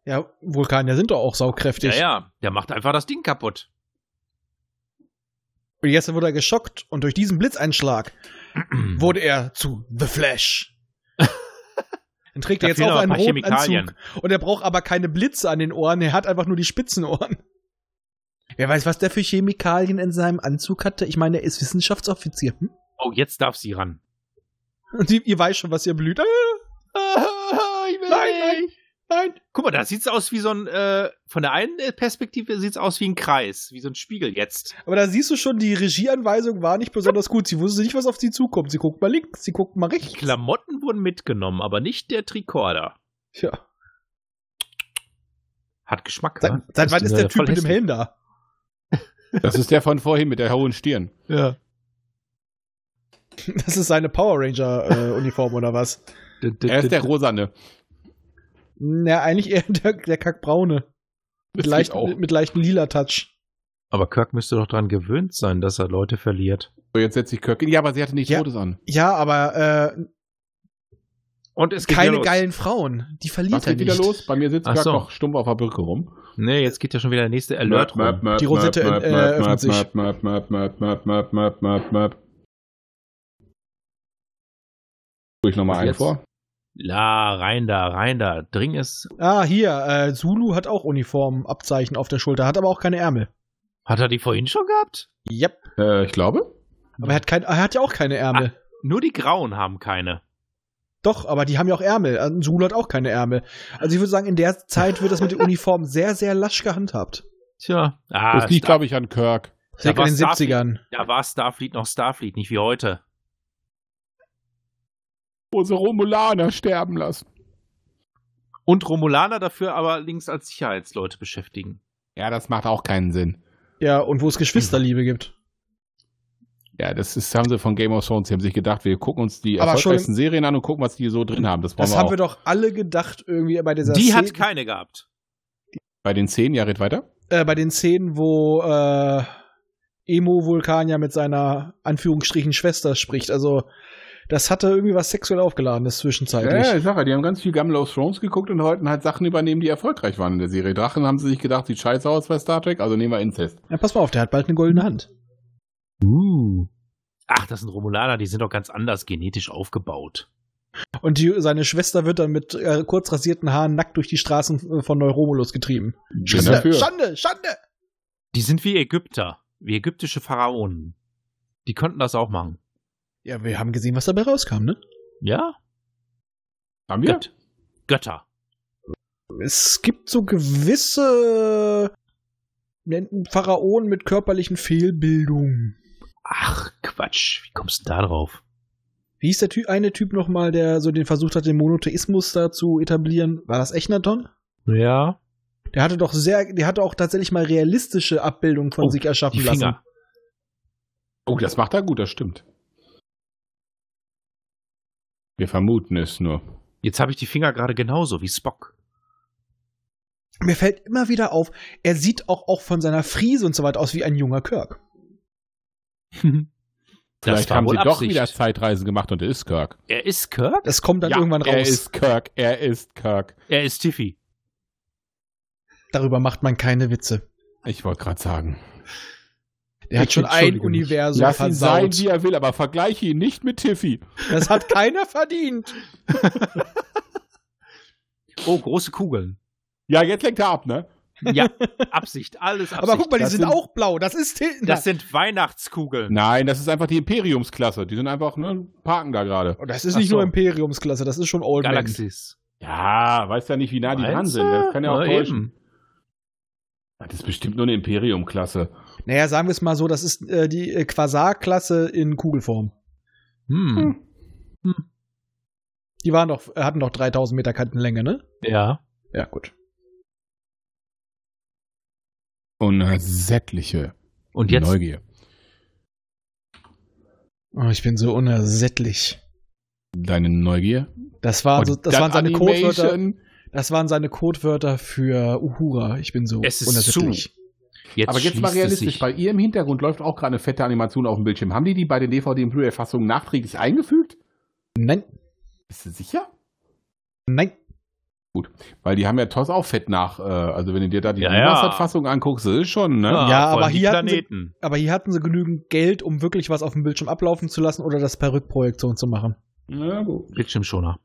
Speaker 4: Ja, Vulkanier sind doch auch
Speaker 6: Ja,
Speaker 4: saukräftig.
Speaker 6: ja. Der macht einfach das Ding kaputt.
Speaker 4: Und jetzt wurde er geschockt und durch diesen Blitzeinschlag wurde er zu The Flash. Dann trägt
Speaker 6: Da
Speaker 4: er jetzt
Speaker 6: fehlen
Speaker 4: auch
Speaker 6: aber
Speaker 4: einen
Speaker 6: ein paar
Speaker 4: roten
Speaker 6: Chemikalien.
Speaker 4: Anzug. Und er braucht aber keine Blitze an den Ohren, er hat einfach nur die Spitzenohren. Wer weiß, was der für Chemikalien in seinem Anzug hatte? Ich meine, er ist Wissenschaftsoffizier. Hm?
Speaker 6: Oh, jetzt darf sie ran.
Speaker 4: Und sie, ihr weiß schon, was ihr blüht. Ah,
Speaker 6: ich will
Speaker 4: Nein,
Speaker 6: nicht.
Speaker 4: nein.
Speaker 6: Guck mal, da sieht's aus wie so ein, äh, von der einen äh, Perspektive sieht's aus wie ein Kreis, wie so ein Spiegel jetzt.
Speaker 4: Aber da siehst du schon, die Regieanweisung war nicht besonders gut. Sie wusste nicht, was auf sie zukommt. Sie guckt mal links, sie guckt mal
Speaker 6: Die
Speaker 4: rechts.
Speaker 6: Klamotten wurden mitgenommen, aber nicht der Tricorder.
Speaker 4: Tja.
Speaker 6: Hat Geschmack,
Speaker 4: Seit,
Speaker 6: wa?
Speaker 4: seit wann ist der
Speaker 6: äh,
Speaker 4: Typ
Speaker 6: voll
Speaker 4: mit dem
Speaker 6: hässlich.
Speaker 4: Helm da?
Speaker 5: Das ist der von vorhin mit der hohen Stirn.
Speaker 4: Ja. Das ist seine Power Ranger-Uniform oder was?
Speaker 5: Er ist der Rosane.
Speaker 4: Na, eigentlich eher der, der Kackbraune. Mit,
Speaker 5: Das
Speaker 4: leicht,
Speaker 5: geht auch.
Speaker 4: mit, mit leichtem lila Touch.
Speaker 3: Aber Kirk müsste doch daran gewöhnt sein, dass er Leute verliert.
Speaker 5: So, jetzt setzt sich Kirk in. Ja, aber sie hatte nicht
Speaker 4: Ja.
Speaker 5: Todes an.
Speaker 4: Ja, aber äh,
Speaker 6: Und es geht wieder
Speaker 4: keine
Speaker 6: los.
Speaker 4: geilen Frauen. Die verliert
Speaker 5: Was
Speaker 4: er
Speaker 5: geht wieder
Speaker 4: nicht.
Speaker 5: los? Bei mir sitzt
Speaker 3: Ach
Speaker 5: Kirk
Speaker 3: so.
Speaker 5: noch stumpf auf der Brücke rum.
Speaker 3: Nee, jetzt geht ja schon wieder der nächste Alert rum.
Speaker 5: möp,
Speaker 4: Die Rosette,
Speaker 5: möp,
Speaker 4: äh,
Speaker 5: möp,
Speaker 4: öffnet
Speaker 5: möp,
Speaker 4: sich.
Speaker 5: Möp, möp, möp, möp, möp, möp, möp, möp. Ruhe ich nochmal
Speaker 3: Was
Speaker 5: einen
Speaker 3: jetzt?
Speaker 5: vor.
Speaker 6: La, rein da, rein da. Dring es.
Speaker 4: Ah, hier, äh, Zulu hat auch Uniformabzeichen auf der Schulter, hat aber auch keine Ärmel.
Speaker 6: Hat er die vorhin schon gehabt?
Speaker 4: Yep.
Speaker 5: Äh, ich glaube.
Speaker 4: Aber er hat, kein, er hat ja auch keine Ärmel.
Speaker 5: Ah.
Speaker 6: Nur die Grauen haben keine.
Speaker 4: Doch, aber die haben ja auch Ärmel. Also ein Zulu hat auch keine Ärmel. Also ich würde sagen, in der Zeit wird das mit den Uniformen sehr, sehr lasch gehandhabt.
Speaker 6: Tja. Ah,
Speaker 5: das liegt, glaube ich, an Kirk.
Speaker 4: Sehr
Speaker 6: Aber
Speaker 4: in den
Speaker 6: Starfleet-
Speaker 4: 70ern.
Speaker 6: Da war Starfleet noch Starfleet, nicht wie heute.
Speaker 5: Unsere Romulaner sterben lassen.
Speaker 6: Und Romulaner dafür aber links als Sicherheitsleute beschäftigen.
Speaker 5: Ja, das macht auch keinen Sinn.
Speaker 4: Ja, und wo
Speaker 5: Hm.
Speaker 4: es Geschwisterliebe gibt.
Speaker 5: Ja, das ist, haben sie von Game of Thrones. Sie haben sich gedacht, wir gucken uns die
Speaker 4: Aber
Speaker 5: erfolgreichsten Serien an und gucken, was die so drin haben. Das wollen
Speaker 4: Das
Speaker 5: wir
Speaker 4: haben
Speaker 5: auch.
Speaker 4: wir doch alle gedacht irgendwie bei dieser
Speaker 6: Die hat
Speaker 4: Szene-
Speaker 6: keine gehabt.
Speaker 5: Bei den zehn, ja, red weiter.
Speaker 4: äh, bei den Szenen, wo äh, Emo Vulkan ja mit seiner Anführungsstrichen Schwester spricht. Also das hatte irgendwie was sexuell aufgeladenes zwischenzeitlich.
Speaker 5: ich sag ja, die haben ganz viel Game of Thrones geguckt und wollten halt Sachen übernehmen, die erfolgreich waren in der Serie. Drachen haben sie sich gedacht, sieht scheiße aus bei Star Trek, also nehmen wir Inzest.
Speaker 4: Ja, pass mal auf, der hat bald eine goldene Hand.
Speaker 3: Uh.
Speaker 6: Ach, das sind Romulaner, die sind doch ganz anders genetisch aufgebaut.
Speaker 4: Und die, seine Schwester wird dann mit äh, kurz rasierten Haaren nackt durch die Straßen äh, von Neuromulus getrieben.
Speaker 5: Schön
Speaker 4: Schande,
Speaker 5: dafür.
Speaker 4: Schande, Schande!
Speaker 6: Die sind wie Ägypter, wie ägyptische Pharaonen. Die könnten das auch machen.
Speaker 4: Ja, wir haben gesehen, was dabei rauskam, ne?
Speaker 6: Ja?
Speaker 5: Haben wir?
Speaker 6: Göt- Götter.
Speaker 4: Es gibt so gewisse nennt- Pharaonen mit körperlichen Fehlbildungen.
Speaker 6: Ach, Quatsch. Wie kommst du denn da drauf?
Speaker 4: Wie hieß der Ty eine Typ nochmal, der so den versucht hat, den Monotheismus da zu etablieren? War das Echnaton?
Speaker 6: Ja.
Speaker 4: Der hatte doch sehr, der hatte auch tatsächlich mal realistische Abbildungen von
Speaker 6: Oh,
Speaker 4: sich erschaffen
Speaker 6: die
Speaker 4: lassen.
Speaker 6: Finger.
Speaker 5: Oh, das macht er gut, das stimmt. Wir vermuten es nur.
Speaker 6: Jetzt habe ich die Finger gerade genauso wie Spock.
Speaker 4: Mir fällt immer wieder auf, er sieht auch, auch von seiner Friese und so weiter aus wie ein junger Kirk.
Speaker 5: Vielleicht haben sie doch wieder
Speaker 6: Absicht.
Speaker 5: Zeitreisen gemacht und er ist Kirk.
Speaker 6: Er ist Kirk?
Speaker 4: Das kommt dann irgendwann
Speaker 5: er
Speaker 4: raus.
Speaker 5: ist Kirk, er ist Kirk.
Speaker 6: Er ist Tiffy.
Speaker 4: Darüber macht man keine Witze.
Speaker 5: Ich wollte gerade sagen.
Speaker 4: Der hat
Speaker 5: Ich
Speaker 4: schon ein
Speaker 5: entschuldige mich.
Speaker 4: Universum
Speaker 5: Lass ihn sein,
Speaker 4: Also versaut.
Speaker 5: wie er will, aber vergleiche ihn nicht mit Tiffy.
Speaker 4: Das hat keiner verdient.
Speaker 6: Oh, große Kugeln.
Speaker 5: Ja, jetzt lenkt er ab, ne?
Speaker 6: Ja, Absicht, alles Absicht.
Speaker 4: Aber guck mal, die
Speaker 5: Das
Speaker 4: sind
Speaker 5: sind-
Speaker 4: auch blau. Das ist Tilden.
Speaker 6: das sind Weihnachtskugeln.
Speaker 5: Nein, das ist einfach die Imperiumsklasse. Die sind einfach, ne, parken da gerade.
Speaker 4: Oh, das ist
Speaker 6: Ach
Speaker 4: nicht
Speaker 6: so.
Speaker 4: nur Imperiumsklasse, das ist schon Old Man.
Speaker 6: Galaxis.
Speaker 5: Ja, weiß ja nicht, wie nah die dran
Speaker 6: Meinst
Speaker 5: sind. ne? Das kann ja auch
Speaker 6: Na,
Speaker 5: täuschen.
Speaker 6: eben.
Speaker 5: Das ist bestimmt nur eine Imperiumklasse.
Speaker 4: Naja, sagen wir es mal so, das ist äh, die äh, Quasar-Klasse in Kugelform.
Speaker 6: Hm.
Speaker 4: Die waren doch, äh, hatten doch 3000 Meter Kantenlänge, ne?
Speaker 6: Ja.
Speaker 4: Ja, gut.
Speaker 5: Unersättliche
Speaker 6: Und jetzt
Speaker 5: Neugier.
Speaker 4: Oh, ich bin so unersättlich.
Speaker 5: Deine Neugier?
Speaker 4: Das, war so,
Speaker 5: Und
Speaker 4: Also, das
Speaker 5: dann
Speaker 4: waren seine Codewörter.
Speaker 5: Animation.
Speaker 4: Das waren seine Codewörter für Uhura. Ich bin so
Speaker 6: Es ist
Speaker 4: unersättlich.
Speaker 6: Jetzt
Speaker 5: Aber jetzt mal
Speaker 6: schließt es
Speaker 5: realistisch,
Speaker 6: sich.
Speaker 5: bei ihr im Hintergrund läuft auch gerade eine fette Animation auf dem Bildschirm. Haben die die bei den DVD- und Blu-ray-Fassungen nachträglich eingefügt?
Speaker 4: Nein,
Speaker 5: Bist du sicher?
Speaker 4: nein.
Speaker 5: Weil die haben ja TOS auch fett nach. Äh, also wenn du dir da die
Speaker 6: Ja, ja.
Speaker 5: Remastered-Fassung anguckst, das ist schon, ne?
Speaker 6: Ah,
Speaker 4: Ja,
Speaker 6: voll
Speaker 4: aber
Speaker 6: die
Speaker 4: hier hatten sie-
Speaker 6: Planeten.
Speaker 4: Aber hier hatten sie genügend Geld, um wirklich was auf dem Bildschirm ablaufen zu lassen oder das per Rückprojektion zu machen.
Speaker 5: Ja, gut.
Speaker 6: Bildschirmschoner.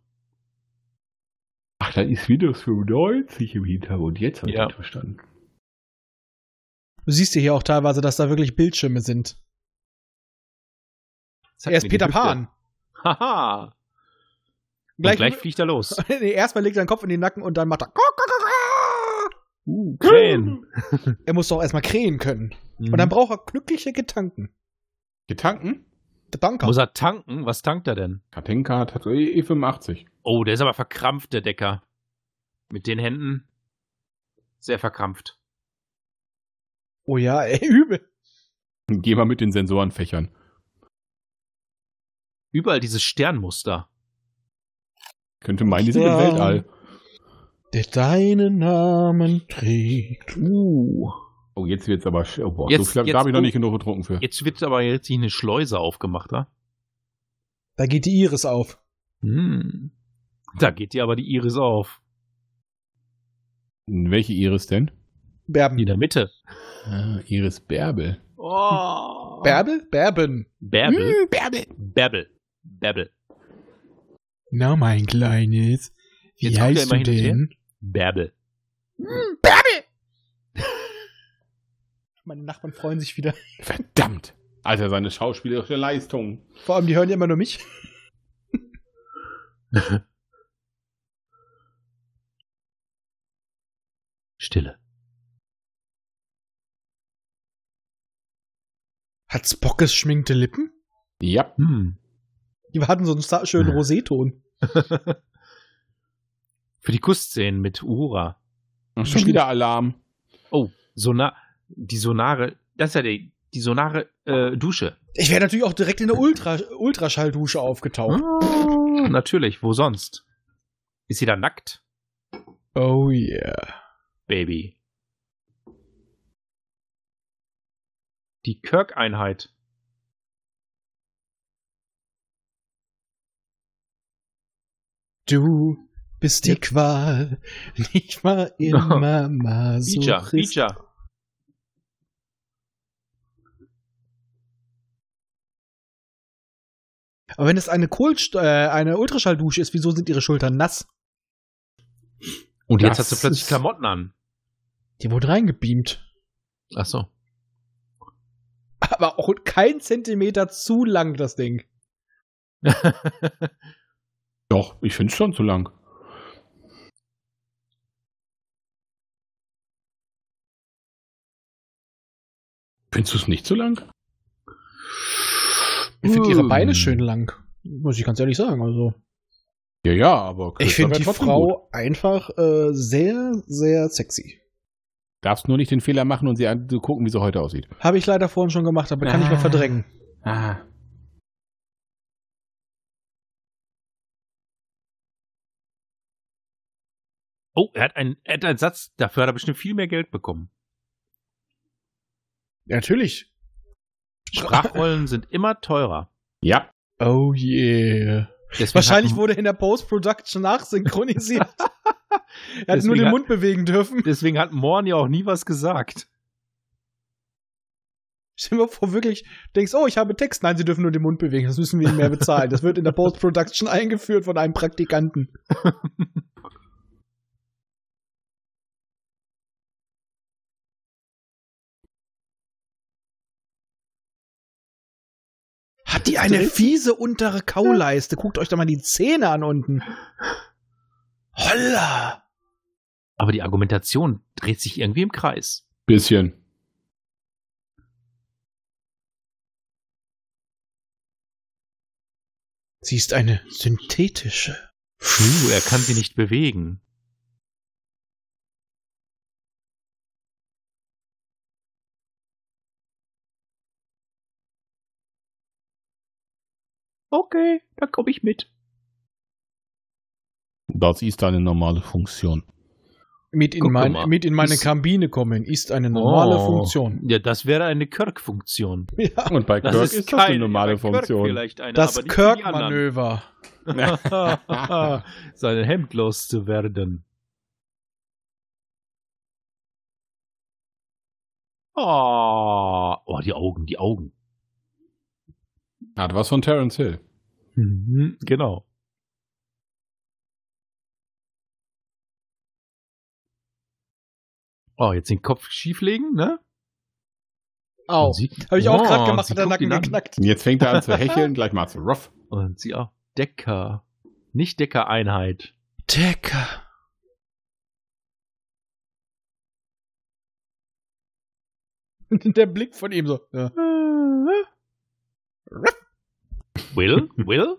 Speaker 5: Ach, da ist Windows 95 im Hintergrund. Jetzt habe ich
Speaker 6: Ja.
Speaker 5: das verstanden.
Speaker 4: Du siehst ja hier auch teilweise, dass da wirklich Bildschirme sind.
Speaker 6: Zeig
Speaker 4: er ist
Speaker 6: mir die
Speaker 4: Peter
Speaker 6: Hüfte.
Speaker 4: Pan.
Speaker 6: Haha. Und
Speaker 4: Gleich-
Speaker 6: Gleich, fliegt er los.
Speaker 4: nee, erstmal legt er den Kopf in den Nacken und dann macht er.
Speaker 6: Uh, Krähen.
Speaker 4: Er muss doch erstmal krähen können. Und
Speaker 6: Mhm.
Speaker 4: dann braucht er glückliche Gedanken.
Speaker 5: Getanken?
Speaker 4: Gedanken.
Speaker 6: Muss er tanken? Was tankt er denn?
Speaker 5: Katinka hat hat E- E85.
Speaker 6: Oh, der ist aber verkrampft, der Decker. Mit den Händen. Sehr verkrampft.
Speaker 4: Oh ja, ey, übel.
Speaker 5: Geh mal mit den Sensorenfächern.
Speaker 6: Überall dieses Sternmuster.
Speaker 5: Könnte meinen, die sind im
Speaker 4: Ja.
Speaker 5: Weltall.
Speaker 4: Der deinen Namen trägt.
Speaker 5: Uh. Oh, jetzt wird's aber. sch- Oh, boah,
Speaker 6: Jetzt-
Speaker 5: so viel,
Speaker 6: jetzt-
Speaker 5: da habe ich noch
Speaker 6: oh.
Speaker 5: nicht genug getrunken für.
Speaker 6: Jetzt wird aber jetzt hier eine Schleuse aufgemacht, da.
Speaker 4: Da geht die Iris auf.
Speaker 6: Hm. Da geht dir aber die Iris auf.
Speaker 5: Hm, Welche Iris denn?
Speaker 4: Berben.
Speaker 6: Die in der Mitte.
Speaker 5: Ah, Iris Bärbel.
Speaker 4: Genau.
Speaker 6: Oh.
Speaker 4: Bärbel? Berben. Hm.
Speaker 6: Bärbel.
Speaker 5: Mm, Bärbel.
Speaker 6: Bärbel. Bärbel.
Speaker 4: Na, mein Kleines. Wie
Speaker 6: Jetzt kommt er
Speaker 4: heißt
Speaker 6: immer
Speaker 4: du
Speaker 6: hin und her.
Speaker 4: denn?
Speaker 6: Bärbel.
Speaker 4: Meine Nachbarn freuen sich wieder.
Speaker 5: Verdammt. Alter, seine schauspielerische Leistung.
Speaker 4: Vor allem, die hören ja immer nur mich.
Speaker 6: Stille.
Speaker 4: Hat Spockes schminkte Lippen?
Speaker 5: Ja.
Speaker 6: Hm.
Speaker 4: Die hatten so einen sta- schönen
Speaker 6: Hm.
Speaker 4: Roseton.
Speaker 6: Für die Kussszenen mit Uhura.
Speaker 5: Schon wieder Alarm.
Speaker 6: Sonar. Die Sonare. Das ist ja die, die Sonare äh, Dusche.
Speaker 4: Ich wäre natürlich auch direkt in der Ultra Ultraschalldusche aufgetaucht.
Speaker 6: Ah, natürlich. Wo sonst? Ist sie da nackt?
Speaker 4: Oh yeah.
Speaker 6: Baby. Die Kirk-Einheit.
Speaker 4: Du bist die Qual, nicht mal immer mal so.
Speaker 6: Bija,
Speaker 4: Christ-
Speaker 6: Bija.
Speaker 4: Aber wenn es eine, Kohlst äh, eine Ultraschalldusche ist, wieso sind ihre Schultern nass?
Speaker 6: Und jetzt
Speaker 5: Das
Speaker 6: hat sie plötzlich
Speaker 5: ist-
Speaker 6: Klamotten an.
Speaker 4: Die wurde reingebeamt.
Speaker 6: Ach so.
Speaker 4: Aber auch kein Zentimeter zu lang, das Ding.
Speaker 5: Doch, ich finde schon zu lang. Findest du es nicht zu lang?
Speaker 4: Ich finde ihre
Speaker 6: Mm.
Speaker 4: Beine schön lang. Muss ich ganz ehrlich sagen. Also.
Speaker 5: Ja, ja, aber
Speaker 4: Ich
Speaker 5: kürzer
Speaker 4: finde
Speaker 5: wär
Speaker 4: die
Speaker 5: trotzdem
Speaker 4: Frau
Speaker 5: gut.
Speaker 4: einfach äh, sehr, sehr sexy.
Speaker 5: Darfst nur nicht den Fehler machen und sie anzugucken, wie sie heute aussieht.
Speaker 4: Habe ich leider vorhin schon gemacht, aber kann ich mal
Speaker 5: Ah.
Speaker 4: verdrängen.
Speaker 5: Ah.
Speaker 6: Oh, er hat einen, er hat einen Satz. Dafür hat er bestimmt viel mehr Geld bekommen.
Speaker 4: Ja, natürlich.
Speaker 6: Sprachrollen sind immer teurer.
Speaker 5: Ja.
Speaker 4: Oh yeah.
Speaker 6: Deswegen
Speaker 4: Wahrscheinlich
Speaker 6: hat,
Speaker 4: wurde in der Post-Production nachsynchronisiert. er hat
Speaker 6: Deswegen
Speaker 4: nur den
Speaker 6: hat-
Speaker 4: Mund bewegen dürfen.
Speaker 6: Deswegen hat Morn ja auch nie was gesagt.
Speaker 4: Stell dir mal vor, wirklich denkst, oh, ich habe Text. Nein, sie dürfen nur den Mund bewegen. Das müssen wir ihnen mehr bezahlen. Das wird in der Post-Production eingeführt von einem Praktikanten. Hat die eine fiese untere Kauleiste? Guckt euch doch mal die Zähne an unten. Holla!
Speaker 6: Aber die Argumentation dreht sich irgendwie im Kreis.
Speaker 5: Bisschen.
Speaker 4: Sie ist eine synthetische.
Speaker 6: Uh, er kann sie nicht bewegen. Okay, da komme ich mit.
Speaker 5: Das ist eine normale Funktion.
Speaker 4: Mit in,
Speaker 6: Guck
Speaker 4: mein,
Speaker 6: mal.
Speaker 4: mit in meine
Speaker 6: Ist-
Speaker 4: Kabine kommen ist eine normale
Speaker 6: Oh.
Speaker 4: Funktion.
Speaker 6: Ja, das wäre eine Kirk-Funktion.
Speaker 4: Ja,
Speaker 5: Und bei Kirk ist, das eine normale
Speaker 6: bei Kirk
Speaker 5: Funktion.
Speaker 6: vielleicht eine,
Speaker 4: das
Speaker 6: aber nicht für die anderen.
Speaker 4: Kirk-Manöver.
Speaker 6: Sein Hemd loszuwerden. Oh, oh, die Augen, die Augen.
Speaker 5: Hat Ah, was von Terence Hill.
Speaker 6: Mhm, genau. Oh, jetzt den Kopf schieflegen, ne?
Speaker 4: Auch.
Speaker 6: Und sie-
Speaker 4: Habe ich auch
Speaker 6: Oh,
Speaker 4: gerade
Speaker 6: und
Speaker 4: gemacht,
Speaker 6: sie
Speaker 4: hat der
Speaker 6: guckt ihn
Speaker 4: Nacken
Speaker 6: an.
Speaker 4: geknackt.
Speaker 5: Und jetzt fängt er an zu hecheln, gleich mal zu rough.
Speaker 6: Und sie auch. Decker. Nicht Decker-Einheit.
Speaker 4: Decker. Der Blick von ihm so. Ja.
Speaker 6: Will? Will?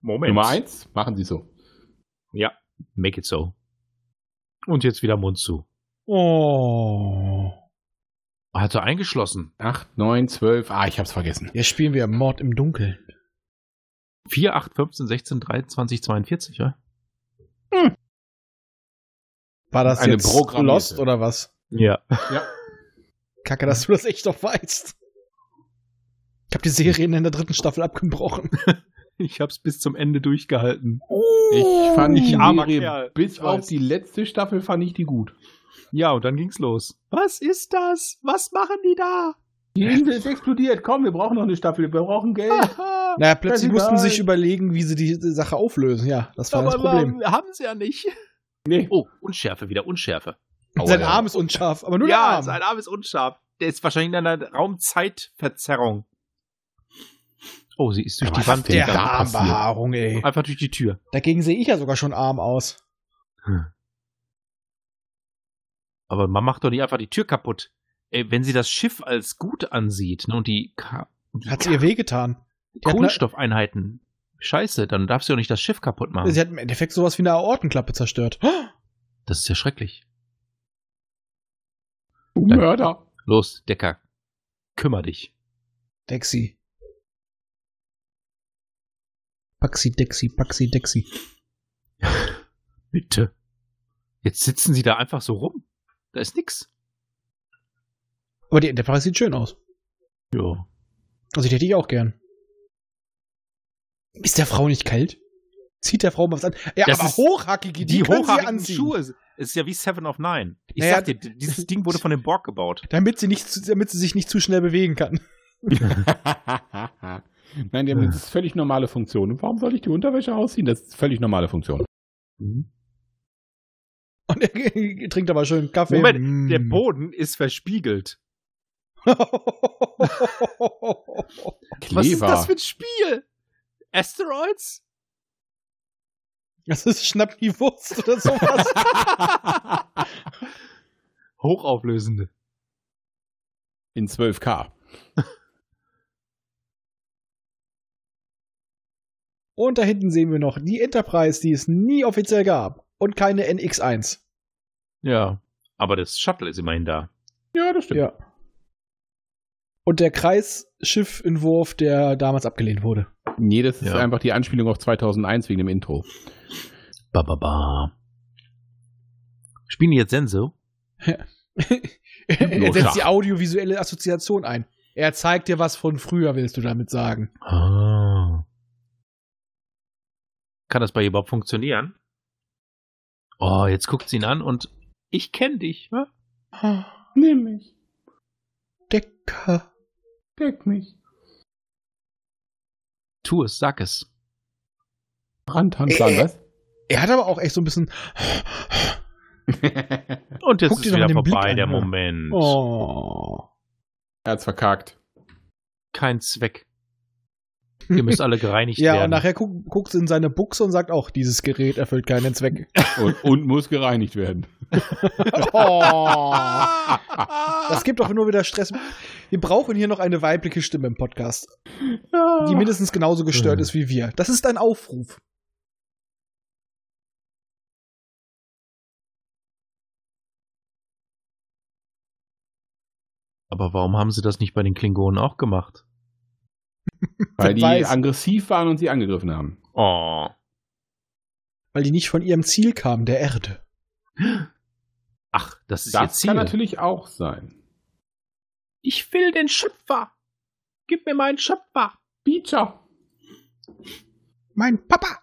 Speaker 6: Moment.
Speaker 5: Nummer eins, machen sie so.
Speaker 6: Ja, make it so. Und jetzt wieder Mund zu.
Speaker 4: Oh.
Speaker 6: Hat er eingeschlossen.
Speaker 5: Acht, neun, zwölf. Ah, ich hab's vergessen.
Speaker 4: Jetzt spielen wir Mord im Dunkeln.
Speaker 3: 4, 8, 15, 16, 23, 42, ja?
Speaker 4: War das
Speaker 5: Eine
Speaker 4: jetzt
Speaker 5: programmierte.
Speaker 4: Lost oder was?
Speaker 3: Ja.
Speaker 4: Kacke, dass du das echt doch weißt. Ich habe die Serien in der dritten Staffel abgebrochen.
Speaker 3: Ich hab's bis zum Ende durchgehalten.
Speaker 5: Ich fand die
Speaker 3: Ich armer
Speaker 5: Serie
Speaker 3: Kerl,
Speaker 5: bis
Speaker 3: ich
Speaker 5: auf
Speaker 3: weiß.
Speaker 5: die letzte Staffel fand ich die gut.
Speaker 3: Ja, und dann ging's los. Was ist das? Was machen die da?
Speaker 5: Die Insel ist explodiert. Komm, wir brauchen noch eine Staffel. Wir brauchen Geld.
Speaker 4: Naja, plötzlich
Speaker 5: Das ist
Speaker 4: mussten sie sich
Speaker 5: egal.
Speaker 4: überlegen, wie sie die Sache auflösen. Ja, das war das Problem.
Speaker 3: haben sie ähm, ja nicht.
Speaker 5: Nee.
Speaker 6: Oh, Unschärfe, wieder Unschärfe.
Speaker 4: Sein Arm ist unscharf, aber nur der
Speaker 6: ja,
Speaker 4: Arm.
Speaker 6: sein Arm ist unscharf. Der ist wahrscheinlich in einer Raumzeitverzerrung. Oh, sie ist durch die Wand
Speaker 4: der
Speaker 6: gegangen.
Speaker 4: Armbehaarung, ey.
Speaker 6: Einfach durch die Tür.
Speaker 4: Dagegen sehe ich ja sogar schon arm aus.
Speaker 6: Aber man macht doch nicht einfach die Tür kaputt. Ey, wenn sie das Schiff als gut ansieht ne, und die, Ka die
Speaker 4: Hat's ihr wehgetan. Die hat
Speaker 6: Kohlenstoffeinheiten. Scheiße, dann darfst du doch nicht das Schiff kaputt machen.
Speaker 4: Sie hat im Endeffekt sowas wie eine Aortenklappe zerstört.
Speaker 6: Das ist ja schrecklich.
Speaker 5: Du Mörder.
Speaker 6: Los, Decker. Kümmer dich.
Speaker 4: Dexi. Paxi, Dexi, Paxi, Dexi.
Speaker 6: Bitte. Jetzt sitzen sie da einfach so rum. Da ist nix.
Speaker 4: Aber die Enterprise sieht schön aus.
Speaker 6: Ja.
Speaker 4: Also die hätte ich auch gern. Ist der Frau nicht kalt? Zieht der Frau mal was an? Ja,
Speaker 6: Das
Speaker 4: aber
Speaker 6: ist-
Speaker 4: hochhackige, die, können sie anziehen.
Speaker 6: Schuhe. Es ist ja wie Seven of Nine. Ich
Speaker 4: Naja,
Speaker 6: sag dir, d- dieses Ding wurde von dem Borg gebaut.
Speaker 4: Damit sie, nicht, zu- damit sie sich nicht zu schnell bewegen kann.
Speaker 5: Nein, die haben- das ist völlig normale Funktion. Und warum soll ich die Unterwäsche ausziehen? Das ist völlig normale Funktion.
Speaker 4: Und er trinkt aber schön Kaffee.
Speaker 6: Moment,
Speaker 4: Mm.
Speaker 6: der Boden ist verspiegelt. Was ist das für ein Spiel? Asteroids?
Speaker 4: das ist Schnapp die Wurst oder sowas.
Speaker 6: Hochauflösende.
Speaker 5: In 12K.
Speaker 4: Und da hinten sehen wir noch die Enterprise, die es nie offiziell gab. Und keine NX1.
Speaker 6: Ja. Aber das Shuttle ist immerhin da.
Speaker 5: Ja, das stimmt.
Speaker 4: Ja. Und der Kreisschiffentwurf, der damals abgelehnt wurde.
Speaker 5: Nee, das ist
Speaker 6: Ja.
Speaker 5: einfach die Anspielung auf 2001 wegen dem Intro.
Speaker 6: Ba, ba, ba. Spielen die jetzt Senso?
Speaker 4: er
Speaker 6: Hypnose.
Speaker 4: setzt die audiovisuelle Assoziation ein. Er zeigt dir was von früher, willst du damit sagen.
Speaker 6: Ah. Kann das bei ihr überhaupt funktionieren? Oh, jetzt guckt sie ihn an und ich kenne dich. wa?
Speaker 5: Ah, Nimm mich.
Speaker 4: Decker.
Speaker 5: Deck mich.
Speaker 6: Tu es, sag es.
Speaker 5: Brandhandplan, was?
Speaker 4: Er hat aber auch echt so ein bisschen.
Speaker 6: Und jetzt
Speaker 4: Guck dir
Speaker 6: ist
Speaker 4: doch
Speaker 6: wieder
Speaker 4: den Blick
Speaker 6: vorbei
Speaker 4: an,
Speaker 6: der
Speaker 4: ja.
Speaker 6: Moment.
Speaker 4: Oh.
Speaker 5: Er hat's verkackt.
Speaker 6: Kein Zweck. Ihr müsst alle gereinigt
Speaker 4: ja,
Speaker 6: werden.
Speaker 4: und nachher guck, guckt sie in seine Buchse und sagt auch, dieses Gerät erfüllt keinen Zweck.
Speaker 5: Und, und muss gereinigt werden.
Speaker 4: Oh. Das gibt doch nur wieder Stress. Wir brauchen hier noch eine weibliche Stimme im Podcast, die mindestens genauso
Speaker 5: Mhm.
Speaker 4: gestört ist wie wir. Das ist ein Aufruf.
Speaker 6: Aber warum haben sie das nicht bei den Klingonen auch gemacht?
Speaker 5: Weil die
Speaker 4: Weiß.
Speaker 5: aggressiv waren und sie angegriffen haben.
Speaker 6: Oh.
Speaker 4: Weil die nicht von ihrem Ziel kamen, der Erde.
Speaker 6: Ach, das ist
Speaker 5: Das
Speaker 6: ihr
Speaker 5: kann
Speaker 6: Ziel.
Speaker 5: natürlich auch sein.
Speaker 6: ich will den Schöpfer. Gib mir meinen Schöpfer.
Speaker 5: Beacher.
Speaker 4: Mein Papa!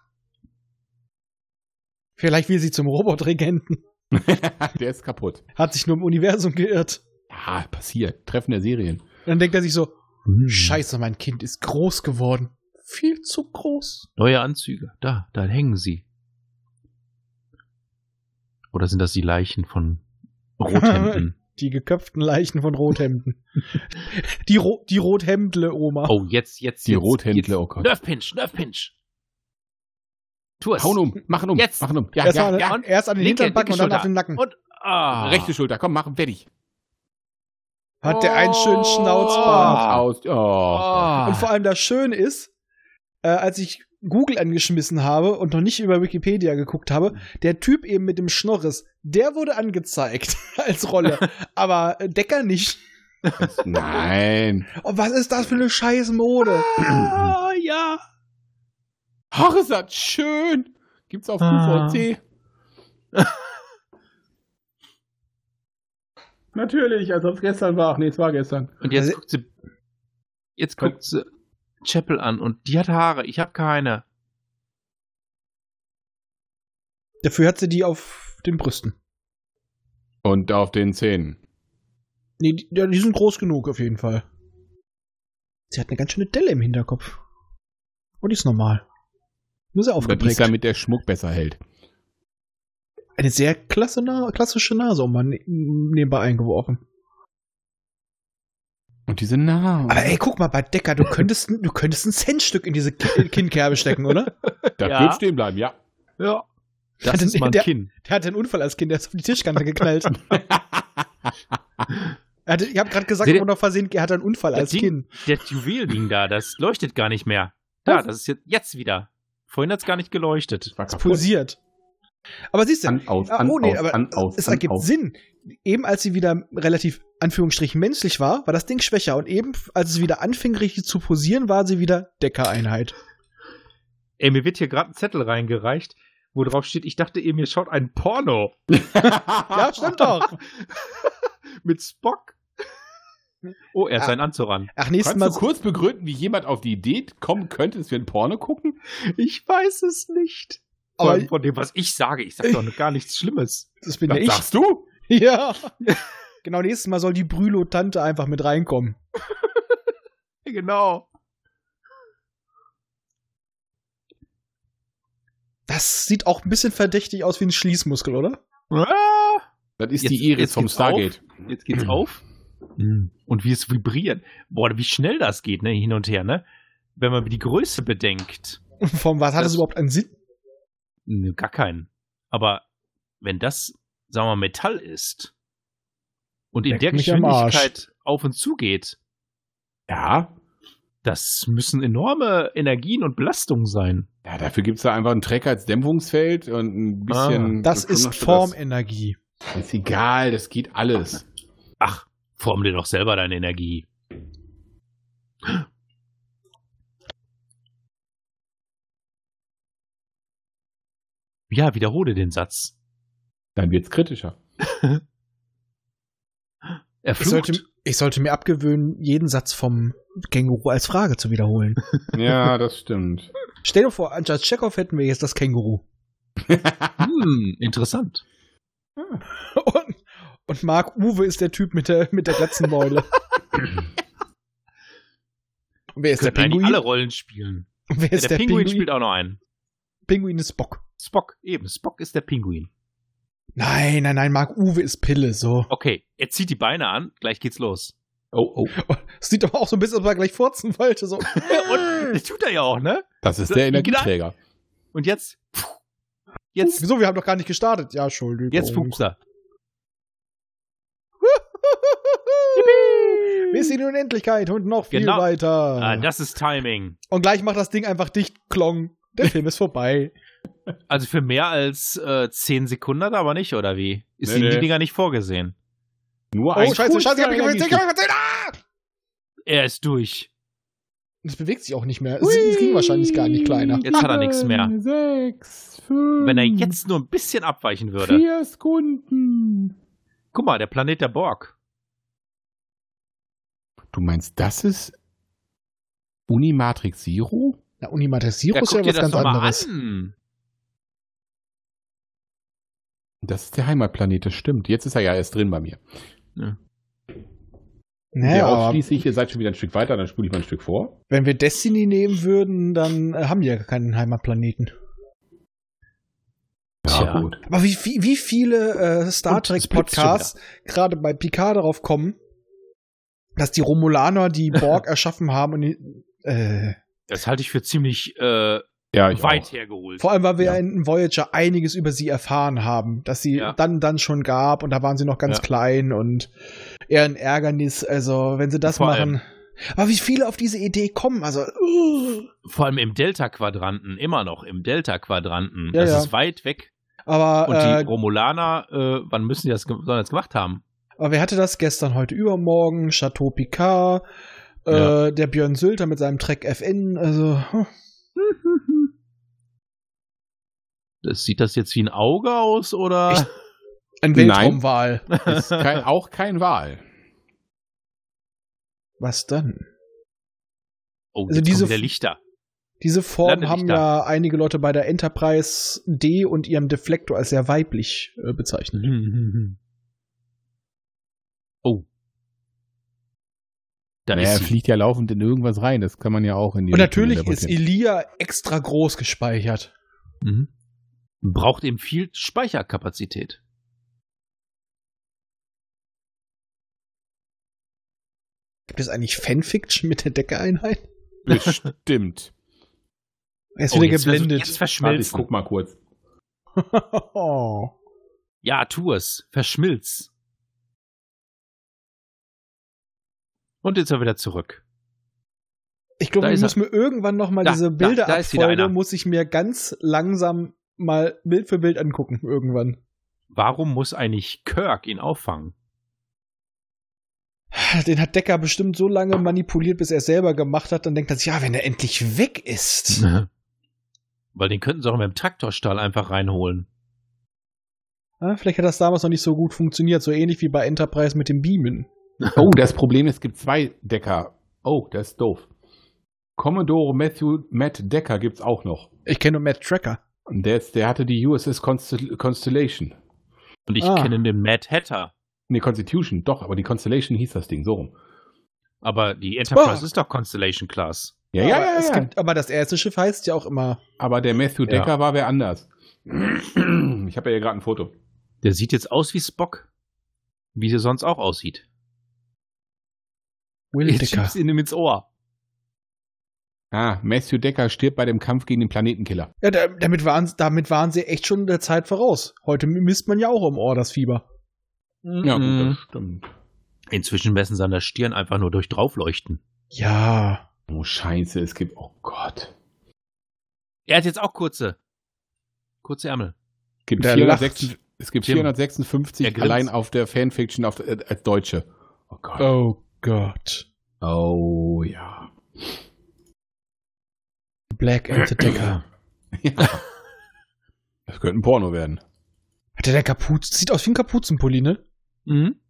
Speaker 4: Vielleicht will sie zum Robotregenten.
Speaker 5: Der ist kaputt.
Speaker 4: Hat sich nur im Universum geirrt.
Speaker 5: Ja, passiert. Treffen der Serien.
Speaker 4: Dann denkt er sich so,
Speaker 6: Hm.
Speaker 5: Mhm.
Speaker 4: scheiße, mein Kind ist groß geworden. Viel zu groß.
Speaker 6: Neue Anzüge. Da, da hängen sie. Oder sind das die Leichen von Rothemden?
Speaker 4: Die geköpften Leichen von Rothemden. die, Ro die Rothemdle, Oma.
Speaker 6: oh, jetzt, jetzt,
Speaker 5: Die
Speaker 6: jetzt.
Speaker 5: Rothändler,
Speaker 6: jetzt.
Speaker 5: oh Gott.
Speaker 6: Nerve Pinch, Nerve Pinch. Tu es.
Speaker 5: Hauen um, machen um,
Speaker 6: Jetzt.
Speaker 5: machen um. Ja,
Speaker 4: erst,
Speaker 5: ja,
Speaker 4: mal,
Speaker 5: ja.
Speaker 6: und
Speaker 4: erst an den
Speaker 6: linke,
Speaker 4: Hinternbacken
Speaker 6: linke
Speaker 4: und dann
Speaker 6: Schulter.
Speaker 4: auf den
Speaker 5: Oh.
Speaker 4: Nacken.
Speaker 6: Und, ah.
Speaker 5: Rechte Schulter, komm, machen, fertig.
Speaker 4: Hat der einen schönen Schnauzbart.
Speaker 6: Ah.
Speaker 5: Aus. Oh.
Speaker 4: Und
Speaker 6: Ah.
Speaker 4: vor allem das Schöne ist, äh, als ich Google angeschmissen habe und noch nicht über Wikipedia geguckt habe, der Typ eben mit dem Schnorris, der wurde angezeigt als Rolle, aber äh, Decker nicht.
Speaker 5: Nein.
Speaker 4: Oh, was ist das für eine scheiß Mode?
Speaker 6: Ah, ja.
Speaker 5: Horizont, schön. Gibt's auf
Speaker 6: Ah.
Speaker 5: QVC. Ah. Natürlich, als ob es gestern war. Ach nee, es war gestern.
Speaker 6: Und jetzt
Speaker 4: Also-
Speaker 6: guckt sie. Jetzt guckt sie Chapel an und die hat Haare. Ich habe keine.
Speaker 4: Dafür hat sie die auf den Brüsten.
Speaker 5: Und auf den Zähnen.
Speaker 4: Nee, die, ja, die sind groß genug auf jeden Fall. Sie hat eine ganz schöne Delle im Hinterkopf. Und die ist normal. Nur sehr
Speaker 5: Das ist,
Speaker 4: aufgeprägt.
Speaker 5: damit der Schmuck besser hält.
Speaker 4: Eine sehr klasse Na klassische Nase, um mal ne nebenbei eingeworfen.
Speaker 5: Und diese Namen.
Speaker 4: Aber ey, guck mal, bei Decker, du könntest, du könntest ein Centstück in diese Ki- Kinnkerbe stecken, oder?
Speaker 5: Das
Speaker 6: Ja.
Speaker 5: wird stehen bleiben, ja.
Speaker 4: Der
Speaker 6: Ja. Das
Speaker 4: hatte-
Speaker 6: ist mein
Speaker 4: der-
Speaker 6: Kinn.
Speaker 4: Der hatte einen Unfall als Kind, der ist auf die Tischkante geknallt. Er hatte, ich habe gerade gesagt,
Speaker 6: Seht ihr-
Speaker 4: aber noch versehen, er hatte einen Unfall
Speaker 6: Das
Speaker 4: als
Speaker 6: Ding-
Speaker 4: Kind.
Speaker 6: Das Juwelding da, das leuchtet gar nicht mehr. Da, das ist jetzt, jetzt wieder. Vorhin hat's gar nicht geleuchtet.
Speaker 5: Das war kaputt.
Speaker 4: Pulsiert. Aber siehst du,
Speaker 5: An, aus,
Speaker 4: Ah,
Speaker 5: an,
Speaker 4: oh, nee,
Speaker 5: aus,
Speaker 4: aber
Speaker 5: an, aus,
Speaker 4: es
Speaker 5: an,
Speaker 4: ergibt
Speaker 5: aus.
Speaker 4: Sinn. Eben als sie wieder relativ Anführungsstrichen menschlich war, war das Ding schwächer. Und eben als es wieder anfing, richtig zu posieren, war sie wieder Deckereinheit.
Speaker 6: Ey, mir wird hier gerade ein Zettel reingereicht, wo drauf steht, ich dachte eben, ihr schaut ein Porno
Speaker 4: Ja, stimmt doch.
Speaker 6: mit Spock. Oh, er ist
Speaker 4: Ah.
Speaker 6: sein Anzug an.
Speaker 4: Ach, nächstes
Speaker 5: Kannst
Speaker 4: Mal.
Speaker 5: du kurz begründen, wie jemand auf die Idee kommen könnte, dass wir ein Porno gucken?
Speaker 6: Ich weiß es nicht.
Speaker 4: Aber
Speaker 6: Von, von dem, was ich sage, ich sage doch gar nichts Schlimmes.
Speaker 4: das bin
Speaker 5: Das
Speaker 4: ja ich.
Speaker 5: sagst du?
Speaker 4: Ja. genau, nächstes Mal soll die Brülo-Tante einfach mit reinkommen.
Speaker 6: Genau.
Speaker 4: Das sieht auch ein bisschen verdächtig aus wie ein Schließmuskel, oder?
Speaker 6: Ah!
Speaker 5: Das ist
Speaker 6: Jetzt-
Speaker 5: die Iris
Speaker 6: jetzt
Speaker 5: vom
Speaker 6: geht's
Speaker 5: Stargate.
Speaker 6: Jetzt geht's auf.
Speaker 4: Mm.
Speaker 6: Und wie es vibriert. Boah, wie schnell das geht, ne? Hin und her, ne? Wenn man die Größe bedenkt.
Speaker 4: Vom was hat
Speaker 6: Das-
Speaker 4: das überhaupt einen Sinn?
Speaker 6: Nö, Gar keinen. Aber wenn das, sagen wir mal, Metall ist und in
Speaker 4: Leck
Speaker 6: der
Speaker 4: mich am Arsch.
Speaker 6: Geschwindigkeit auf und zu geht,
Speaker 5: Ja.
Speaker 6: das müssen enorme Energien und Belastungen sein.
Speaker 5: Ja, dafür gibt's da einfach einen Trecker als Dämpfungsfeld und ein bisschen.
Speaker 4: Ah. Das
Speaker 5: schon
Speaker 4: ist
Speaker 5: noch für
Speaker 4: Formenergie.
Speaker 5: Das. Ist egal, das geht alles.
Speaker 6: Ach, form dir doch selber deine Energie. Ja, wiederhole den Satz.
Speaker 5: Dann wird's kritischer.
Speaker 6: Er
Speaker 4: Ich sollte,
Speaker 6: flucht.
Speaker 4: ich sollte mir abgewöhnen, jeden Satz vom Känguru als Frage zu wiederholen.
Speaker 5: Ja, das stimmt.
Speaker 4: Stell dir vor, anstatt Chekhov hätten wir jetzt das Känguru.
Speaker 6: Hm, interessant.
Speaker 4: Und, und Marc Uwe ist der Typ mit der, mit der glatzen Mäule. Und wer ist der
Speaker 6: Können eigentlich
Speaker 4: Pinguin?
Speaker 6: alle Rollen spielen.
Speaker 4: Und wer ist
Speaker 6: der,
Speaker 4: der,
Speaker 6: Pinguin,
Speaker 4: Pinguin?
Speaker 6: spielt auch noch einen.
Speaker 4: Pinguin ist Bock.
Speaker 6: Spock, eben. Spock ist der Pinguin.
Speaker 4: Nein, nein, nein, Marc Uwe ist Pille, so.
Speaker 6: Okay, er zieht die Beine an, gleich geht's los.
Speaker 5: Oh, oh.
Speaker 4: Das sieht aber auch so ein bisschen, als ob er gleich furzen wollte, so.
Speaker 6: Und das tut er ja auch, ne?
Speaker 5: Das ist
Speaker 6: So,
Speaker 5: der
Speaker 6: wie gesagt-
Speaker 5: Energieträger.
Speaker 6: Und jetzt. pff, Jetzt,
Speaker 4: Wieso, wir haben doch gar nicht gestartet. Ja, Entschuldigung.
Speaker 6: jetzt pupst er.
Speaker 4: Bis in die Unendlichkeit und noch viel
Speaker 6: Genau.
Speaker 4: weiter.
Speaker 6: Ah, das ist Timing.
Speaker 4: und gleich macht das Ding einfach dicht, klong. Der Film ist vorbei.
Speaker 6: Also für mehr als äh, 10 Sekunden hat er aber nicht, oder wie? Ist
Speaker 5: Nee,
Speaker 6: die
Speaker 5: nee.
Speaker 6: Liga nicht vorgesehen.
Speaker 5: Nur
Speaker 4: Oh,
Speaker 5: ein
Speaker 4: scheiße, scheiße, ich hab mich
Speaker 5: Kugelschreiber-
Speaker 4: gewinnt, ich hab mich gewinnt, ah!
Speaker 6: Er ist durch.
Speaker 4: Und Es bewegt sich auch nicht mehr. Es, es ging wahrscheinlich gar nicht kleiner.
Speaker 6: Jetzt hat er nichts mehr.
Speaker 5: Sechs, fünf,
Speaker 6: Wenn er jetzt nur ein bisschen abweichen würde.
Speaker 5: vier Sekunden.
Speaker 6: Guck mal, der Planet der Borg.
Speaker 5: Du meinst, das ist Unimatrix Zero?
Speaker 4: Na, Unimatrix-Zero
Speaker 6: Ja,
Speaker 4: ist
Speaker 6: guck
Speaker 4: ja
Speaker 6: dir
Speaker 4: was
Speaker 6: das
Speaker 4: ganz
Speaker 6: doch mal
Speaker 4: anderes.
Speaker 6: an.
Speaker 5: Das ist der Heimatplanet, das stimmt. Jetzt ist er ja erst drin bei mir.
Speaker 4: Naja,
Speaker 5: ja,
Speaker 4: aber
Speaker 5: ausschließlich, ihr seid schon wieder ein Stück weiter, dann spule ich mal ein Stück vor.
Speaker 4: wenn wir Destiny nehmen würden, dann äh, haben die ja keinen Heimatplaneten.
Speaker 6: Tja.
Speaker 5: gut.
Speaker 4: Aber wie, wie, wie viele äh, Star
Speaker 6: Und es
Speaker 4: Trek
Speaker 6: blitzt schon
Speaker 4: Podcasts gerade bei Picard darauf kommen, dass die Romulaner die Borg erschaffen haben und die, äh,
Speaker 6: Das halte ich für ziemlich äh,
Speaker 5: Ja, ich
Speaker 6: weit
Speaker 5: auch.
Speaker 6: hergeholt.
Speaker 4: vor allem, weil wir
Speaker 5: Ja.
Speaker 4: in Voyager einiges über sie erfahren haben, dass sie
Speaker 6: Ja.
Speaker 4: dann dann schon gab und da waren sie noch ganz
Speaker 6: Ja.
Speaker 4: klein und eher ein Ärgernis. Also wenn sie das
Speaker 6: Vor allem.
Speaker 4: machen. Aber wie viele auf diese Idee kommen? Also uh,
Speaker 6: Vor allem im Delta-Quadranten, immer noch im Delta-Quadranten.
Speaker 4: Ja,
Speaker 6: das
Speaker 4: ja.
Speaker 6: ist weit weg.
Speaker 4: aber
Speaker 6: Und
Speaker 4: äh,
Speaker 6: die Romulaner, äh, wann müssen die das, ge- sollen das gemacht haben?
Speaker 4: Aber wer hatte das gestern, heute, übermorgen? Chateau Picard, äh, der Björn Sülter mit seinem Trek FN, also. hm.
Speaker 6: Das, sieht das jetzt wie ein Auge aus oder?
Speaker 4: Ein
Speaker 5: Nein.
Speaker 4: Weltraumwahl.
Speaker 5: Ist kein, auch kein Wal.
Speaker 4: Was dann?
Speaker 6: Oh,
Speaker 4: Also
Speaker 6: jetzt
Speaker 4: diese-
Speaker 6: kommen wieder Lichter.
Speaker 4: Diese Form
Speaker 6: Lande
Speaker 4: haben
Speaker 6: nicht da.
Speaker 4: ja einige Leute bei der Enterprise D und ihrem Deflektor als sehr weiblich äh, bezeichnet.
Speaker 6: Hm. Oh. Da
Speaker 5: Naja, er
Speaker 6: ist sie.
Speaker 5: fliegt ja laufend in irgendwas rein. Das kann man ja auch in die
Speaker 4: Und natürlich ist
Speaker 5: interpretieren.
Speaker 4: Elia extra groß gespeichert.
Speaker 6: Mhm. Braucht eben viel Speicherkapazität.
Speaker 4: Gibt es eigentlich Fanfiction mit der Decke-Einheit?
Speaker 5: Bestimmt.
Speaker 4: Er ist
Speaker 6: Oh,
Speaker 4: wieder
Speaker 6: jetzt versuch-
Speaker 4: geblendet.
Speaker 5: Warte,
Speaker 6: Jetzt
Speaker 5: ich
Speaker 6: verschmilzt.
Speaker 5: guck mal kurz.
Speaker 4: oh.
Speaker 6: Ja, tu es. Verschmilz. Und jetzt er wieder zurück.
Speaker 4: Ich glaube,
Speaker 6: Da
Speaker 4: ich
Speaker 6: ist
Speaker 4: muss mir irgendwann noch mal
Speaker 6: Da,
Speaker 4: diese
Speaker 6: da, da ist wieder
Speaker 4: Bilderabfolge,
Speaker 6: einer.
Speaker 4: muss ich mir ganz langsam mal Bild für Bild angucken irgendwann.
Speaker 6: Warum muss eigentlich Kirk ihn auffangen?
Speaker 4: Den hat Decker bestimmt so lange manipuliert, bis er es selber gemacht hat. Dann denkt er sich, ja, wenn er endlich weg ist.
Speaker 6: Weil den könnten sie auch mit dem Traktorstall einfach reinholen.
Speaker 4: Ja, vielleicht hat das damals noch nicht so gut funktioniert, so ähnlich wie bei Enterprise mit dem Beamen.
Speaker 5: Oh, das Problem ist, es gibt zwei Decker. Oh, das ist doof. Commodore Matthew Matt Decker gibt's auch noch.
Speaker 4: Ich kenne nur Matt Tracker.
Speaker 5: Und Der, ist, der hatte die USS Constel- Constellation.
Speaker 6: Und ich
Speaker 4: Ah.
Speaker 6: kenne den Mad Hatter.
Speaker 5: Nee, Constitution, doch, aber die Constellation hieß das Ding so rum.
Speaker 6: Aber die Enterprise
Speaker 4: Spock.
Speaker 6: ist doch Constellation Class.
Speaker 5: Ja, ja,
Speaker 4: aber,
Speaker 5: ja,
Speaker 4: es
Speaker 5: ja.
Speaker 4: Gibt, aber das erste Schiff heißt ja auch immer.
Speaker 5: aber der Matthew
Speaker 6: Ja.
Speaker 5: Decker war wer anders. Ich habe ja hier gerade ein Foto.
Speaker 6: Der sieht jetzt aus wie Spock. Wie der sonst auch aussieht.
Speaker 4: Will
Speaker 6: Jetzt
Speaker 4: Decker.
Speaker 6: schiebst ihn ihm ins Ohr.
Speaker 5: Ah, Matthew Decker stirbt bei dem Kampf gegen den Planetenkiller.
Speaker 4: Ja, da, damit, waren, damit waren sie echt schon der Zeit voraus. Heute misst man ja auch im Ohr das Fieber.
Speaker 5: Ja, gut,
Speaker 6: Mhm.
Speaker 5: das stimmt.
Speaker 6: Inzwischen messen sie an der Stirn einfach nur durch draufleuchten.
Speaker 4: Ja.
Speaker 5: Oh, scheiße, es gibt, oh Gott.
Speaker 6: Er hat jetzt auch kurze. Kurze Ärmel.
Speaker 5: Es gibt,
Speaker 4: Der
Speaker 5: 456, es gibt
Speaker 6: Tim.
Speaker 5: 456
Speaker 6: Er grinst.
Speaker 5: allein auf der Fanfiction auf, äh, als Deutsche. Oh Gott.
Speaker 4: Oh Gott.
Speaker 5: Oh ja.
Speaker 4: Black and the Decker.
Speaker 5: ja. Das könnte ein Porno werden.
Speaker 4: Hat der der Kapuze? Sieht aus wie ein Kapuzenpulli, ne?
Speaker 6: Mhm.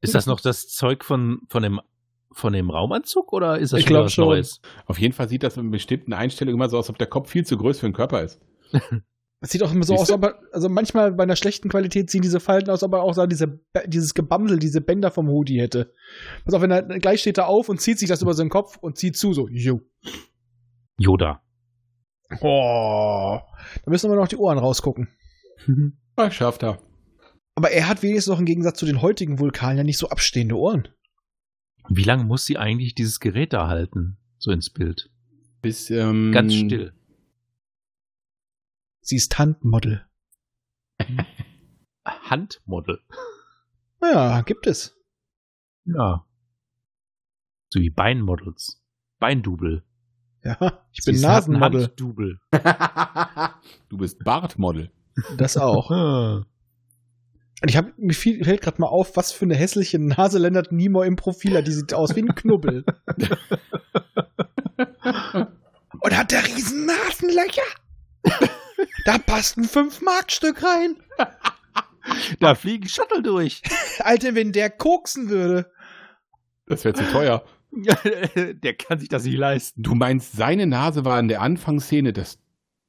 Speaker 6: Ist das noch das Zeug von, von, dem, von dem Raumanzug oder ist das
Speaker 4: Ich
Speaker 6: schon wieder
Speaker 4: glaub
Speaker 6: was
Speaker 4: schon.
Speaker 6: Neues?
Speaker 5: Auf jeden Fall sieht das in bestimmten Einstellungen immer so aus, als ob der Kopf viel zu groß für den Körper ist.
Speaker 4: Es sieht auch immer so
Speaker 5: Siehst
Speaker 4: aus, aber also manchmal bei einer schlechten Qualität sehen diese Falten aus, aber auch so diese, dieses Gebamsel, diese Bänder vom Hoodie hätte. Pass auf, wenn er gleich steht er auf und zieht sich das über seinen Kopf und zieht zu, so, jo.
Speaker 6: Yoda.
Speaker 4: Oh. Da müssen aber noch die Ohren rausgucken.
Speaker 5: Ah, schafft er.
Speaker 4: Aber er hat wenigstens noch im Gegensatz zu den heutigen Vulkanen ja nicht so abstehende Ohren.
Speaker 6: Wie lange muss sie eigentlich dieses Gerät da halten? So ins Bild.
Speaker 5: Bis, ähm,
Speaker 6: Ganz still.
Speaker 4: Sie ist Handmodel.
Speaker 6: Handmodel.
Speaker 4: Ja, gibt es.
Speaker 6: Ja. So wie Beinmodels. Beindouble.
Speaker 4: Ja, ich
Speaker 6: Sie
Speaker 4: bin
Speaker 6: ist- hat ein
Speaker 4: Nasenmodel.
Speaker 6: Handdouble.
Speaker 5: du bist Bartmodel.
Speaker 4: Das auch. Und ich habe mir viel, fällt gerade mal auf, was für eine hässliche Nase Leonard Nimoy im Profil hat. Die sieht aus wie ein Knubbel. Und hat der riesen Nasenlöcher. Da passt ein 5-Mark-Stück rein.
Speaker 6: Da fliegen Shuttle durch.
Speaker 4: Alter, wenn der koksen würde.
Speaker 5: Das wäre zu teuer.
Speaker 6: Der kann sich das nicht leisten.
Speaker 5: Du meinst, seine Nase war in der Anfangsszene das,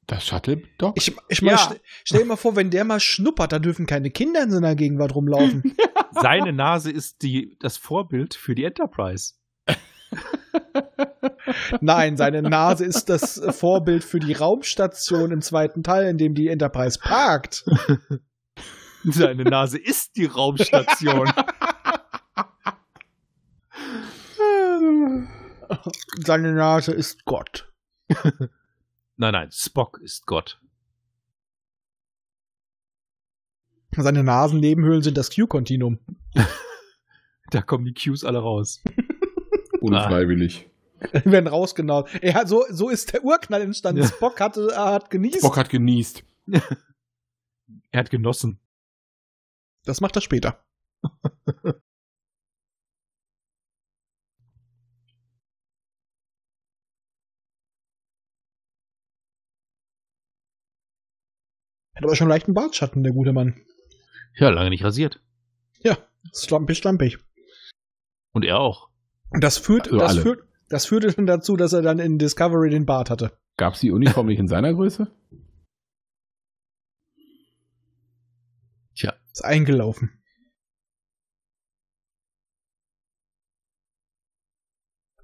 Speaker 5: das Shuttle-Dock?
Speaker 4: Ich, ich meine,
Speaker 6: Ja.
Speaker 4: st stell dir mal vor, wenn der mal schnuppert, da dürfen keine Kinder in seiner Gegenwart rumlaufen.
Speaker 6: Seine Nase ist die, das Vorbild für die Enterprise.
Speaker 4: Nein, seine Nase ist das Vorbild für die Raumstation im zweiten Teil, in dem die Enterprise parkt.
Speaker 6: Seine Nase ist die Raumstation.
Speaker 4: Seine Nase ist Gott.
Speaker 6: Nein, nein, Spock ist Gott.
Speaker 4: Seine Nasennebenhöhlen sind das Q-Kontinuum.
Speaker 6: Da kommen die Cues alle raus.
Speaker 5: Unfreiwillig.
Speaker 4: Die werden rausgenaut. Ja, so, so ist der Urknall entstanden.
Speaker 6: Ja.
Speaker 4: Spock hatte, er hat genießt.
Speaker 5: Bock hat genießt.
Speaker 6: Er hat genossen.
Speaker 4: Das macht er später. Hat aber schon leicht einen Bartschatten, der gute Mann.
Speaker 6: Ja, lange nicht rasiert.
Speaker 4: Schlampig, schlampig.
Speaker 6: Und er auch.
Speaker 4: Und das führt,
Speaker 5: Also
Speaker 4: das
Speaker 5: alle.
Speaker 4: führt, das führte dann dazu, dass er dann in Discovery den Bart hatte.
Speaker 5: Gab's die Uniform nicht in seiner Größe?
Speaker 4: Ist eingelaufen.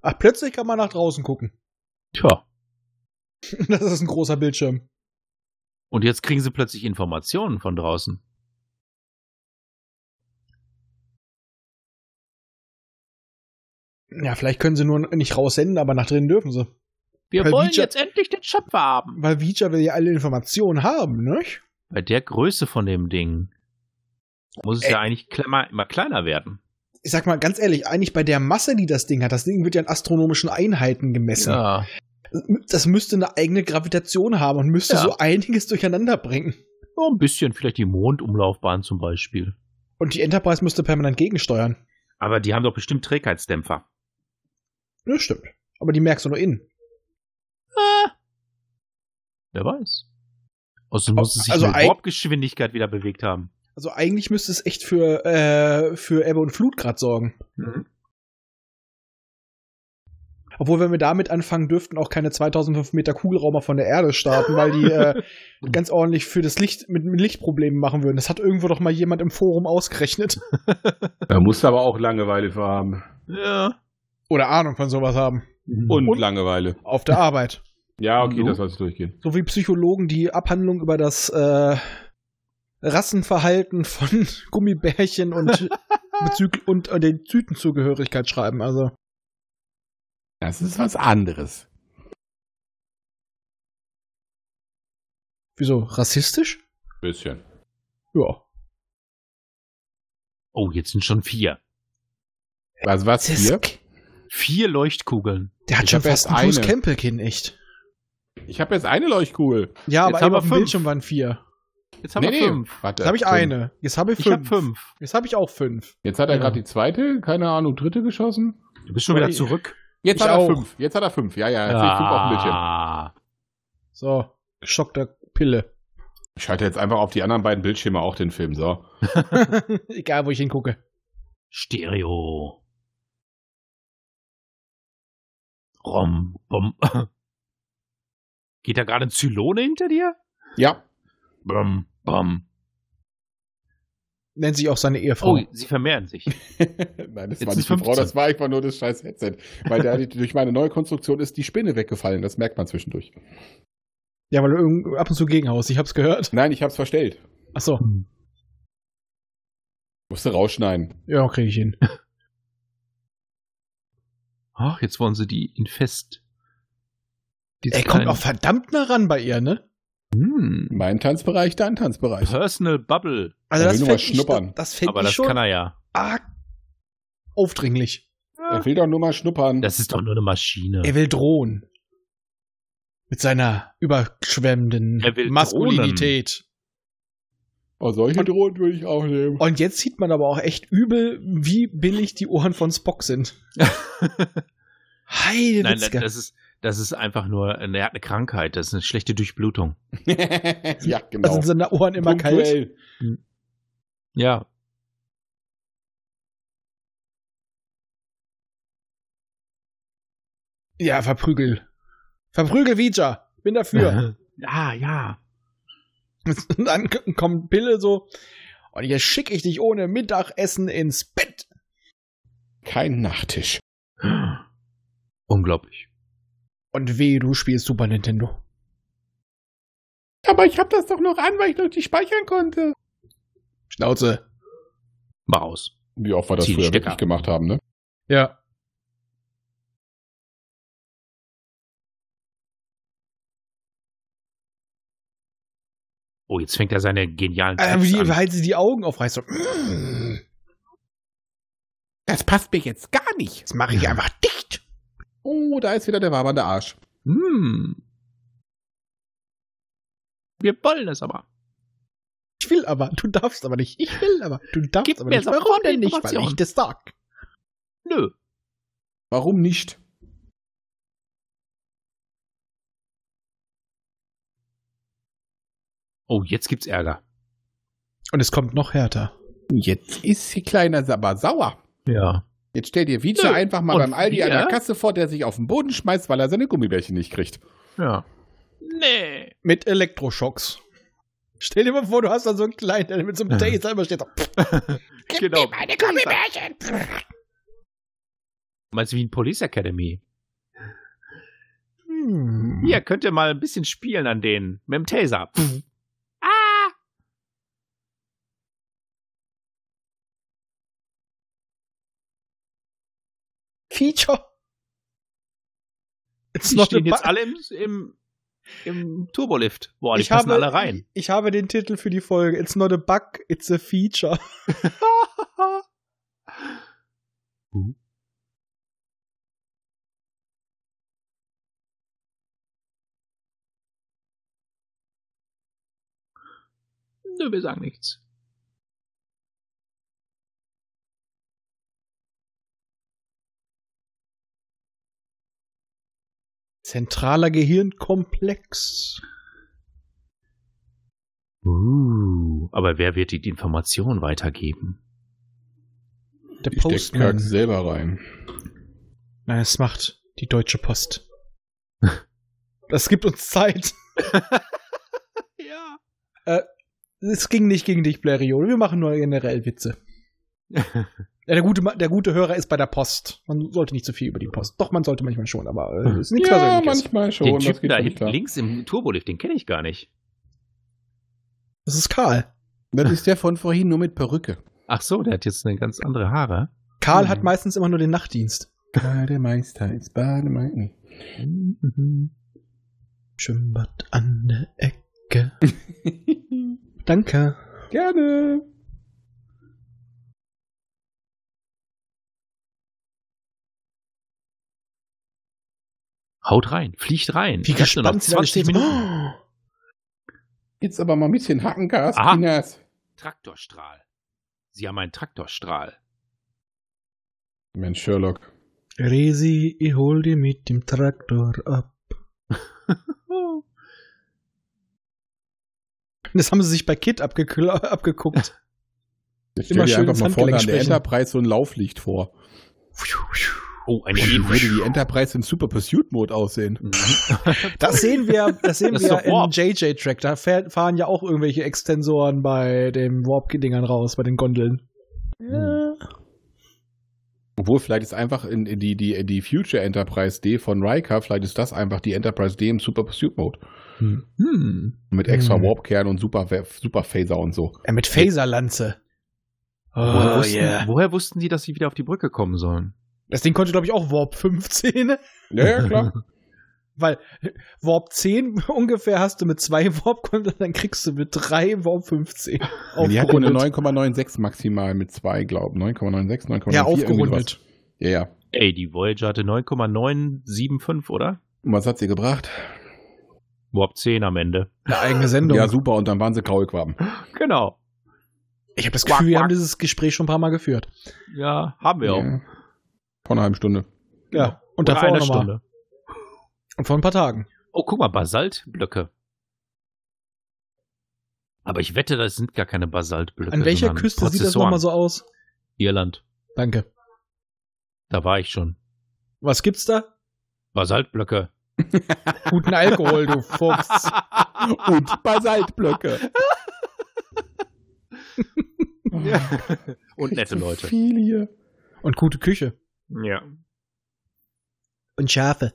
Speaker 4: Ach, plötzlich kann man nach draußen gucken.
Speaker 6: Tja.
Speaker 4: Das ist ein großer Bildschirm.
Speaker 6: Und jetzt kriegen sie plötzlich Informationen von draußen.
Speaker 4: Ja, vielleicht können sie nur nicht raussenden, aber nach drinnen dürfen sie.
Speaker 6: Wir
Speaker 4: Herr
Speaker 6: wollen
Speaker 4: Wiechert-
Speaker 6: jetzt endlich den Schöpfer haben.
Speaker 4: Weil Vija will ja alle Informationen haben, ne?
Speaker 6: Bei der Größe von dem Ding muss es
Speaker 4: Ey.
Speaker 6: ja eigentlich kle- immer kleiner werden.
Speaker 4: Ich sag mal ganz ehrlich, eigentlich bei der Masse, die das Ding hat, das Ding wird ja in astronomischen Einheiten gemessen.
Speaker 6: Ja.
Speaker 4: Das müsste eine eigene Gravitation haben und müsste
Speaker 6: Ja.
Speaker 4: so einiges durcheinander bringen.
Speaker 6: Nur ein bisschen, vielleicht die Mondumlaufbahn zum Beispiel.
Speaker 4: Und die Enterprise müsste permanent gegensteuern.
Speaker 6: Aber die haben doch bestimmt Trägheitsdämpfer.
Speaker 4: Ja, stimmt. Aber die merkst du nur innen.
Speaker 6: Wer weiß. Außerdem muss es sich
Speaker 4: Also
Speaker 6: mit
Speaker 4: eig-
Speaker 6: Warpgeschwindigkeit wieder bewegt haben.
Speaker 4: Also eigentlich müsste es echt für, äh, für Ebbe und Flut grad sorgen. Obwohl, wenn wir damit anfangen, dürften auch keine 2005 Meter Kugelraumer von der Erde starten, weil die äh, ganz ordentlich für das Licht mit, mit Lichtproblemen machen würden. Das hat irgendwo doch mal jemand im Forum ausgerechnet.
Speaker 5: Da musst du aber auch Langeweile für haben.
Speaker 6: Ja.
Speaker 4: Oder Ahnung von sowas haben.
Speaker 5: Und,
Speaker 4: Und-
Speaker 5: Langeweile.
Speaker 4: Auf der Arbeit.
Speaker 5: Ja, okay,
Speaker 6: Du?
Speaker 5: das soll's durchgehen.
Speaker 4: So wie Psychologen die Abhandlung über das äh, Rassenverhalten von Gummibärchen und, bezüglich und äh, den Tütenzugehörigkeit schreiben. Also.
Speaker 5: Das ist was anderes.
Speaker 4: Wieso? Rassistisch?
Speaker 5: Bisschen.
Speaker 4: Ja.
Speaker 6: Oh, jetzt sind schon vier.
Speaker 5: Was, was hier?
Speaker 6: Vier Leuchtkugeln.
Speaker 4: Der hat
Speaker 5: Ich
Speaker 4: schon
Speaker 5: hab erst
Speaker 4: fast ein Fuß
Speaker 5: eine.
Speaker 4: Kempelkin, echt.
Speaker 5: Ich habe jetzt eine Leuchtkugel.
Speaker 4: Ja,
Speaker 6: Jetzt
Speaker 4: aber
Speaker 6: haben
Speaker 4: eben
Speaker 6: wir
Speaker 4: auf dem
Speaker 6: fünf.
Speaker 4: Bildschirm waren vier.
Speaker 6: Jetzt haben wir fünf.
Speaker 5: Warte,
Speaker 4: Jetzt habe ich
Speaker 5: fünf.
Speaker 4: eine. Jetzt habe ich
Speaker 6: Ich habe
Speaker 4: fünf.
Speaker 6: fünf.
Speaker 4: Jetzt habe ich auch fünf.
Speaker 5: Jetzt hat er
Speaker 4: Ja.
Speaker 5: gerade die zweite, keine Ahnung, dritte geschossen.
Speaker 6: Du bist schon wieder
Speaker 4: Ich-
Speaker 6: zurück.
Speaker 5: Jetzt
Speaker 4: Ich
Speaker 5: hat er
Speaker 4: auch.
Speaker 5: fünf. Jetzt hat er fünf. Ja, ja, jetzt sehe ich fünf auf dem Bildschirm.
Speaker 6: Ah.
Speaker 4: So, geschockter Pille.
Speaker 5: Ich schalte jetzt einfach auf die anderen beiden Bildschirme auch den Film. So.
Speaker 4: Egal, wo ich hingucke.
Speaker 6: Stereo. Rom, bom. Geht da gerade ein Zylone hinter dir?
Speaker 5: Ja.
Speaker 6: Bom, bom.
Speaker 4: Nennt sich auch seine Ehefrau.
Speaker 6: Oh, sie vermehren sich.
Speaker 5: Nein, das
Speaker 6: Jetzt
Speaker 5: war
Speaker 6: sind
Speaker 5: nicht die Frau,
Speaker 6: 15.
Speaker 5: das war einfach nur das scheiß Headset. Weil da, durch meine neue Konstruktion ist die Spinne weggefallen. Das merkt man zwischendurch.
Speaker 4: Ja, weil du irgend- ab und zu gegenhaust. Ich hab's gehört.
Speaker 5: Nein, ich hab's verstellt.
Speaker 4: Ach so.
Speaker 5: Musste rausschneiden.
Speaker 4: Ja, kriege ich hin.
Speaker 6: Ach, jetzt wollen sie die infest. Die
Speaker 4: Er kommt
Speaker 6: kleinen-
Speaker 4: auch verdammt nah ran bei ihr, ne?
Speaker 6: Hm.
Speaker 5: Mein Tanzbereich, dein Tanzbereich.
Speaker 6: Personal Bubble.
Speaker 4: Also
Speaker 5: Er
Speaker 4: das
Speaker 5: will nur
Speaker 4: fänd
Speaker 5: mal
Speaker 4: ich,
Speaker 5: schnuppern.
Speaker 4: das fände
Speaker 6: Aber
Speaker 4: ich
Speaker 6: das
Speaker 4: schon
Speaker 6: kann er ja.
Speaker 4: arg aufdringlich.
Speaker 5: Er will doch nur mal schnuppern.
Speaker 6: Das ist doch nur eine Maschine.
Speaker 4: Er will drohen. Mit seiner überschwemmenden
Speaker 6: Er will
Speaker 4: Maskulinität.
Speaker 5: oh, solche Drohnen würde ich auch nehmen.
Speaker 4: Und jetzt sieht man aber auch echt übel, wie billig die Ohren von Spock sind.
Speaker 6: Nein, das,
Speaker 4: Heidewitzka.
Speaker 6: das ist das ist einfach nur, er hat eine Krankheit, das ist eine schlechte Durchblutung.
Speaker 5: ja, genau.
Speaker 4: Da Also sind seine Ohren immer kalt.
Speaker 5: Punktuell.
Speaker 6: Ja.
Speaker 4: Ja, verprügel. Verprügel Vija. Bin dafür.
Speaker 6: ah, ja.
Speaker 4: Und dann k- kommt Pille so. Und jetzt schicke ich dich ohne Mittagessen ins Bett.
Speaker 5: Kein Nachtisch.
Speaker 6: Unglaublich.
Speaker 4: Und weh, du spielst Super Nintendo.
Speaker 5: Aber ich hab das doch noch an, weil ich noch nicht speichern konnte.
Speaker 4: Schnauze.
Speaker 6: Mach aus.
Speaker 5: Wie oft wir das
Speaker 6: Zieh den
Speaker 5: früher
Speaker 6: Stecker.
Speaker 5: wirklich gemacht haben, ne?
Speaker 4: Ja.
Speaker 6: Oh, jetzt fängt er seine genialen
Speaker 4: Äh,
Speaker 6: Tricks
Speaker 4: wie
Speaker 6: an.
Speaker 4: halt sie die Augen aufreißt. So. Mm.
Speaker 5: Das passt mir jetzt gar nicht.
Speaker 4: Das mache ich einfach dicht.
Speaker 5: Oh, da ist wieder der wabernde Arsch.
Speaker 6: Hm. Wir wollen es aber.
Speaker 4: Ich will aber, du darfst aber nicht. Ich will aber, du darfst
Speaker 6: Gib
Speaker 4: aber
Speaker 6: mir
Speaker 4: nicht.
Speaker 6: sofort
Speaker 4: Warum
Speaker 6: die
Speaker 4: denn nicht? Weil
Speaker 6: Information.
Speaker 4: ich das sag.
Speaker 6: Nö.
Speaker 5: Warum nicht?
Speaker 6: Oh, jetzt gibt's Ärger.
Speaker 4: Und es kommt noch härter.
Speaker 5: Jetzt ist die Kleine aber sauer.
Speaker 6: Ja.
Speaker 5: Jetzt stell dir Vita
Speaker 6: Nö.
Speaker 5: einfach mal
Speaker 6: Und
Speaker 5: beim Aldi an der
Speaker 6: wir?
Speaker 5: Kasse vor, der sich auf den Boden schmeißt, weil er seine Gummibärchen nicht kriegt.
Speaker 6: Ja. Nee.
Speaker 4: Mit Elektroschocks. Stell dir mal vor, du hast da so einen kleinen, der mit so einem Taser immer steht. so, pff,
Speaker 6: genau. meine Meinst du wie in Police Academy?
Speaker 4: Hm.
Speaker 6: Hier, könnt ihr mal ein bisschen spielen an denen. Mit dem Taser.
Speaker 4: Feature. It's
Speaker 6: Die stehen
Speaker 4: a
Speaker 6: jetzt
Speaker 4: bu-
Speaker 6: alle im, im, im Turbolift. Boah, die
Speaker 4: ich
Speaker 6: passen
Speaker 4: habe,
Speaker 6: alle rein.
Speaker 4: Ich, ich habe den Titel für die Folge. It's not a bug, it's a feature.
Speaker 6: Nö, wir sagen nichts.
Speaker 4: Zentraler Gehirnkomplex.
Speaker 6: Uh, aber wer wird die Information weitergeben?
Speaker 4: Der
Speaker 5: Die steckt Kirk
Speaker 4: Postman.
Speaker 5: selber rein.
Speaker 4: Nein, es macht die Deutsche Post. Das gibt uns Zeit.
Speaker 6: Ja.
Speaker 4: Es ging nicht gegen dich, Blériot. Wir machen nur generell Witze. Ja, der, gute, Ma- der gute Hörer ist bei der Post. Man sollte nicht zu viel über die Post. Doch, man sollte manchmal schon, aber äh,
Speaker 6: Mhm.
Speaker 4: ist nichts
Speaker 5: ja,
Speaker 4: Persönliches.
Speaker 5: manchmal schon.
Speaker 6: Den Typen da
Speaker 5: schon
Speaker 6: hinten
Speaker 5: klar.
Speaker 6: links im Turbolift, den kenne ich gar nicht.
Speaker 4: Das ist Karl.
Speaker 5: Das ist der von vorhin nur mit Perücke.
Speaker 6: Ach so, der hat jetzt eine ganz andere Haare.
Speaker 4: Karl
Speaker 5: Mhm.
Speaker 4: hat meistens immer nur den Nachtdienst.
Speaker 5: Bademeister ist Bademeister.
Speaker 6: Mhm.
Speaker 4: Schwimmbad an der Ecke. Danke.
Speaker 5: Gerne.
Speaker 6: Haut rein, fliegt rein.
Speaker 4: Wie
Speaker 6: Ihr habt nur noch
Speaker 4: gespannt sie da alle
Speaker 6: 20
Speaker 4: stehen.
Speaker 6: Minuten.
Speaker 4: Oh,
Speaker 5: Jetzt aber mal ein bisschen Hackengas,
Speaker 6: Aha.
Speaker 5: Kinas.
Speaker 6: Traktorstrahl. Sie haben einen Traktorstrahl.
Speaker 5: Mensch, Sherlock.
Speaker 4: Resi, ich hol dir mit dem Traktor ab.
Speaker 6: Hm.
Speaker 4: Das haben sie sich bei Kid abgekla- abgeguckt.
Speaker 5: Jetzt
Speaker 4: Immer
Speaker 5: stell dir
Speaker 4: schön
Speaker 5: einfach
Speaker 4: ins
Speaker 5: mal vorne
Speaker 4: Handgelenk
Speaker 5: an der
Speaker 4: stechen.
Speaker 5: Enterprise so ein Lauflicht vor.
Speaker 6: Oh, eine
Speaker 5: Wie würde die
Speaker 6: Ebene.
Speaker 5: Enterprise im Super Pursuit Mode aussehen?
Speaker 4: Das sehen wir, das sehen
Speaker 6: Das ist
Speaker 4: wir
Speaker 6: doch Warp.
Speaker 4: in JJ Track. Da fährt, fahren ja auch irgendwelche Extensoren bei den Warp-Dingern raus, bei den Gondeln.
Speaker 5: Obwohl, vielleicht ist einfach in, in die, die, die Future Enterprise D von Riker, vielleicht ist das einfach die Enterprise D im Super Pursuit Mode.
Speaker 6: Hm.
Speaker 5: Mit extra
Speaker 4: Hm.
Speaker 5: Warp-Kern und Super, Super Phaser und so.
Speaker 4: Äh, mit Phaserlanze.
Speaker 6: Woher,
Speaker 4: Oh,
Speaker 6: wussten, woher wussten die, dass sie wieder auf die Brücke kommen sollen?
Speaker 4: Das Ding konnte, glaube ich, auch Warp 15.
Speaker 5: Ja, ja, klar.
Speaker 4: Weil Warp 10 ungefähr hast du mit zwei Warp, dann kriegst du mit drei Warp 15.
Speaker 5: Die hatte eine
Speaker 4: Aufgerundet.
Speaker 5: 9,96 maximal mit zwei, glaube ich. 9,96, 9,94.
Speaker 4: Ja,
Speaker 5: irgendwie
Speaker 4: aufgerundet.
Speaker 5: sowas. Ja, ja.
Speaker 6: Ey, die Voyager hatte 9,975, oder?
Speaker 5: Und was hat sie gebracht?
Speaker 6: Warp 10 am Ende.
Speaker 4: Eine eigene Sendung.
Speaker 5: Ja, super. Und dann waren sie Kaulquappen.
Speaker 6: Genau.
Speaker 4: ich habe das
Speaker 6: Quack,
Speaker 4: Gefühl, wir
Speaker 6: quack.
Speaker 4: haben dieses Gespräch schon ein paar Mal geführt.
Speaker 6: Ja, haben wir auch.
Speaker 5: Vor einer halben Stunde.
Speaker 4: Ja. Und
Speaker 6: Oder
Speaker 4: davor
Speaker 6: einer
Speaker 4: auch noch mal.
Speaker 6: Stunde.
Speaker 4: Und vor ein paar Tagen.
Speaker 6: Oh, guck mal, Basaltblöcke. Aber ich wette, das sind gar keine Basaltblöcke.
Speaker 4: An welcher
Speaker 6: sondern
Speaker 4: Küste sieht das
Speaker 6: Prozessoren.
Speaker 4: nochmal so aus?
Speaker 6: Irland.
Speaker 4: Danke.
Speaker 6: Da war ich schon.
Speaker 4: Was gibt's da?
Speaker 6: Basaltblöcke.
Speaker 4: Guten Alkohol, du Fuchs.
Speaker 5: Und Basaltblöcke.
Speaker 6: Und nette Leute.
Speaker 5: Viel hier.
Speaker 4: Und gute Küche.
Speaker 6: Ja.
Speaker 4: Und Schafe.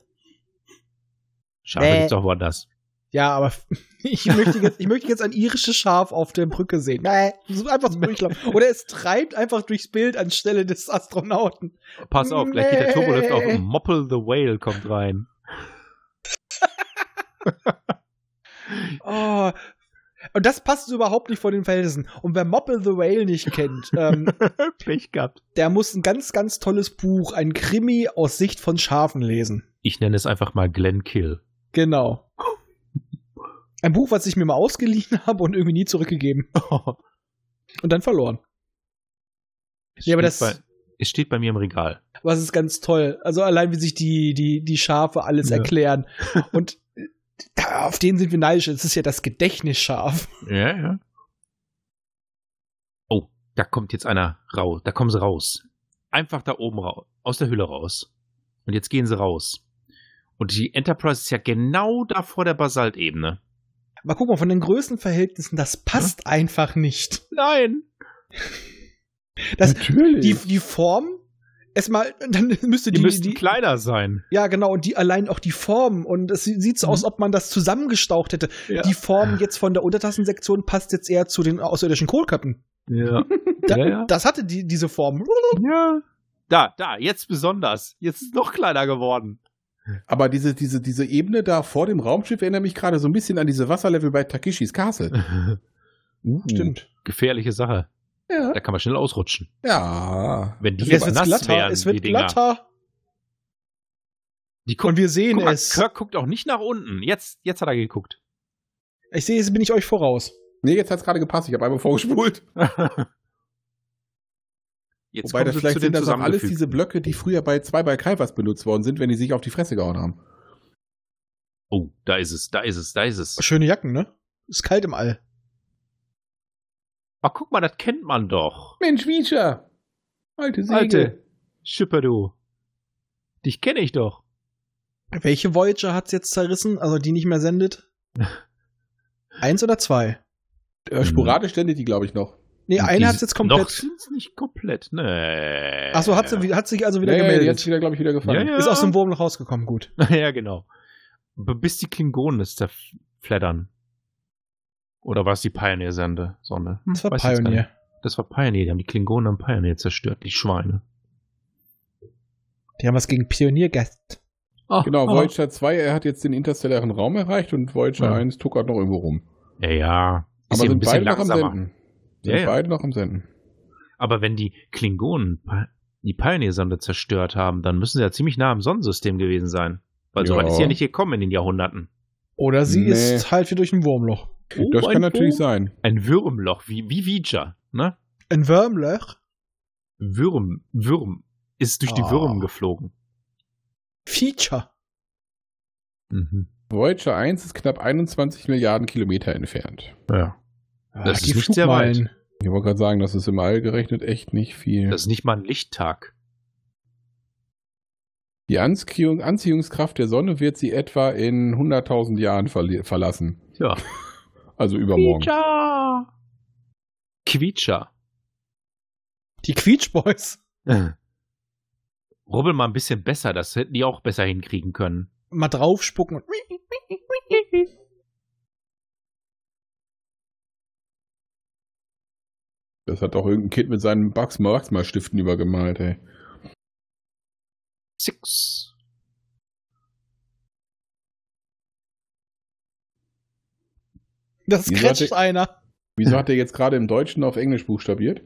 Speaker 6: Schade,
Speaker 4: Bäh.
Speaker 6: gibt's doch woanders.
Speaker 4: Ja, aber ich möchte jetzt, ich möchte jetzt ein irisches Schaf auf der Brücke sehen. Bäh. So Einfach so durchlaufen. Oder es treibt einfach durchs Bild anstelle des Astronauten.
Speaker 6: Pass auf, gleich geht der
Speaker 4: Nee.
Speaker 6: Turbolift auf und Moppel the Whale kommt rein.
Speaker 4: Oh. Und das passt überhaupt nicht vor den Felsen. Und wer Moppel the Whale nicht kennt, ähm,
Speaker 6: Pech gehabt.
Speaker 4: der muss ein ganz, ganz tolles Buch, ein Krimi aus Sicht von Schafen lesen.
Speaker 6: Ich nenne es einfach mal Glenn Kill.
Speaker 4: Genau. Ein Buch, was ich mir mal ausgeliehen habe und irgendwie nie zurückgegeben. Und dann verloren.
Speaker 6: Es
Speaker 4: Ja, aber das-
Speaker 6: steht Bei, es steht bei mir im Regal.
Speaker 4: Was ist ganz toll. Also allein wie sich die, die, die Schafe alles
Speaker 6: Ja.
Speaker 4: erklären. Und äh, Auf den sind wir neidisch. Es ist ja das Gedächtnisschaf.
Speaker 6: Ja, ja. Oh, da kommt jetzt einer raus. Da kommen sie raus. Einfach da oben raus. Aus der Hülle raus. Und jetzt gehen sie raus. Und die Enterprise ist ja genau da vor der Basaltebene.
Speaker 4: Mal gucken, von den Größenverhältnissen, das passt einfach nicht.
Speaker 6: Nein!
Speaker 4: Das-
Speaker 5: Natürlich.
Speaker 4: Die, die Form, erstmal, dann müsste
Speaker 6: Die,
Speaker 4: die,
Speaker 6: müssten
Speaker 4: die
Speaker 6: kleiner sein.
Speaker 4: ja genau, und die allein auch die Form und es sie- sieht so
Speaker 6: Mhm.
Speaker 4: aus, ob man das zusammengestaucht hätte.
Speaker 5: Ja.
Speaker 4: Die Form jetzt von der Untertassensektion passt jetzt eher zu den außerirdischen Kohlköppen.
Speaker 6: Ja.
Speaker 4: Da,
Speaker 6: Ja, ja.
Speaker 4: Das hatte die, diese Form.
Speaker 6: ja. Da, da, jetzt besonders. Jetzt ist es noch kleiner geworden.
Speaker 5: Aber diese, diese, diese Ebene da vor dem Raumschiff erinnert mich gerade so ein bisschen an diese Wasserlevel bei Takeshis Castle. Uh, Stimmt.
Speaker 6: Gefährliche Sache.
Speaker 5: Ja.
Speaker 6: Da kann man schnell ausrutschen.
Speaker 5: Ja.
Speaker 6: Wenn die
Speaker 4: Es
Speaker 6: jetzt
Speaker 4: wird
Speaker 6: nass
Speaker 4: glatter,
Speaker 6: wären,
Speaker 4: es
Speaker 6: die
Speaker 4: wird
Speaker 6: Dinger.
Speaker 4: glatter.
Speaker 6: Die
Speaker 4: Und
Speaker 6: gucken,
Speaker 4: wir sehen
Speaker 6: guck mal,
Speaker 4: es.
Speaker 6: Kirk guckt auch nicht nach unten. Jetzt, jetzt hat er geguckt.
Speaker 4: Ich sehe, jetzt bin ich euch voraus.
Speaker 5: Nee, jetzt hat's gerade gepasst. Ich habe einmal vorgespult.
Speaker 6: Jetzt
Speaker 5: Wobei,
Speaker 6: kommen
Speaker 5: das
Speaker 6: sie
Speaker 5: vielleicht
Speaker 6: zu den
Speaker 5: sind das auch alles
Speaker 6: zusammengefügten.
Speaker 5: diese Blöcke, die früher bei zwei bei Kaivas benutzt worden sind, wenn die sich auf die Fresse gehauen haben.
Speaker 6: Oh, da ist es, da ist es, da ist es.
Speaker 4: Schöne Jacken, ne? Ist kalt im All.
Speaker 6: Ach, guck mal, das kennt man doch.
Speaker 5: Mensch, Wiecher! Alte Segel.
Speaker 6: Alte. Schipper, du. Dich kenne ich doch.
Speaker 4: Welche Voyager hat's jetzt zerrissen? Also die nicht mehr sendet? Eins oder zwei?
Speaker 5: Äh, sporadisch sendet die, glaube ich, noch.
Speaker 4: Nee,
Speaker 6: Und
Speaker 4: eine
Speaker 6: die-
Speaker 4: hat's jetzt
Speaker 6: Noch
Speaker 4: komplett.
Speaker 6: sind's nicht komplett, ne.
Speaker 4: Achso, hat, sie, hat sich also wieder
Speaker 5: Nee, die hat
Speaker 4: gemeldet.
Speaker 5: sich wieder, glaube ich, wieder gefangen.
Speaker 6: Ja,
Speaker 4: Ist aus dem Wurm noch rausgekommen, gut.
Speaker 6: Ja, genau. B- Bis die Klingonen es zerfleddern. Oder war es die Pioneer-Sende? Sonne. Hm,
Speaker 4: Das war
Speaker 6: weiß ich jetzt gar
Speaker 4: Pioneer.
Speaker 6: nicht. Das war Pioneer. Die haben die Klingonen am Pioneer zerstört, die Schweine.
Speaker 4: Die haben was gegen Pioniergast.
Speaker 5: Genau, Voyager 2, er hat jetzt den interstellaren Raum erreicht und Voyager
Speaker 6: Oh. Ja.
Speaker 5: 1 tuckert noch irgendwo rum.
Speaker 6: Ja, ja.
Speaker 5: Aber
Speaker 6: Ist eben ein
Speaker 5: sind beide
Speaker 6: bisschen
Speaker 5: noch am
Speaker 6: langsamer.
Speaker 5: Senden. Sind
Speaker 6: Ja, ja.
Speaker 5: beide noch am Senden.
Speaker 6: Aber wenn die Klingonen Pi- die Pioneer-Sonde zerstört haben, dann müssen sie ja ziemlich nah am Sonnensystem gewesen sein. Weil so
Speaker 5: Ja.
Speaker 6: weit ist sie ja nicht gekommen in den Jahrhunderten.
Speaker 4: Oder sie
Speaker 5: Nee.
Speaker 4: ist halt wie durch ein Wurmloch.
Speaker 6: Oh,
Speaker 5: Das
Speaker 6: ein
Speaker 5: kann natürlich
Speaker 6: Wurm.
Speaker 5: sein.
Speaker 6: Ein Würmloch, wie, wie Vija, ne?
Speaker 4: Ein Wurmloch?
Speaker 6: Würm, Würm. Ist durch die
Speaker 4: Ah.
Speaker 6: Würm geflogen.
Speaker 4: Feature.
Speaker 6: Mhm.
Speaker 5: Voyager 1 ist knapp 21 Milliarden Kilometer entfernt.
Speaker 6: Ja. Das
Speaker 4: die
Speaker 6: ist nicht sehr weit.
Speaker 4: Flugmeilen.
Speaker 5: Ich wollte gerade sagen, das ist im All gerechnet echt nicht viel.
Speaker 6: Das ist nicht mal ein Lichttag.
Speaker 5: Die Anziehung, Anziehungskraft der Sonne wird sie etwa in 100.000 Jahren verli- verlassen.
Speaker 6: Ja.
Speaker 5: Also übermorgen.
Speaker 6: Quietscher.
Speaker 4: Die Quietschboys.
Speaker 6: Rubbel mal ein bisschen besser, das hätten die auch besser hinkriegen können.
Speaker 4: Mal draufspucken und.
Speaker 5: Das hat auch irgendein Kind mit seinen Wachsmalstiften übergemalt, ey.
Speaker 6: Six.
Speaker 4: Das
Speaker 5: Wieso
Speaker 4: quetscht
Speaker 5: hatte-
Speaker 4: einer.
Speaker 5: Wieso hat er jetzt gerade im Deutschen auf Englisch buchstabiert?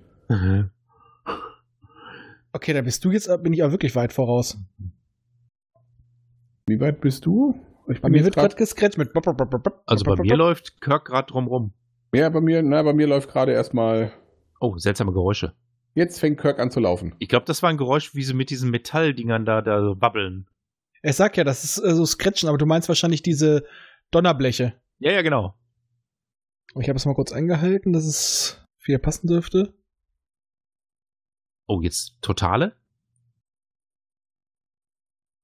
Speaker 4: Okay, da bist du jetzt, bin ich aber wirklich weit voraus.
Speaker 5: Wie weit bist du? Ich
Speaker 4: Bei
Speaker 5: bin
Speaker 4: mir
Speaker 5: jetzt
Speaker 4: wird
Speaker 5: grad-
Speaker 4: gerade gescratcht mit. bop, bop, bop, bop, bop,
Speaker 6: Also bei
Speaker 4: bop, bop,
Speaker 6: mir
Speaker 4: bop.
Speaker 6: läuft Kirk gerade drumrum.
Speaker 5: Ja, bei mir, na, bei mir läuft gerade erstmal.
Speaker 6: Oh, seltsame Geräusche.
Speaker 5: Jetzt fängt Kirk an zu laufen.
Speaker 6: Ich glaube, das war ein Geräusch, wie sie mit diesen Metalldingern da, da so babbeln.
Speaker 4: Ich sag ja, das ist äh, so Scratchen, aber du meinst wahrscheinlich diese Donnerbleche.
Speaker 6: Ja, ja, genau.
Speaker 4: Ich habe es mal kurz eingehalten, dass es viel passen dürfte.
Speaker 6: Oh, jetzt totale?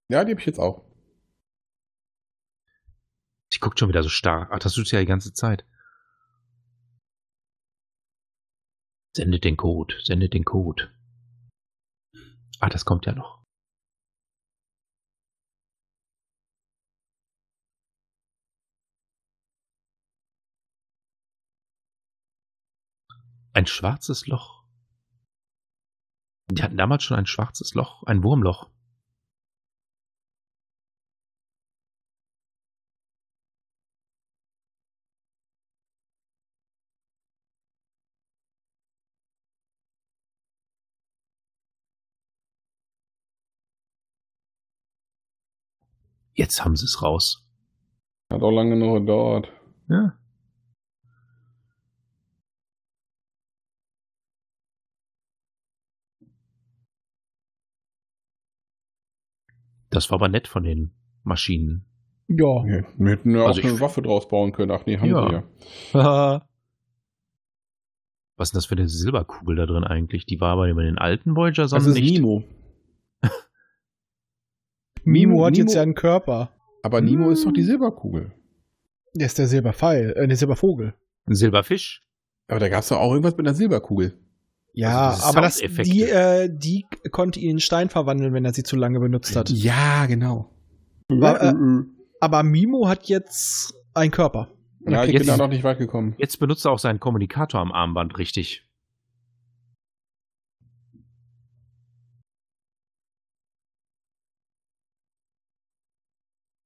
Speaker 5: Ja, die hab ich jetzt auch.
Speaker 6: Die guckt schon wieder so starr. Ach, das tut sie ja die ganze Zeit. Sendet den Code, sendet den Code. Ah, das kommt ja noch. Ein schwarzes Loch. Die hatten damals schon ein schwarzes Loch, ein Wurmloch. Jetzt haben sie es raus.
Speaker 5: Hat auch lange genug gedauert.
Speaker 6: Ja. Das war aber nett von den Maschinen.
Speaker 4: Ja.
Speaker 5: Wir wir hätten ja
Speaker 6: Also
Speaker 5: auch
Speaker 6: ich-
Speaker 5: eine Waffe draus bauen können. Ach nee, haben
Speaker 6: Ja.
Speaker 5: wir ja.
Speaker 6: Was ist denn das für eine Silberkugel da drin eigentlich? Die war bei bei den alten Voyager,
Speaker 5: Das
Speaker 6: sondern
Speaker 5: ist
Speaker 6: nicht.
Speaker 5: Nemo.
Speaker 4: Mimo hat jetzt
Speaker 5: Nemo-
Speaker 4: ja einen Körper.
Speaker 5: Aber Nemo ist doch die Silberkugel.
Speaker 4: Der ist der Silberpfeil, äh, der Silbervogel.
Speaker 6: Ein Silberfisch.
Speaker 5: Aber da gab es doch auch irgendwas mit einer Silberkugel.
Speaker 4: Ja,
Speaker 6: Also diese
Speaker 4: aber das,
Speaker 6: Soundeffekte.
Speaker 4: die, äh, die konnte ihn in Stein verwandeln, wenn er sie zu lange benutzt hat.
Speaker 5: Ja, genau.
Speaker 4: War, äh, Aber Mimo hat jetzt einen Körper.
Speaker 5: ja, ich
Speaker 6: jetzt-
Speaker 5: bin da noch nicht weit gekommen.
Speaker 6: Jetzt benutzt er auch seinen Kommunikator am Armband richtig.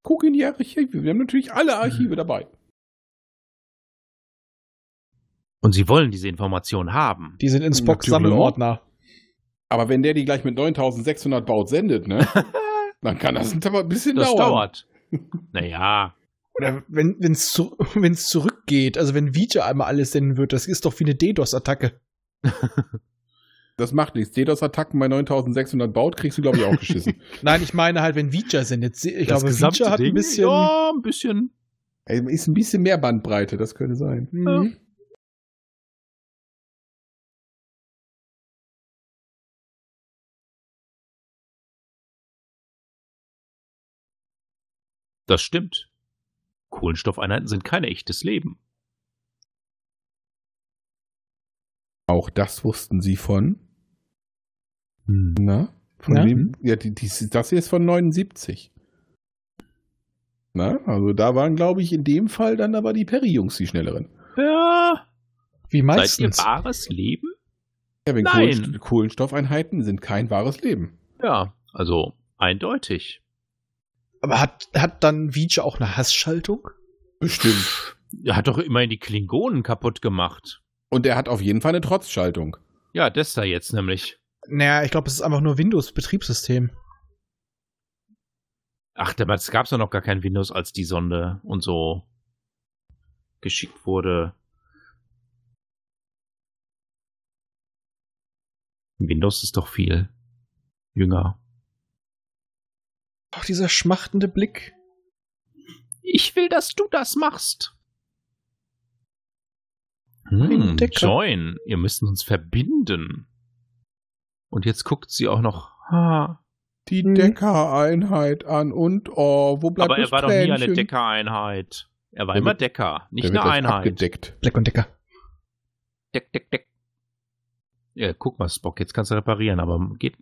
Speaker 5: Guck in die Archive. Wir haben natürlich alle Archive dabei.
Speaker 6: Und sie wollen diese Information haben.
Speaker 4: Die sind in Spocks
Speaker 5: Natürlich.
Speaker 4: Sammelordner.
Speaker 5: Aber wenn der die gleich mit 9600 baut, sendet, ne? dann kann das aber ein bisschen
Speaker 6: Das
Speaker 5: dauern.
Speaker 6: dauert. naja,
Speaker 4: Oder wenn es zu, wenn's zurückgeht, also wenn Vija einmal alles senden wird, das ist doch wie eine DDoS-Attacke.
Speaker 5: Das macht nichts. DDoS-Attacken bei 9600 baut, kriegst du, glaube ich, auch geschissen.
Speaker 4: Nein, ich meine halt, wenn Vija sendet. Sie- Ich
Speaker 6: das
Speaker 4: glaube,
Speaker 6: gesamte
Speaker 4: Vija hat
Speaker 6: Ding,
Speaker 4: ein bisschen.
Speaker 6: Ja, ein bisschen.
Speaker 5: Ey, ist ein bisschen mehr Bandbreite, das könnte sein.
Speaker 4: Mhm.
Speaker 6: Das stimmt. Kohlenstoffeinheiten sind kein echtes Leben.
Speaker 5: Auch das wussten sie von.
Speaker 6: Hm.
Speaker 5: Na? Von
Speaker 4: Ja.
Speaker 6: Mhm.
Speaker 5: wem? Ja, die, die, das hier ist von 79. Na, also da waren, glaube ich, in dem Fall dann aber die Perry-Jungs die schnelleren.
Speaker 6: Ja.
Speaker 4: Wie
Speaker 6: Seid ihr
Speaker 4: meistens.
Speaker 6: wahres Leben?
Speaker 5: Ja, wenn
Speaker 6: Nein.
Speaker 5: Kohlenst Kohlenstoffeinheiten sind kein wahres Leben.
Speaker 6: Ja, also eindeutig.
Speaker 4: Aber hat, hat dann Vija auch eine Hassschaltung?
Speaker 5: Bestimmt.
Speaker 6: Er hat doch immerhin die Klingonen kaputt gemacht.
Speaker 5: Und er hat auf jeden Fall eine Trotzschaltung.
Speaker 6: Ja, das da jetzt nämlich.
Speaker 4: Naja, ich glaube, es ist einfach nur Windows-Betriebssystem.
Speaker 6: Ach, damals gab es ja noch gar kein Windows, als die Sonde und so geschickt wurde. Windows ist doch viel jünger.
Speaker 4: Auch dieser schmachtende Blick.
Speaker 6: Ich will, dass du das machst. Hm,
Speaker 4: Entdecker.
Speaker 6: join. Ihr müsst uns verbinden. Und jetzt guckt sie auch noch. Ha.
Speaker 5: Die
Speaker 4: Mhm.
Speaker 5: Decker-Einheit an und oh, wo bleibt
Speaker 6: Aber er
Speaker 5: das
Speaker 6: war doch nie eine
Speaker 5: Tränchen?
Speaker 6: Decker-Einheit. Er war
Speaker 5: Der
Speaker 6: immer
Speaker 5: wird-
Speaker 6: Decker, nicht
Speaker 5: Der wird
Speaker 6: eine
Speaker 5: gleich
Speaker 6: Einheit.
Speaker 5: Abgedeckt.
Speaker 4: Black und Decker.
Speaker 6: Deck, deck, deck. Ja, guck mal, Spock, jetzt kannst du reparieren, aber geht.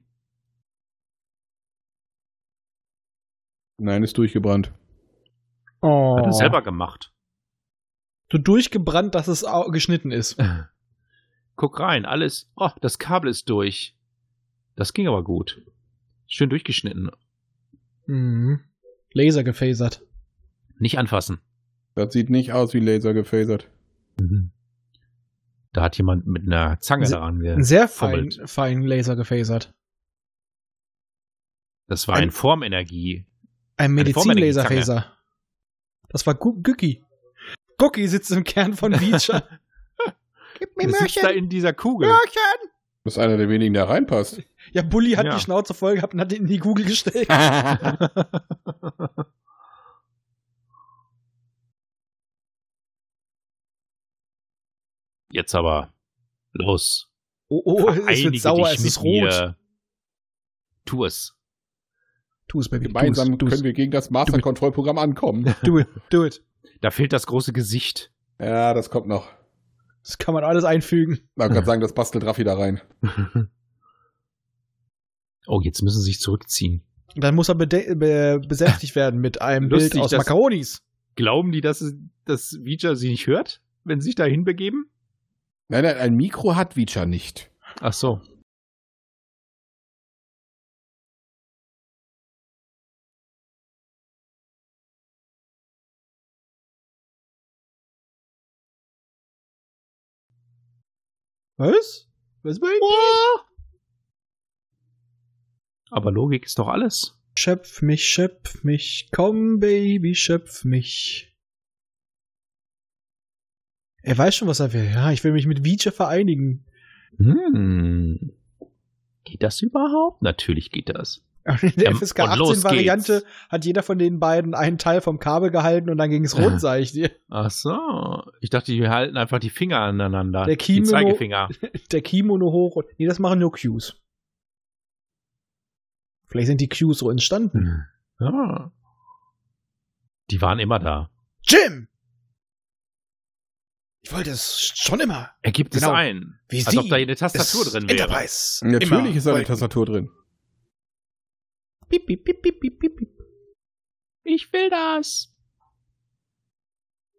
Speaker 5: Nein, ist durchgebrannt.
Speaker 4: Oh.
Speaker 6: Hat er selber gemacht.
Speaker 4: So durchgebrannt, dass es au- geschnitten ist.
Speaker 6: Guck rein, alles. Oh, das Kabel ist durch. Das ging aber gut. Schön durchgeschnitten.
Speaker 4: Mhm. Laser gefasert.
Speaker 6: Nicht anfassen.
Speaker 5: Das sieht nicht aus wie Laser gefasert.
Speaker 6: Mhm. Da hat jemand mit einer Zange
Speaker 4: Se-
Speaker 6: daran
Speaker 4: Ein
Speaker 6: ge.
Speaker 4: sehr fein,
Speaker 6: fummelt.
Speaker 4: fein Laser gefasert.
Speaker 6: Das war
Speaker 4: ein-
Speaker 6: ein Formenergie.
Speaker 4: Ein
Speaker 6: Eine
Speaker 4: Medizin-Laserfaser. Das war Gu- Gucki. Gucki sitzt im Kern von Beecher. Gib mir
Speaker 6: Der sitzt da
Speaker 4: Möhrchen.
Speaker 6: in dieser Kugel.
Speaker 4: Möhrchen.
Speaker 5: Das ist einer der wenigen, der reinpasst.
Speaker 4: Ja, Bulli hat
Speaker 6: Ja.
Speaker 4: die Schnauze voll gehabt und hat ihn in die Google gestellt.
Speaker 6: Jetzt aber los.
Speaker 4: Oh, oh, es
Speaker 6: Vereinige
Speaker 4: wird sauer,
Speaker 6: dich
Speaker 4: es ist
Speaker 6: mit
Speaker 4: rot.
Speaker 6: Mir. Tu es.
Speaker 4: Tu es, Baby.
Speaker 5: Gemeinsam
Speaker 4: tu es,
Speaker 5: können wir gegen das Master-Kontrollprogramm ankommen.
Speaker 4: do it, do it.
Speaker 6: Da fehlt das große Gesicht.
Speaker 5: Ja, das kommt noch.
Speaker 4: Das kann man alles einfügen.
Speaker 5: Man kann sagen, das bastelt Raffi da rein.
Speaker 6: Oh, jetzt müssen sie sich zurückziehen.
Speaker 4: Und dann muss er bede- be besänftigt werden mit einem
Speaker 6: Lustig,
Speaker 4: Bild aus
Speaker 6: dass-
Speaker 4: Macaronis.
Speaker 6: Glauben die, dass, es- dass Vija sie nicht hört, wenn sie sich da hinbegeben?
Speaker 5: Nein, nein, ein Mikro hat Vicha nicht.
Speaker 6: Ach so.
Speaker 4: Was? Was mein?
Speaker 6: Aber Logik ist doch alles.
Speaker 4: Schöpf mich, schöpf mich, komm Baby, schöpf mich. Er weiß schon, was er will. Ja, ich will mich mit Vija vereinigen.
Speaker 6: Hm. Geht das überhaupt? Natürlich geht das.
Speaker 4: In der
Speaker 6: Ähm,
Speaker 4: FSK
Speaker 6: und los
Speaker 4: 18 Variante
Speaker 6: geht's.
Speaker 4: hat jeder von den beiden einen Teil vom Kabel gehalten und dann ging es rot, sag ich dir.
Speaker 6: Ach so. Ich dachte, die halten einfach die Finger aneinander.
Speaker 4: Der
Speaker 6: die
Speaker 4: Kimono-
Speaker 6: Zeigefinger.
Speaker 4: Der Kimono hoch und nee, das machen nur Qs. Vielleicht sind die Qs so entstanden.
Speaker 6: Ja. Die waren immer da.
Speaker 4: Jim! Ich wollte es schon immer.
Speaker 6: Er gibt es
Speaker 4: Genau.
Speaker 6: ein.
Speaker 4: Wie
Speaker 6: Als
Speaker 4: Sie
Speaker 6: ob da eine Tastatur
Speaker 4: es
Speaker 6: drin wäre.
Speaker 4: Enterprise.
Speaker 5: Natürlich
Speaker 4: immer
Speaker 5: ist da eine
Speaker 4: wollten.
Speaker 5: Tastatur drin.
Speaker 4: Piep, piep, piep, piep, piep, piep, piep.
Speaker 6: Ich will das.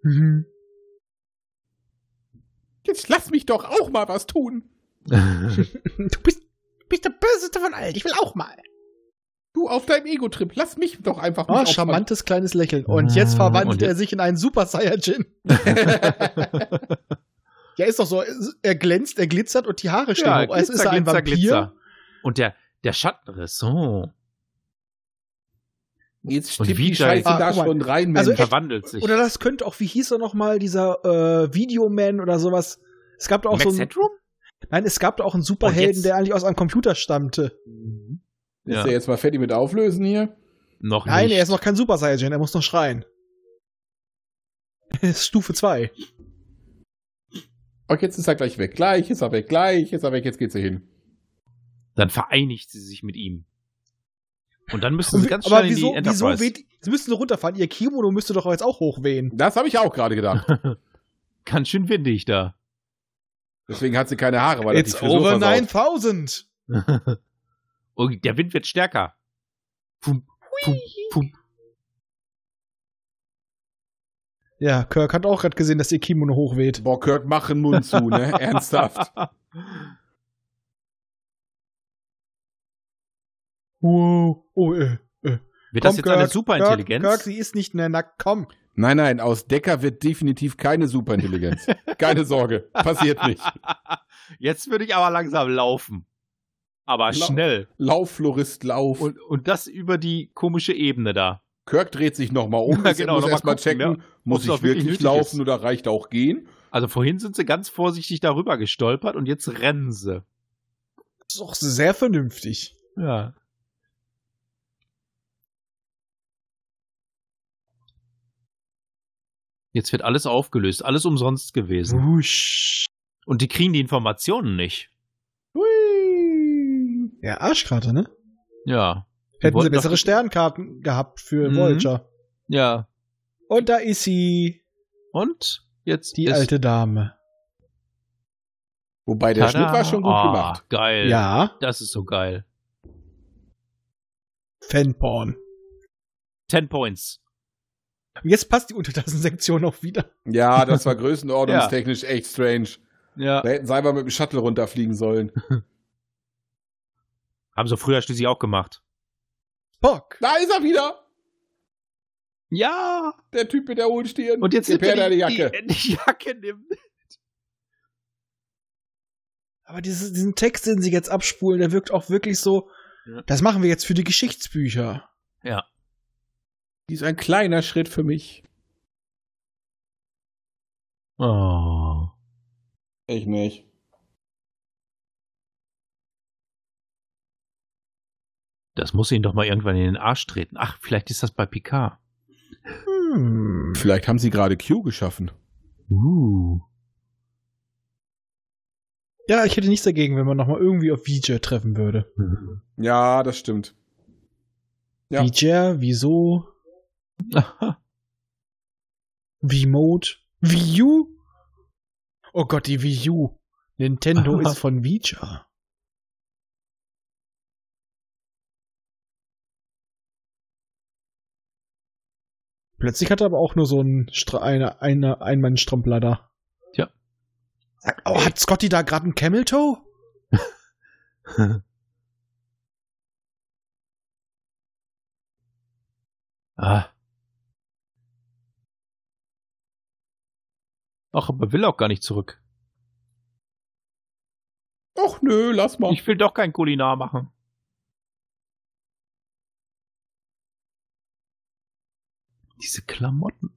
Speaker 4: Mhm.
Speaker 5: Jetzt lass mich doch auch mal was tun.
Speaker 4: Du bist, bist der Böseste von allen. Ich will auch mal.
Speaker 5: Du auf deinem Ego-Trip, lass mich doch einfach
Speaker 4: Oh,
Speaker 5: mal.
Speaker 4: charmantes kleines Lächeln. Und jetzt
Speaker 6: Ah,
Speaker 4: verwandelt
Speaker 6: und
Speaker 4: er
Speaker 6: jetzt-
Speaker 4: sich in einen Super Saiyajin. ja, ist doch so. Er glänzt, er glitzert und die Haare stehen hoch. Es ist er ein Vampir.
Speaker 6: Und der, der Schattenriss. So.
Speaker 5: Jetzt
Speaker 6: Und
Speaker 5: stippt
Speaker 6: wie
Speaker 5: die Scheiße
Speaker 4: geil. Ah,
Speaker 5: da
Speaker 4: guck mal.
Speaker 5: schon rein, Mensch.
Speaker 4: Also echt-
Speaker 6: Verwandelt sich.
Speaker 4: Oder das könnte auch, wie hieß er nochmal, dieser äh, Videoman oder sowas. Es gab da auch
Speaker 6: Max
Speaker 4: so einen,
Speaker 6: Headroom?
Speaker 4: Nein, es gab da auch einen
Speaker 6: Und
Speaker 4: Superhelden,
Speaker 6: Oh, jetzt-
Speaker 4: der eigentlich aus einem Computer stammte.
Speaker 5: ist
Speaker 6: Ja.
Speaker 5: der jetzt mal fertig mit Auflösen hier?
Speaker 6: Noch
Speaker 4: Nein,
Speaker 6: nicht.
Speaker 4: er ist noch kein Super Saiyajin, er muss noch schreien. Er ist Stufe 2.
Speaker 5: Okay, jetzt ist er gleich weg. Gleich ist er weg, gleich ist er weg, jetzt geht's hier hin.
Speaker 6: Dann vereinigt sie sich mit ihm. Und dann müssen sie ganz schnell
Speaker 4: Aber wieso,
Speaker 6: in die
Speaker 4: wieso
Speaker 6: Enterprise.
Speaker 4: weht, sie müssen runterfahren. Ihr Kimono müsste doch jetzt auch hochwehen.
Speaker 5: Das habe ich auch gerade gedacht.
Speaker 6: ganz schön windig da.
Speaker 5: Deswegen hat sie keine Haare, weil er die
Speaker 4: It's
Speaker 5: Frisur
Speaker 4: over
Speaker 5: versaut.
Speaker 4: 9000.
Speaker 6: Und der Wind wird stärker. Pum, pum, pum.
Speaker 4: Ja, Kirk hat auch gerade gesehen, dass ihr Kimono hochweht.
Speaker 5: Boah, Kirk, mach den Mund zu, ne? Ernsthaft.
Speaker 4: Wow. Oh, äh,
Speaker 6: Wird
Speaker 4: komm,
Speaker 6: das jetzt
Speaker 4: Kirk,
Speaker 6: eine Superintelligenz?
Speaker 4: Kirk, Kirk, sie ist nicht mehr nackt. Komm.
Speaker 5: Nein, nein, aus Decker wird definitiv keine Superintelligenz. Keine Sorge, passiert nicht.
Speaker 6: Jetzt würde ich aber langsam laufen. Aber
Speaker 5: Lau-
Speaker 6: schnell.
Speaker 5: Lauf, Florist, lauf.
Speaker 6: Und, und das über die komische Ebene da.
Speaker 5: Kirk dreht sich nochmal um, ja,
Speaker 6: Ja,
Speaker 5: genau, muss
Speaker 6: genau, noch mal
Speaker 5: erstmal
Speaker 6: gucken,
Speaker 5: checken, muss
Speaker 6: ob's
Speaker 5: ich
Speaker 6: auch wirklich
Speaker 5: wirklich
Speaker 6: nötig
Speaker 5: laufen
Speaker 6: ist.
Speaker 5: oder reicht auch gehen?
Speaker 6: Also vorhin sind sie ganz vorsichtig darüber gestolpert und jetzt rennen sie.
Speaker 4: Das ist auch sehr vernünftig.
Speaker 6: Ja. Jetzt wird alles aufgelöst, alles umsonst gewesen.
Speaker 4: Wusch.
Speaker 6: Und die kriegen die Informationen nicht.
Speaker 4: Ja, Arschkarte, ne?
Speaker 6: Ja. Die
Speaker 4: Hätten sie
Speaker 6: wollten doch-
Speaker 4: bessere Sternkarten gehabt für
Speaker 6: Mhm.
Speaker 4: Voyager.
Speaker 6: Ja.
Speaker 4: Und da ist sie,
Speaker 6: Und jetzt
Speaker 4: die
Speaker 6: ist
Speaker 4: alte Dame.
Speaker 5: Wobei der Schnitt war schon gut
Speaker 6: ah,
Speaker 5: gemacht.
Speaker 6: Geil.
Speaker 4: Ja,
Speaker 6: Das ist so geil.
Speaker 4: Fanporn.
Speaker 6: 10 Points.
Speaker 4: Und jetzt passt die Untertassensektion auch wieder.
Speaker 5: Ja, das war größenordnungstechnisch echt strange.
Speaker 6: Ja.
Speaker 5: Da hätten sie einfach mit dem Shuttle runterfliegen sollen.
Speaker 6: Haben sie früher schließlich auch gemacht.
Speaker 4: Bock.
Speaker 5: Da ist er wieder!
Speaker 6: Ja.
Speaker 5: Der Typ mit der hohen Stirn.
Speaker 6: Und jetzt
Speaker 5: Gib
Speaker 6: nimmt er
Speaker 5: her
Speaker 6: die,
Speaker 5: deine Jacke.
Speaker 6: Die, die Jacke nimmt.
Speaker 4: Aber dieses, diesen Text, den sie jetzt abspulen, der wirkt auch wirklich so,
Speaker 6: Ja.
Speaker 4: das machen wir jetzt für die Geschichtsbücher.
Speaker 5: Dies ist ein kleiner Schritt für mich.
Speaker 6: Oh.
Speaker 5: Ich nicht.
Speaker 6: Das muss ihn doch mal irgendwann in den Arsch treten. Ach, vielleicht ist das bei Picard.
Speaker 4: Hm.
Speaker 5: Vielleicht haben sie gerade Q geschaffen.
Speaker 6: Uh.
Speaker 4: Ja, ich hätte nichts dagegen, wenn man nochmal irgendwie auf VJ treffen würde.
Speaker 5: Ja, das stimmt. Ja.
Speaker 4: VJ, wieso? V-Mode? Wii U? Oh Gott, die Wii U. Nintendo ist von VJ. Plötzlich hat er aber auch nur so einen Stra eine, eine Einmann-Strampler da.
Speaker 6: Tja.
Speaker 4: Sag, Oh, hat Scotty da gerade einen Camel-Toe?
Speaker 6: ah. Ach, aber will auch gar nicht zurück.
Speaker 5: Och nö, lass mal.
Speaker 6: Ich will doch kein Kulinar machen. Diese Klamotten.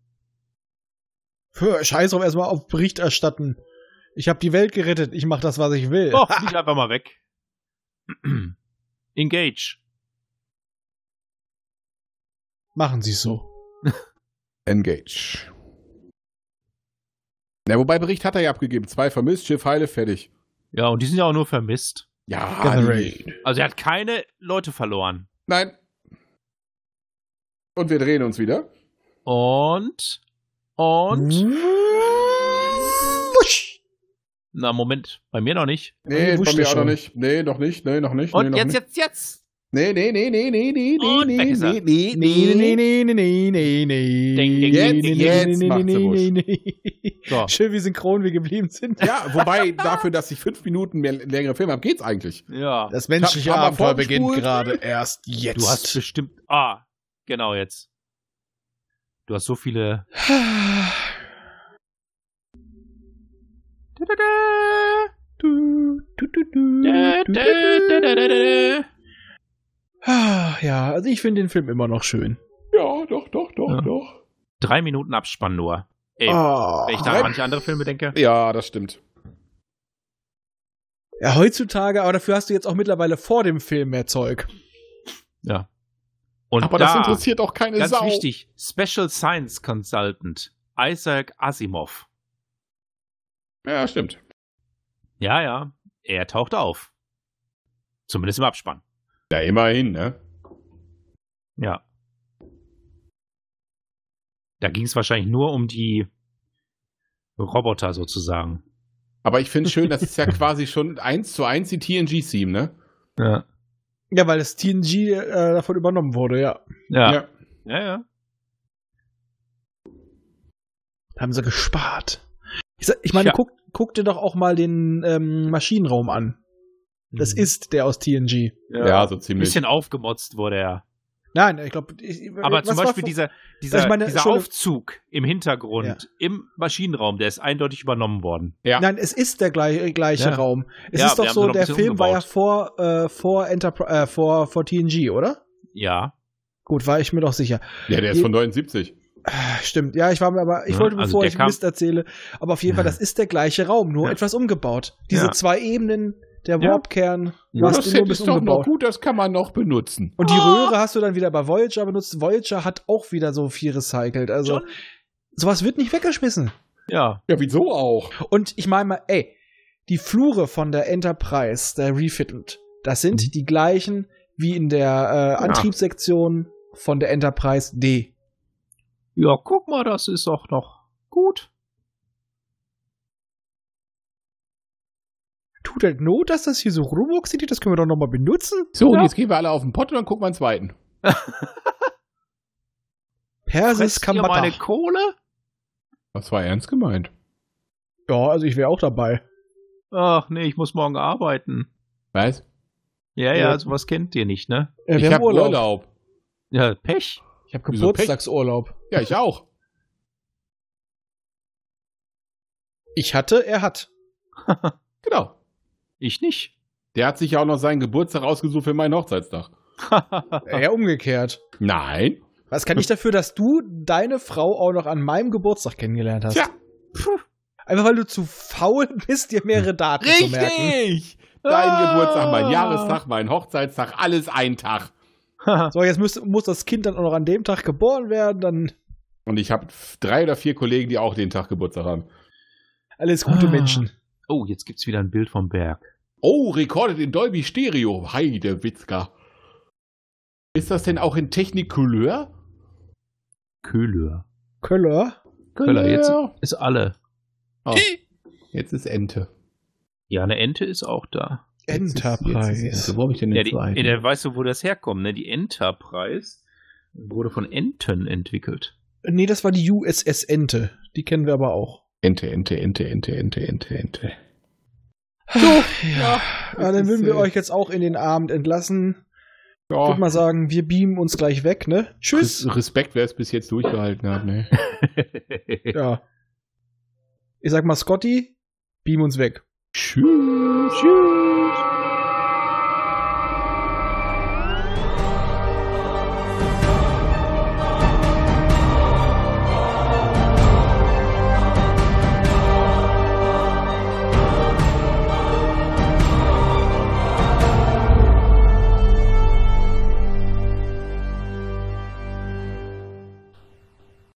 Speaker 4: Puh, scheiß drauf, erstmal auf Bericht erstatten. Ich habe die Welt gerettet, ich mache das, was ich will.
Speaker 6: Oh, flieg einfach mal weg. Engage.
Speaker 4: Machen Sie es so.
Speaker 5: Engage. Ja, wobei Bericht hat er ja abgegeben. Zwei vermisst, Schiff heile, fertig.
Speaker 6: Ja, und die sind ja auch nur vermisst.
Speaker 5: Ja,
Speaker 4: Generate.
Speaker 5: nee.
Speaker 6: Also er hat keine Leute verloren.
Speaker 5: nein. Und wir drehen uns wieder.
Speaker 6: Und. Und.
Speaker 5: Mhm.
Speaker 4: Hm? Wusch!
Speaker 6: Na, Moment. Bei mir noch nicht.
Speaker 5: Nee,
Speaker 4: wusste
Speaker 5: bei mir auch noch
Speaker 4: schon.
Speaker 5: nicht. Nee, noch nicht. Nee, noch nicht.
Speaker 6: Und
Speaker 5: nee, noch
Speaker 6: jetzt,
Speaker 5: nicht.
Speaker 6: jetzt, jetzt.
Speaker 5: Nee, nee, nee, nee, nee, nee, nee,
Speaker 6: Und weg
Speaker 5: nee,
Speaker 6: ist er.
Speaker 5: nee, nee,
Speaker 4: Nee,
Speaker 5: nee,
Speaker 4: nee, nee, nee, nee, nee, nee.
Speaker 6: Ding, ding,
Speaker 4: Nee,
Speaker 5: ding,
Speaker 4: nee,
Speaker 5: ding,
Speaker 4: nee,
Speaker 5: jetzt
Speaker 4: nee,
Speaker 5: macht sie
Speaker 4: nee,
Speaker 5: Wusch.
Speaker 4: nee, nee.
Speaker 6: So.
Speaker 4: Schön, wie synchron wir geblieben sind.
Speaker 5: Ja, wobei dafür, dass ich fünf Minuten mehr längere Filme habe, geht's eigentlich.
Speaker 6: Ja.
Speaker 4: Das
Speaker 5: menschliche Ich hab mal Abenteuer beginnt vorgespult.
Speaker 4: gerade erst jetzt.
Speaker 6: Du hast bestimmt. Ah, genau jetzt. Du hast so viele.
Speaker 4: ja, also ich finde den Film immer noch schön.
Speaker 5: Ja, doch, doch, doch,
Speaker 6: Ja.
Speaker 5: doch.
Speaker 6: Drei Minuten Abspann nur. Ey,
Speaker 5: Ah,
Speaker 4: Oh.
Speaker 6: wenn ich da an manche andere Filme denke.
Speaker 5: Ja, das stimmt.
Speaker 4: Ja, heutzutage, aber dafür hast du jetzt auch mittlerweile vor dem Film mehr Zeug.
Speaker 6: Und
Speaker 5: Aber das
Speaker 6: da,
Speaker 5: interessiert auch keine
Speaker 6: ganz
Speaker 5: Sau.
Speaker 6: wichtig, Special Science Consultant Isaac Asimov.
Speaker 5: Ja, stimmt.
Speaker 6: Ja, ja, er taucht auf. Zumindest im Abspann.
Speaker 5: Ja, immerhin, ne?
Speaker 6: Ja. Da ging es wahrscheinlich nur um die Roboter sozusagen.
Speaker 5: Aber ich finde schön, das ist ja quasi schon eins zu eins die TNG-Theme, ne?
Speaker 6: Ja.
Speaker 4: Ja, weil das TNG äh, davon übernommen wurde, ja.
Speaker 6: Ja, ja. ja.
Speaker 4: Haben sie gespart. Ich, sag, ich meine,
Speaker 6: Ja.
Speaker 4: guck, guck dir doch auch mal den ähm, Maschinenraum an. Das
Speaker 6: Mhm.
Speaker 4: ist der aus TNG.
Speaker 5: Ja, so
Speaker 6: Ein
Speaker 5: ziemlich.
Speaker 6: bisschen aufgemotzt wurde er.
Speaker 4: Nein, ich glaube.
Speaker 6: Aber zum Beispiel dieser, dieser,
Speaker 4: Also Ich meine,
Speaker 6: dieser
Speaker 4: Entschuldigung.
Speaker 6: Aufzug im Hintergrund,
Speaker 4: Ja.
Speaker 6: im Maschinenraum, der ist eindeutig übernommen worden.
Speaker 5: Ja.
Speaker 4: Nein, es ist der gleiche, gleiche
Speaker 6: Ja.
Speaker 4: Raum. Es
Speaker 6: Ja,
Speaker 4: ist doch
Speaker 6: wir haben
Speaker 4: so,
Speaker 6: nur noch ein
Speaker 4: der
Speaker 6: bisschen
Speaker 4: Film war ja
Speaker 6: umgebaut.
Speaker 4: vor, äh, vor, Enterpri- äh, vor, vor TNG, oder?
Speaker 6: Ja.
Speaker 4: Gut, war ich mir doch sicher.
Speaker 5: Ja, der ist von 79.
Speaker 4: Ah, Stimmt, ja, ich war mir aber, ich
Speaker 6: Ja,
Speaker 4: wollte,
Speaker 6: also
Speaker 4: bevor
Speaker 6: der
Speaker 4: ich
Speaker 6: kam-
Speaker 4: Mist erzähle, aber auf jeden Fall, das ist der gleiche Raum, nur
Speaker 6: Ja.
Speaker 4: etwas umgebaut. Diese
Speaker 6: Ja.
Speaker 4: zwei Ebenen, der
Speaker 6: Ja.
Speaker 4: Warpkern,
Speaker 6: Ja,
Speaker 4: was du nur bis umgebaut.
Speaker 5: gut, das kann man noch benutzen.
Speaker 4: Und die
Speaker 6: Ah.
Speaker 4: Röhre hast du dann wieder bei Voyager benutzt. Voyager hat auch wieder so viel recycelt. Also,
Speaker 6: Schon?
Speaker 4: sowas wird nicht weggeschmissen.
Speaker 6: Ja.
Speaker 5: Ja, wieso auch?
Speaker 4: Und ich meine mal, ey, die Flure von der Enterprise, der Refitted, das sind
Speaker 5: Mhm.
Speaker 4: die gleichen wie in der äh, Antriebssektion von der Enterprise D.
Speaker 6: Ja, guck mal, das ist auch noch gut.
Speaker 4: Tut halt Not, dass das hier so rumwuchselig, das können wir doch nochmal benutzen.
Speaker 5: So, und
Speaker 6: Ja.
Speaker 5: jetzt gehen wir alle auf den Pott und dann gucken wir einen zweiten.
Speaker 4: Persis
Speaker 6: Fresst ihr
Speaker 4: Kambata.
Speaker 6: meine Kohle?
Speaker 5: Das war ernst gemeint.
Speaker 4: Ja, also ich wäre auch dabei.
Speaker 6: Ach nee, ich muss morgen arbeiten.
Speaker 5: Was?
Speaker 6: Ja, ja,
Speaker 4: Ja.
Speaker 6: sowas kennt ihr nicht, ne?
Speaker 4: Äh,
Speaker 5: ich
Speaker 4: wir haben
Speaker 5: habe
Speaker 4: Urlaub.
Speaker 5: Urlaub.
Speaker 6: Ja, Pech.
Speaker 4: Ich habe
Speaker 5: Wieso Pech?
Speaker 4: Geburtstagsurlaub.
Speaker 5: Ja, ich auch.
Speaker 4: Ich hatte, er hat.
Speaker 5: Genau.
Speaker 6: Ich nicht.
Speaker 5: Der hat sich ja auch noch seinen Geburtstag ausgesucht für meinen Hochzeitstag.
Speaker 4: Er umgekehrt.
Speaker 5: Nein.
Speaker 4: Was kann ich dafür, dass du deine Frau auch noch an meinem Geburtstag kennengelernt hast?
Speaker 5: Tja.
Speaker 4: Puh. Einfach weil du zu faul bist, dir mehrere Daten zu merken.
Speaker 5: Dein Geburtstag, mein Jahrestag, mein Hochzeitstag, alles ein Tag.
Speaker 4: So, jetzt müsst, muss das Kind dann auch noch an dem Tag geboren werden, dann
Speaker 5: Und ich habe drei oder vier Kollegen, die auch den Tag Geburtstag haben.
Speaker 4: alles gute
Speaker 6: Ah.
Speaker 4: Menschen.
Speaker 6: oh, jetzt gibt's wieder ein Bild vom Berg.
Speaker 5: Oh, recorded in Dolby Stereo. Heide Witzka. Ist das denn auch in Technicouleur?
Speaker 6: Köhler.
Speaker 4: Köller?
Speaker 6: Köller, jetzt ist alle.
Speaker 5: Oh, jetzt ist Ente.
Speaker 6: Ja, eine Ente ist auch da.
Speaker 4: Enterprise.
Speaker 5: Wo habe ich denn
Speaker 6: Ja, die, ja, der weißt du, wo das herkommt, ne? Die Enterprise wurde von Enten entwickelt.
Speaker 4: Nee, das war die USS Ente. Die kennen wir aber auch.
Speaker 5: Ente, Ente, Ente, Ente, Ente, Ente, Ente.
Speaker 4: Ja.
Speaker 5: das
Speaker 4: dann
Speaker 5: ist,
Speaker 4: würden wir
Speaker 5: äh,
Speaker 4: euch jetzt auch in den Abend entlassen. Ich
Speaker 5: Ja,
Speaker 4: würde mal sagen, wir beamen uns gleich weg, ne? Tschüss.
Speaker 5: Res Respekt, wer es bis jetzt durchgehalten hat. Ne?
Speaker 4: Ja. Ich sag mal, Scotty, beam uns weg.
Speaker 5: Tschüss. Tschüss.